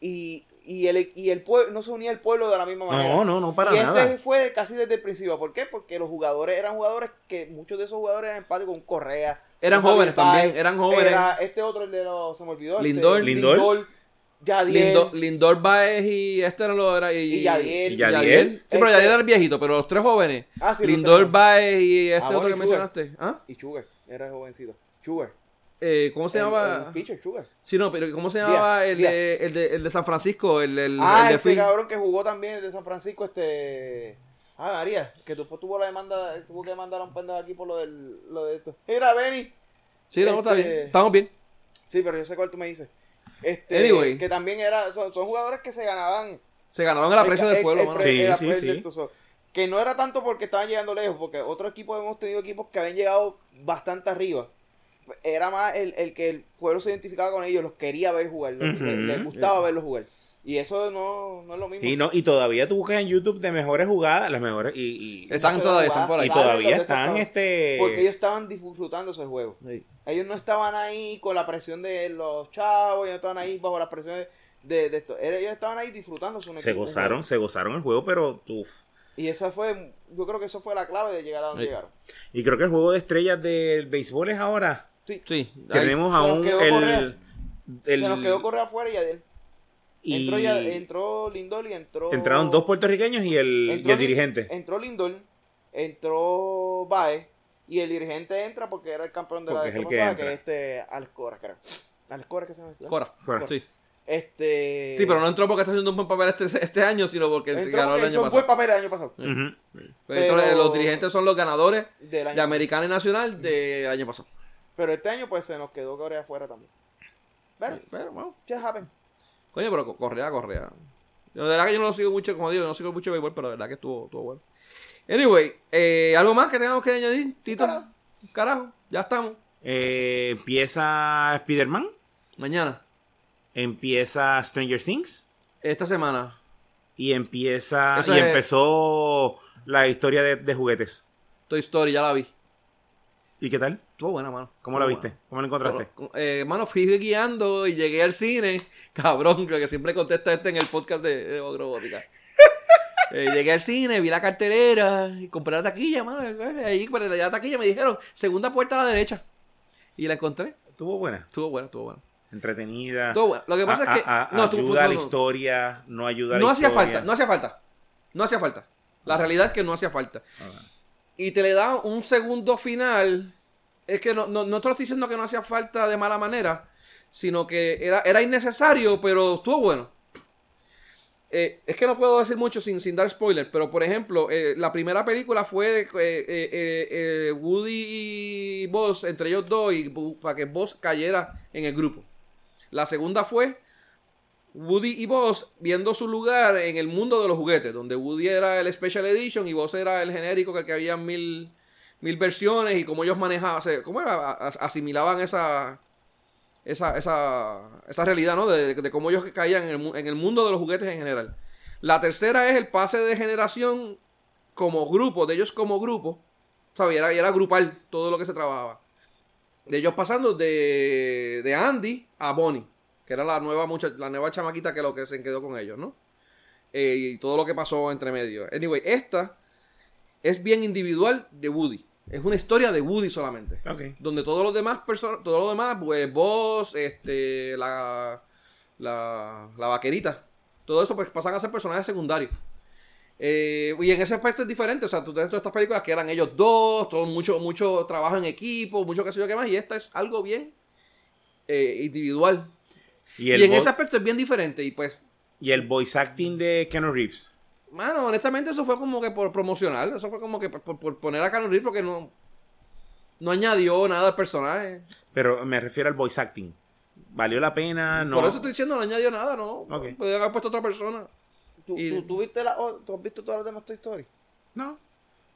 [SPEAKER 3] Y, y el, y el pueblo, no se unía el pueblo de la misma manera.
[SPEAKER 4] No, no, no para
[SPEAKER 3] y este
[SPEAKER 4] nada.
[SPEAKER 3] fue casi desde el principio. ¿Por qué? Porque los jugadores eran jugadores que muchos de esos jugadores eran empate con Correa.
[SPEAKER 2] Eran
[SPEAKER 3] con
[SPEAKER 2] jóvenes
[SPEAKER 3] Javier Baez,
[SPEAKER 2] también, eran jóvenes.
[SPEAKER 3] Era este otro, el de los. Se me olvidó. este,
[SPEAKER 2] Lindor.
[SPEAKER 4] Lindor.
[SPEAKER 3] Yadier.
[SPEAKER 2] Lindo- Lindor Baez y este no lo era. Y,
[SPEAKER 3] Y Yadier.
[SPEAKER 4] Y
[SPEAKER 2] y
[SPEAKER 4] Yadier.
[SPEAKER 2] Yadier. Sí, pero
[SPEAKER 3] Este-
[SPEAKER 2] Yadier era el viejito, pero los tres jóvenes.
[SPEAKER 3] Ah, sí, los
[SPEAKER 2] Lindor
[SPEAKER 3] tres.
[SPEAKER 2] Baez y este
[SPEAKER 3] Ah,
[SPEAKER 2] otro
[SPEAKER 3] bueno,
[SPEAKER 2] que
[SPEAKER 3] y Sugar.
[SPEAKER 2] mencionaste. ¿Ah?
[SPEAKER 3] Y Sugar. Era jovencito. Sugar.
[SPEAKER 2] Eh, ¿Cómo se
[SPEAKER 3] El-
[SPEAKER 2] llamaba?
[SPEAKER 3] el pitcher, Sugar.
[SPEAKER 2] Sí, no, pero ¿cómo se
[SPEAKER 3] Díaz,
[SPEAKER 2] llamaba el,
[SPEAKER 3] Díaz.
[SPEAKER 2] De, el, de, el de San Francisco? El, el,
[SPEAKER 3] ah,
[SPEAKER 2] el de
[SPEAKER 3] este
[SPEAKER 2] Phil.
[SPEAKER 3] cabrón que jugó también el de San Francisco, este. Ah, María, que después tuvo la demanda, tuvo que mandar a un pendejo aquí por lo, del, lo de esto. Mira, Benny.
[SPEAKER 2] Sí, no, está
[SPEAKER 3] este-
[SPEAKER 2] bien. Estamos bien.
[SPEAKER 3] Sí, pero yo sé cuál tú me dices. Este,
[SPEAKER 2] Anyway.
[SPEAKER 3] que también era, son, son jugadores que se ganaban
[SPEAKER 2] Se ganaron el aprecio
[SPEAKER 3] el-
[SPEAKER 2] del
[SPEAKER 3] el-
[SPEAKER 2] pueblo,
[SPEAKER 3] el
[SPEAKER 2] mano.
[SPEAKER 3] pre-
[SPEAKER 4] Sí,
[SPEAKER 3] el
[SPEAKER 4] sí,
[SPEAKER 3] aprecio
[SPEAKER 4] sí.
[SPEAKER 3] del tuzo. Que no era tanto porque estaban llegando lejos, porque otros equipos hemos tenido equipos que habían llegado bastante arriba. Era más el, el que el pueblo se identificaba con ellos, los quería ver jugar, los-
[SPEAKER 4] Ujú.
[SPEAKER 3] le- les gustaba verlos jugar. Y eso no, no es lo mismo.
[SPEAKER 4] Y, no, y todavía tú buscas en YouTube de mejores jugadas, las mejores. Y, y-
[SPEAKER 2] Exacto. Están todavía, están por ahí.
[SPEAKER 4] y todavía están este.
[SPEAKER 3] Porque ellos estaban disfrutando ese juego.
[SPEAKER 2] Sí.
[SPEAKER 3] Ellos no estaban ahí con la presión de los chavos, ellos no estaban ahí bajo la presión de, de, de esto. Ellos estaban ahí disfrutando su
[SPEAKER 4] Se gozaron, se gozaron el juego, pero uf.
[SPEAKER 3] Y esa fue, yo creo que eso fue la clave de llegar a donde
[SPEAKER 2] Sí.
[SPEAKER 3] llegaron.
[SPEAKER 4] Y creo que el juego de estrellas del béisbol es ahora.
[SPEAKER 3] Sí.
[SPEAKER 2] Sí.
[SPEAKER 4] que
[SPEAKER 2] ahí.
[SPEAKER 4] Tenemos
[SPEAKER 3] Se nos
[SPEAKER 4] aún
[SPEAKER 3] quedó
[SPEAKER 4] el.
[SPEAKER 3] Correa.
[SPEAKER 4] el-
[SPEAKER 3] Se nos quedó Correa afuera y Yadier.
[SPEAKER 4] y
[SPEAKER 3] Entró, ya, entró Lindor y entró...
[SPEAKER 4] Entraron dos puertorriqueños y el,
[SPEAKER 3] entró
[SPEAKER 4] y
[SPEAKER 3] Lin-
[SPEAKER 4] el dirigente.
[SPEAKER 3] Entró Lindor, entró Baez y el dirigente entra porque era el campeón de
[SPEAKER 4] Porque
[SPEAKER 3] la
[SPEAKER 4] es el
[SPEAKER 3] temporada,
[SPEAKER 4] que entra.
[SPEAKER 3] es este Alcora, creo. Alcora que se llama.
[SPEAKER 2] Cora.
[SPEAKER 4] Cora.
[SPEAKER 2] Sí.
[SPEAKER 3] Eh. Este...
[SPEAKER 2] Sí, pero no entró porque está haciendo un buen papel este, este año, sino porque
[SPEAKER 3] entró
[SPEAKER 2] ganó
[SPEAKER 3] porque
[SPEAKER 2] el año
[SPEAKER 3] hizo un
[SPEAKER 2] pasado.
[SPEAKER 3] buen papel el año pasado.
[SPEAKER 4] Ujú.
[SPEAKER 2] Pues entonces,
[SPEAKER 3] pero-
[SPEAKER 2] los dirigentes son los ganadores
[SPEAKER 3] Del año
[SPEAKER 2] de Americana y Nacional del año pasado.
[SPEAKER 3] Pero este año pues se nos quedó Correa afuera también. Pero,
[SPEAKER 2] Pero, bueno,
[SPEAKER 3] shit happen.
[SPEAKER 2] coño, pero co- Correa, Correa. La verdad que yo no lo sigo mucho, como digo, yo no sigo mucho béisbol, pero la verdad que estuvo, estuvo bueno. Anyway, eh, ¿algo más que tengamos que añadir, Tito?
[SPEAKER 3] Carajo.
[SPEAKER 2] Carajo, ya estamos.
[SPEAKER 4] Eh, empieza Spider-Man.
[SPEAKER 2] Mañana,
[SPEAKER 4] Empieza Stranger Things.
[SPEAKER 2] esta semana.
[SPEAKER 4] Y empieza.
[SPEAKER 2] Eso
[SPEAKER 4] y
[SPEAKER 2] es-
[SPEAKER 4] empezó la historia de, de juguetes.
[SPEAKER 2] Toy Story, ya la vi.
[SPEAKER 4] ¿Y qué tal?
[SPEAKER 2] Estuvo buena, mano.
[SPEAKER 4] ¿Cómo
[SPEAKER 2] Estuvo
[SPEAKER 4] la
[SPEAKER 2] buena.
[SPEAKER 4] viste? ¿Cómo la encontraste?
[SPEAKER 2] Eh, mano, fui guiando y llegué al cine. <laughs> Cabrón, lo que siempre contesta este en el podcast de, de Agrobótica. Eh, llegué al cine, vi la cartelera y compré la taquilla, mano. Eh, Ahí para la taquilla me dijeron, segunda puerta a la derecha. Y la encontré.
[SPEAKER 4] Estuvo buena,
[SPEAKER 2] Estuvo buena, estuvo buena.
[SPEAKER 4] Ah, entretenida.
[SPEAKER 2] Estuvo buena. Lo que pasa
[SPEAKER 4] A-
[SPEAKER 2] es que.
[SPEAKER 4] a- a-
[SPEAKER 2] no, tú- tú-
[SPEAKER 4] ah, ayuda a la
[SPEAKER 2] no, no.
[SPEAKER 4] historia, no ayuda a la
[SPEAKER 2] No
[SPEAKER 4] historia.
[SPEAKER 2] hacía falta, no hacía falta. No hacía falta. La realidad es que no hacía falta. Y te le da un segundo final. Es que no, no, no te lo estoy diciendo que no hacía falta de mala manera, sino que era, era innecesario, pero estuvo bueno. Eh, es que no puedo decir mucho sin, sin dar spoiler, pero por ejemplo, eh, la primera película fue eh, eh, eh, eh, Woody y Buzz, entre ellos dos, y bu- para que Buzz cayera en el grupo. La segunda fue Woody y Buzz viendo su lugar en el mundo de los juguetes, donde Woody era el Special Edition y Buzz era el genérico que, que había mil, mil versiones y cómo ellos manejaban, o sea, cómo era, a- a- asimilaban esa, esa, esa, esa realidad, ¿no? De, de cómo ellos caían en el, mu- en el mundo de los juguetes en general. La tercera es el pase de generación como grupo, de ellos como grupo, ¿sabes? Y era, y era grupal todo lo que se trabajaba. De ellos pasando de, de Andy a Bonnie, que era la nueva, mucha, la nueva chamaquita que lo que se quedó con ellos, ¿no? Eh, y todo lo que pasó entre medio. Anyway, esta es bien individual de Woody. Es una historia de Woody solamente
[SPEAKER 4] Ok.
[SPEAKER 2] donde todos los demás personas, todos los demás, pues vos, este, la, la, la vaquerita, todo eso pues pasan a ser personajes secundarios. Eh, y en ese aspecto es diferente, o sea, tú tienes todas estas películas que eran ellos dos, todo mucho, mucho trabajo en equipo, mucho qué sé yo qué más, y esta es algo bien eh, individual.
[SPEAKER 4] Y
[SPEAKER 2] Y,
[SPEAKER 4] el,
[SPEAKER 2] en
[SPEAKER 4] vo-
[SPEAKER 2] ese aspecto es bien diferente, y pues,
[SPEAKER 4] y el voice acting de Keanu Reeves.
[SPEAKER 2] mano, honestamente eso fue como que por promocional, eso fue como que por, por- por poner a Canon Reeves porque no, no añadió nada al personaje.
[SPEAKER 4] Pero me refiero al voice acting. ¿Valió la pena? No.
[SPEAKER 2] Por eso estoy diciendo, no añadió nada, ¿no?
[SPEAKER 4] Ok.
[SPEAKER 2] Podrían haber puesto otra persona.
[SPEAKER 3] ¿Tú,
[SPEAKER 2] Y-
[SPEAKER 3] tú- tú viste la, o- ¿Tú has visto todas las demás Toy Story?
[SPEAKER 4] No.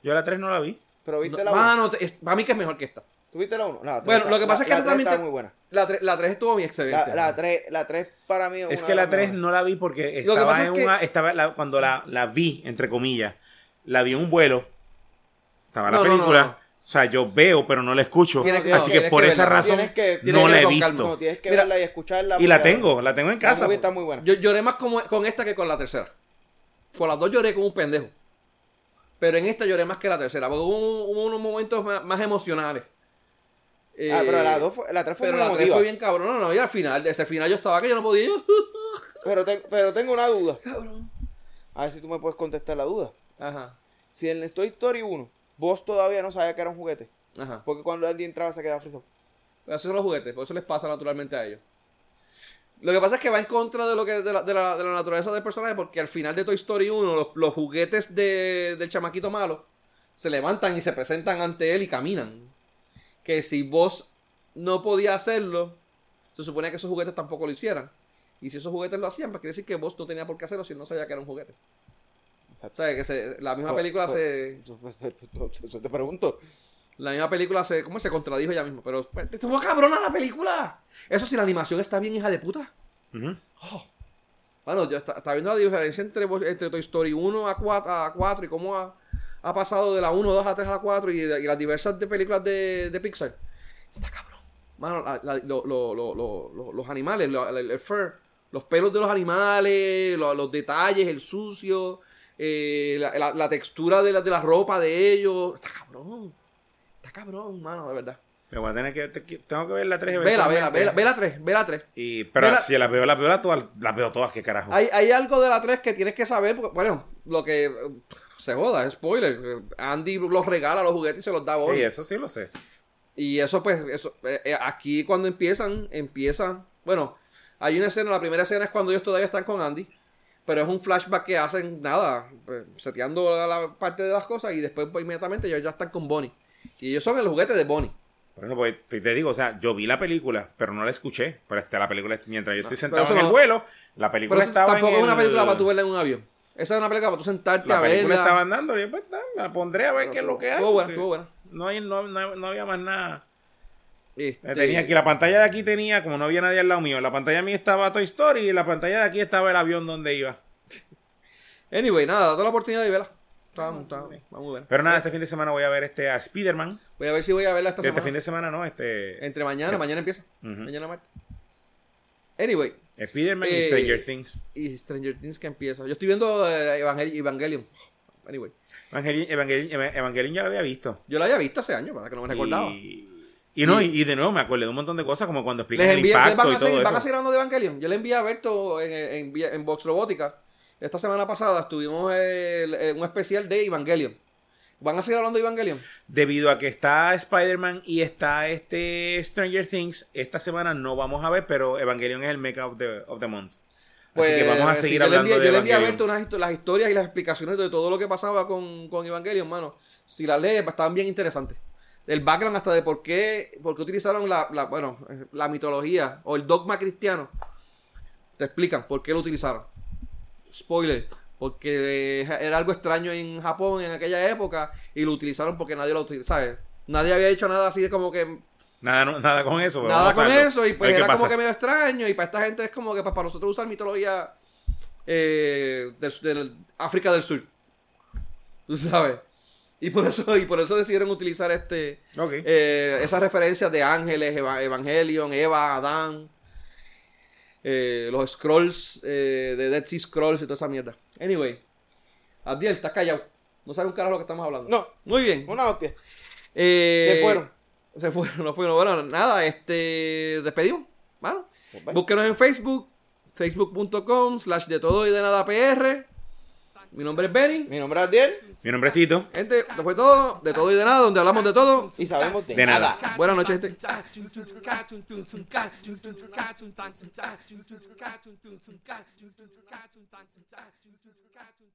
[SPEAKER 4] Yo la 3 no la vi.
[SPEAKER 3] Pero viste
[SPEAKER 2] No,
[SPEAKER 3] la 1.
[SPEAKER 2] mano, te- es- para mí que es mejor que esta.
[SPEAKER 3] ¿Tú viste la 1?
[SPEAKER 2] Bueno, lo que pasa es que
[SPEAKER 3] la,
[SPEAKER 2] esta
[SPEAKER 3] tres
[SPEAKER 2] también
[SPEAKER 3] está
[SPEAKER 2] te-
[SPEAKER 3] muy buena.
[SPEAKER 2] La 3 estuvo muy excelente.
[SPEAKER 3] La, la,
[SPEAKER 2] ¿no?
[SPEAKER 3] 3, la 3 para mí
[SPEAKER 4] Es
[SPEAKER 3] una
[SPEAKER 4] que
[SPEAKER 3] de
[SPEAKER 4] la
[SPEAKER 3] las
[SPEAKER 4] 3
[SPEAKER 3] mejores.
[SPEAKER 4] no la vi porque estaba
[SPEAKER 2] pasa es
[SPEAKER 4] en
[SPEAKER 2] que-
[SPEAKER 4] una. Estaba la- cuando la, la vi, entre comillas, la vi en un vuelo. Estaba la
[SPEAKER 2] No, no, no,
[SPEAKER 4] película.
[SPEAKER 2] no.
[SPEAKER 4] O sea, yo veo, pero no la escucho.
[SPEAKER 2] Tienes que-
[SPEAKER 4] Así
[SPEAKER 2] no,
[SPEAKER 4] que
[SPEAKER 2] tienes
[SPEAKER 4] por
[SPEAKER 2] que
[SPEAKER 4] esa
[SPEAKER 2] verla.
[SPEAKER 4] razón
[SPEAKER 3] Tienes que- tienes
[SPEAKER 4] no
[SPEAKER 2] que
[SPEAKER 4] la he
[SPEAKER 2] verla con
[SPEAKER 4] visto.
[SPEAKER 2] calma.
[SPEAKER 3] No, tienes que
[SPEAKER 2] Mira,
[SPEAKER 3] verla y escucharla.
[SPEAKER 4] Y la
[SPEAKER 3] porque
[SPEAKER 4] tengo, la tengo en
[SPEAKER 3] La
[SPEAKER 4] casa.
[SPEAKER 3] movie está muy buena.
[SPEAKER 2] Yo lloré más como, con esta que con la tercera. Con las dos lloré con un pendejo. Pero en esta lloré más que la tercera. Porque hubo, un- hubo unos momentos más, más emocionales.
[SPEAKER 3] ah,
[SPEAKER 2] Eh,
[SPEAKER 3] pero la 2 fue, la 3 fue
[SPEAKER 2] pero
[SPEAKER 3] muy
[SPEAKER 2] la tres
[SPEAKER 3] emotiva.
[SPEAKER 2] fue bien cabrón. No, no, y al final, desde el final yo estaba que yo no podía. yo,
[SPEAKER 3] Pero, te- pero tengo una duda.
[SPEAKER 2] cabrón.
[SPEAKER 3] A ver si tú me puedes contestar la duda.
[SPEAKER 2] Ajá,
[SPEAKER 3] Si en Toy Story 1 vos todavía no sabías que era un juguete,
[SPEAKER 2] ajá.
[SPEAKER 3] porque cuando Andy entraba se quedaba friso.
[SPEAKER 2] Esos son los juguetes, por eso les pasa naturalmente a ellos. Lo que pasa es que va en contra de lo que de la, de la- de la naturaleza del personaje, porque al final de Toy Story 1, los, los juguetes de- del chamaquito malo se levantan y se presentan ante él y caminan. Que si vos no podía hacerlo, se suponía que esos juguetes tampoco lo hicieran. Y si esos juguetes lo hacían, pues quiere decir que vos no tenía por qué hacerlo si no sabía que era un juguete. O sea, que se- la misma
[SPEAKER 3] Pues-
[SPEAKER 2] película
[SPEAKER 3] pues-
[SPEAKER 2] se.
[SPEAKER 3] Eso te pregunto.
[SPEAKER 2] La misma película se. ¿Cómo se contradijo ella misma? Pero. pues, ¡Estuvo cabrona la película! Eso sí, la animación está bien, hija de puta.
[SPEAKER 4] Ujú.
[SPEAKER 2] Bueno, yo está, está viendo la diferencia entre, entre Toy Story 1 a 4, a 4 y cómo ha, ha pasado de la 1, 2 a 3 a 4 y, de- y las diversas de películas de, de Pixar. Está cabrón. Mano, la- la- lo- lo- lo- lo- lo- los animales, lo- el, el fur, los pelos de los animales, lo- los detalles, el sucio, eh, la, la- la textura de la, de la ropa de ellos. Está cabrón. Está cabrón, mano, de verdad.
[SPEAKER 4] Me voy a tener que. te- que- Tengo que ver la 3
[SPEAKER 2] Vela, vela, vela, vela 3, vela 3.
[SPEAKER 4] Y, pero
[SPEAKER 2] Vela-
[SPEAKER 4] si las veo, las veo las todas, las veo todas, qué carajo.
[SPEAKER 2] Hay, hay algo de la 3 que tienes que saber, porque, bueno, lo que eh, se joda, spoiler. eh, Andy los regala los juguetes y se los da a Bonnie.
[SPEAKER 4] Sí, eso sí lo sé.
[SPEAKER 2] Y eso, pues, eso, eh, eh, aquí cuando empiezan, empiezan. Bueno, hay una escena, la primera escena es cuando ellos todavía están con Andy, pero es un flashback que hacen nada, pues, seteando la, la parte de las cosas y después, pues, inmediatamente, ellos ya están con Bonnie. Y ellos son el juguete de Bonnie.
[SPEAKER 4] Por eso, pues, te te digo, o sea, yo vi la película, pero no la escuché. Pero está la película, mientras yo estoy
[SPEAKER 2] No,
[SPEAKER 4] sentado
[SPEAKER 2] pero eso
[SPEAKER 4] en el
[SPEAKER 2] no-
[SPEAKER 4] vuelo,
[SPEAKER 2] Pero
[SPEAKER 4] la película
[SPEAKER 2] eso
[SPEAKER 4] estaba
[SPEAKER 2] tampoco
[SPEAKER 4] en
[SPEAKER 2] es una
[SPEAKER 4] el-
[SPEAKER 2] película para tú verla en un avión. Esa es una película para tú sentarte a
[SPEAKER 4] La película
[SPEAKER 2] verla.
[SPEAKER 4] estaba andando, y yo, pues, está, la pondré a ver
[SPEAKER 2] Pero
[SPEAKER 4] qué es lo que hay.
[SPEAKER 2] estuvo buena,
[SPEAKER 4] porque
[SPEAKER 2] estuvo buena.
[SPEAKER 4] No, hay- no, no, no había más nada.
[SPEAKER 2] Este,
[SPEAKER 4] Eh, Tenía aquí, la pantalla de aquí tenía, como no había nadie al lado mío, la pantalla mía estaba Toy Story y la pantalla de aquí estaba el avión donde iba.
[SPEAKER 2] Anyway, nada, date la oportunidad de verla. está, está- está muy buena.
[SPEAKER 4] Pero nada, este fin de semana voy a ver este a Spider-Man.
[SPEAKER 2] Voy a ver si voy a verla esta
[SPEAKER 4] Este
[SPEAKER 2] semana.
[SPEAKER 4] fin de semana no, este.
[SPEAKER 2] Entre mañana, mañana empieza.
[SPEAKER 4] Ujú.
[SPEAKER 2] Mañana martes. Anyway,
[SPEAKER 4] Spider-Man
[SPEAKER 2] Eh,
[SPEAKER 4] y Stranger Things.
[SPEAKER 2] y Stranger Things que empieza. Yo estoy viendo eh, Evangel- Evangelion. Anyway,
[SPEAKER 4] Evangelion, Evangelion, Evangelion ya lo había visto.
[SPEAKER 2] yo la había visto hace años, para que no me recordaba.
[SPEAKER 4] Y, y no, y, y de nuevo me acordé de un montón de cosas, como cuando
[SPEAKER 2] Les
[SPEAKER 4] explican el
[SPEAKER 2] envié, les van,
[SPEAKER 4] impacto
[SPEAKER 2] a
[SPEAKER 4] y
[SPEAKER 2] seguir,
[SPEAKER 4] todo
[SPEAKER 2] van a
[SPEAKER 4] eso.
[SPEAKER 2] seguir hablando de Evangelion. Yo le envié a Berto en, en, en- en Vox Robótica. Esta semana pasada tuvimos el- el- un especial de Evangelion. ¿Van a seguir hablando de Evangelion?
[SPEAKER 4] Debido a que está Spider-Man y está este Stranger Things, esta semana no vamos a ver, pero Evangelion es el make of the, of the month.
[SPEAKER 2] Pues,
[SPEAKER 4] Así que vamos a
[SPEAKER 2] sí,
[SPEAKER 4] seguir
[SPEAKER 2] yo le
[SPEAKER 4] hablando
[SPEAKER 2] envié-
[SPEAKER 4] de
[SPEAKER 2] Yo le envié a
[SPEAKER 4] Evangelion.
[SPEAKER 2] Berto unas histo- las historias y las explicaciones de todo lo que pasaba con, con Evangelion, mano. Si las lees, estaban bien interesantes. El background hasta de por qué, por qué utilizaron la, la- bueno, eh, la mitología o el dogma cristiano. Te explican por qué lo utilizaron. Spoiler. Porque eh, era algo extraño en Japón en aquella época y lo utilizaron porque nadie lo utilizaba. ¿sabes? Nadie había hecho nada así de como que
[SPEAKER 4] Nada, no- nada con eso. pero
[SPEAKER 2] Nada
[SPEAKER 4] vamos a
[SPEAKER 2] con
[SPEAKER 4] verlo.
[SPEAKER 2] eso, y
[SPEAKER 4] A
[SPEAKER 2] pues
[SPEAKER 4] ver qué
[SPEAKER 2] era como
[SPEAKER 4] pasa.
[SPEAKER 2] que medio extraño, y para esta gente es como que pues, para nosotros usar mitología eh, del, del África del Sur. Tú sabes. Y por eso, y por eso decidieron utilizar este
[SPEAKER 4] Ok.
[SPEAKER 2] eh, esas referencias de ángeles, Eva- Evangelion, Eva, Adán, eh, los Scrolls, eh, de Dead Sea Scrolls y toda esa mierda. Anyway, Abdiel, estás callado. No sabe un carajo lo que estamos hablando.
[SPEAKER 3] No.
[SPEAKER 2] Muy bien.
[SPEAKER 3] Una hostia.
[SPEAKER 2] Eh,
[SPEAKER 3] Se fueron.
[SPEAKER 2] Se fueron, <laughs> no fueron. Bueno, nada, este. Despedimos. Bueno,
[SPEAKER 3] Pues, bye.
[SPEAKER 2] búsquenos en Facebook, facebook.com, slash de todo y de nada PR. Mi nombre es Benny.
[SPEAKER 3] Mi nombre es Adiel
[SPEAKER 4] Mi nombre es Tito.
[SPEAKER 2] Gente, esto fue todo, de todo y de nada, donde hablamos de todo.
[SPEAKER 3] y sabemos de,
[SPEAKER 4] De nada.
[SPEAKER 2] Buenas noches, gente.
[SPEAKER 1] gente.